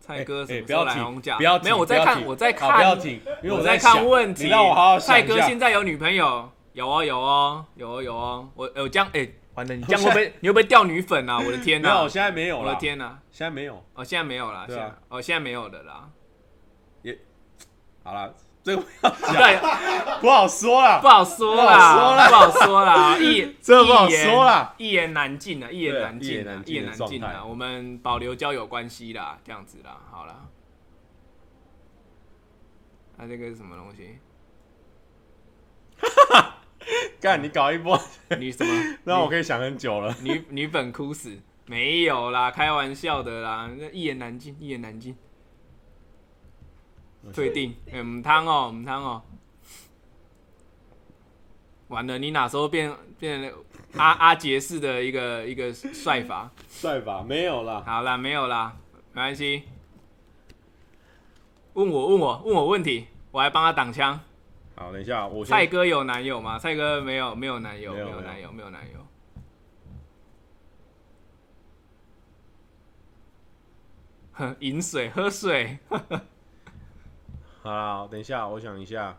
S2: 蔡哥
S1: 哎
S2: 什么
S1: 不
S2: 时候
S1: 要
S2: 来
S1: 停
S2: 红甲？
S1: 不要停
S2: 没有，我
S1: 不要
S2: 在看，
S1: 停
S2: 我在
S1: 好，不要
S2: 看，
S1: 停，因为
S2: 我
S1: 在
S2: 看
S1: 想
S2: 问题。
S1: 你让我好好想
S2: 蔡
S1: 一
S2: 哥
S1: 下
S2: 现在有女朋友？有哦，有哦，有哦，有哦。我，哎我这样，哎、完了，你这样会不会，你会不会掉女 粉啊？我的天
S1: 没
S2: 哪、
S1: 有，现在没有啊
S2: 我
S1: 了，
S2: 的，天哪、啊！
S1: 现在没有。
S2: 哦，现在没有啦，
S1: 对
S2: 现
S1: 啊
S2: 在哦，现在没有的啦。
S1: 好了，
S7: 这个不要讲，
S1: 不好说啦
S2: 不，好说啦，不好 说啦，一
S1: 这不好说啦，
S2: 一言一言难尽啊，一言
S1: 对
S2: 难尽啊，
S1: 一
S2: 一
S1: 言
S2: 言
S1: 难
S2: 难
S1: 尽的
S2: 尽
S1: 状态
S2: 啊，我们保留交友关系啦，这样子啦，好啦。那、这个是什么东西？
S1: 干你搞一波，？
S2: 女什么
S1: 让我可以想很久了。
S2: 女 女粉哭死？没有啦，开玩笑的啦，那一言难尽，一言难尽。退订，嗯、唔汤哦，唔汤哦。完了，你哪时候变变成阿阿杰式的一个一个帅法？
S1: 帅吧？没有啦，
S2: 好啦，没有啦，没关系。问我问我问我问题，我还帮他挡枪。
S1: 好，等一下，我
S2: 蔡
S1: 先
S2: 哥有男友吗？蔡哥没有，没有男友，
S1: 没
S2: 没
S1: 有
S2: 有
S1: 没有
S2: 男友，没有男友。呵 饮水，喝水。
S1: 好啦，等一下，我想一下，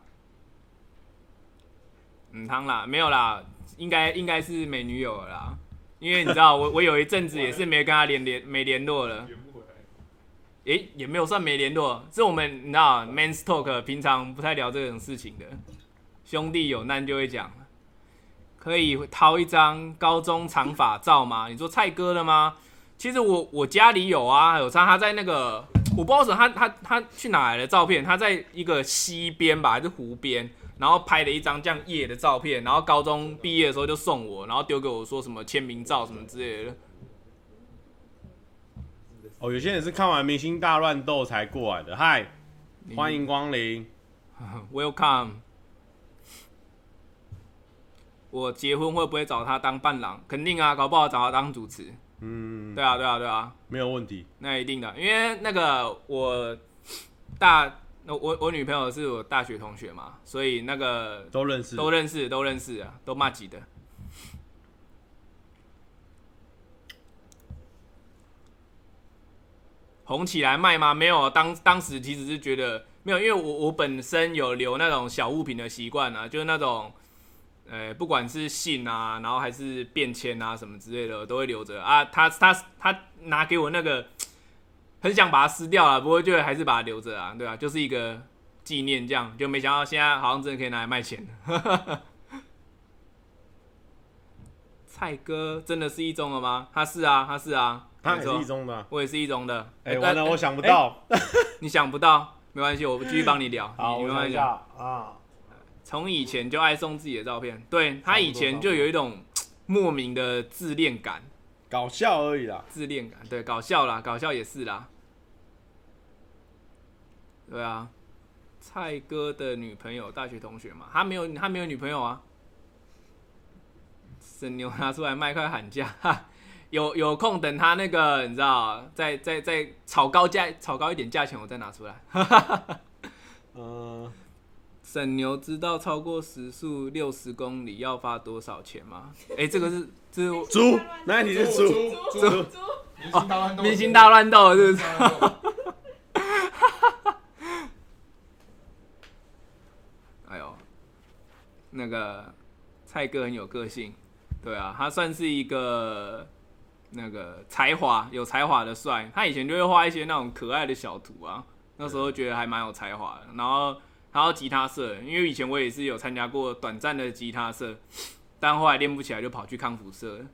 S2: 嗯，汤啦，没有啦，应该应该是没女友了啦，因为你知道我我有一阵子也是没跟他联联没联络了，
S3: 圆不回来。
S2: 诶、也没有算没联络，是我们你知道 man's talk 平常不太聊这种事情的，兄弟有难就会讲，可以掏一张高中长发照吗？你说蔡哥的吗？其实我我家里有啊，有张他在那个我不知道为什么他他他去哪来的照片，他在一个溪边吧还是湖边，然后拍了一张这样夜的照片，然后高中毕业的时候就送我，然后丢给我说什么签名照什么之类的。
S1: 哦，有些人是看完《明星大乱斗》才过来的。嗨，
S2: 你
S1: 欢迎光临。
S2: Welcome。我结婚会不会找他当伴郎？肯定啊，搞不好找他当主持。
S1: 嗯，
S2: 对啊，对啊，对啊，
S1: 没有问题。
S2: 那一定的，因为那个我大那我我女朋友是我大学同学嘛，所以那个
S1: 都认识，
S2: 都认识，都认识啊，都骂几的。红起来卖吗？没有，啊当当时其实是觉得没有，因为我我本身有留那种小物品的习惯啊，就是那种，呃，不管是信啊，然后还是便签啊什么之类的，我都会留着啊。他他他拿给我那个，很想把它撕掉了，啊不过就还是把它留着啊，对吧、就是一个纪念，这样就没想到现在好像真的可以拿来卖钱 了。蔡哥真的是一中了吗？他是啊，他是啊，
S1: 他
S2: 没
S1: 也
S2: 错
S1: 是一中的啊。
S2: 我也是一中的。
S1: 哎，
S2: 呃
S1: 完了，
S2: 呃
S1: 我想不到。
S2: 你想不到，没关系，我继续帮你 聊。
S1: 好，
S2: 你
S1: 我
S2: 慢
S1: 想
S2: 慢
S1: 一下
S2: 讲。
S1: 啊。
S2: 从以前就爱送自己的照片，对他以
S1: 差
S2: 前
S1: 不多
S2: 就有一种莫名的自恋感，
S1: 搞笑而已啦。
S2: 自恋感，对，搞笑啦，搞笑也是啦。对啊，蔡哥的女朋友大学同学嘛，他没有，他没有女朋友啊。神牛拿出来卖，快喊价！哈，有有空等他那个，你知道，再再再炒高价，炒高一点价钱，我再拿出来。
S1: 嗯，
S2: 沈牛知道超过时速六十公里要罚多少钱吗？哎、这个是这是
S1: 猪，那你是猪？
S5: 猪
S1: 猪
S5: 猪
S3: 明星大乱斗，
S2: 明星哦大乱斗，是不是？
S3: 乱斗，
S2: 哎呦，那个蔡哥很有个性，对啊，他算是一个那个才华有才华的帅。他以前就会画一些那种可爱的小图啊，那时候觉得还蛮有才华的。然后还有吉他社，因为以前我也是有参加过短暂的吉他社，但后来练不起来，就跑去康复社了。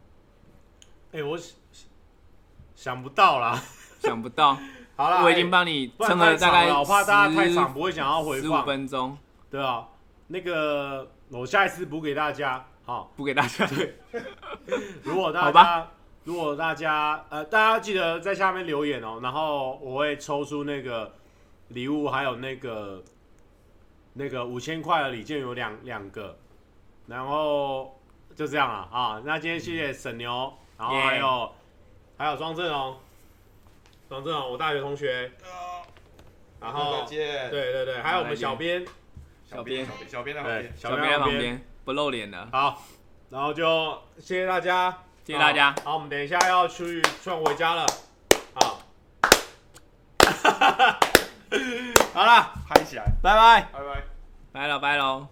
S1: 哎，我想想不到啦。
S2: 想 不到，
S1: 好啦，
S2: 我已经
S1: 哎
S2: 帮你
S1: 不然
S2: 撑了
S1: 太长
S2: 大概
S1: 了我怕大家太长
S2: 十
S1: 不会想要回
S2: 十五
S1: 放。
S2: 分钟，
S1: 对啊，那个我下一次补给大家。好，
S2: 补给大家。
S1: 如果大
S2: 好
S1: 家如果大家呃，大家记得在下面留言哦，然后我会抽出那个礼物，还有那个那个五千块的礼券有两两个，然后就这样了啊。那今天谢谢沈牛，然后还有、还有庄正哦，庄正哦，我大学同学， 然后
S3: 嗯再见。
S1: 对对对，还有我们小编，
S2: 小编，
S3: 小编在旁
S1: 对
S3: 边，。
S2: 小编在旁边不露脸的，
S1: 好，然后就谢谢大家，
S2: 谢谢大家
S1: 好，好我们等一下要去突然回家了，好， 好了，
S3: 嗨起来，
S1: 拜拜。
S3: 拜拜。
S2: 拜了拜喽。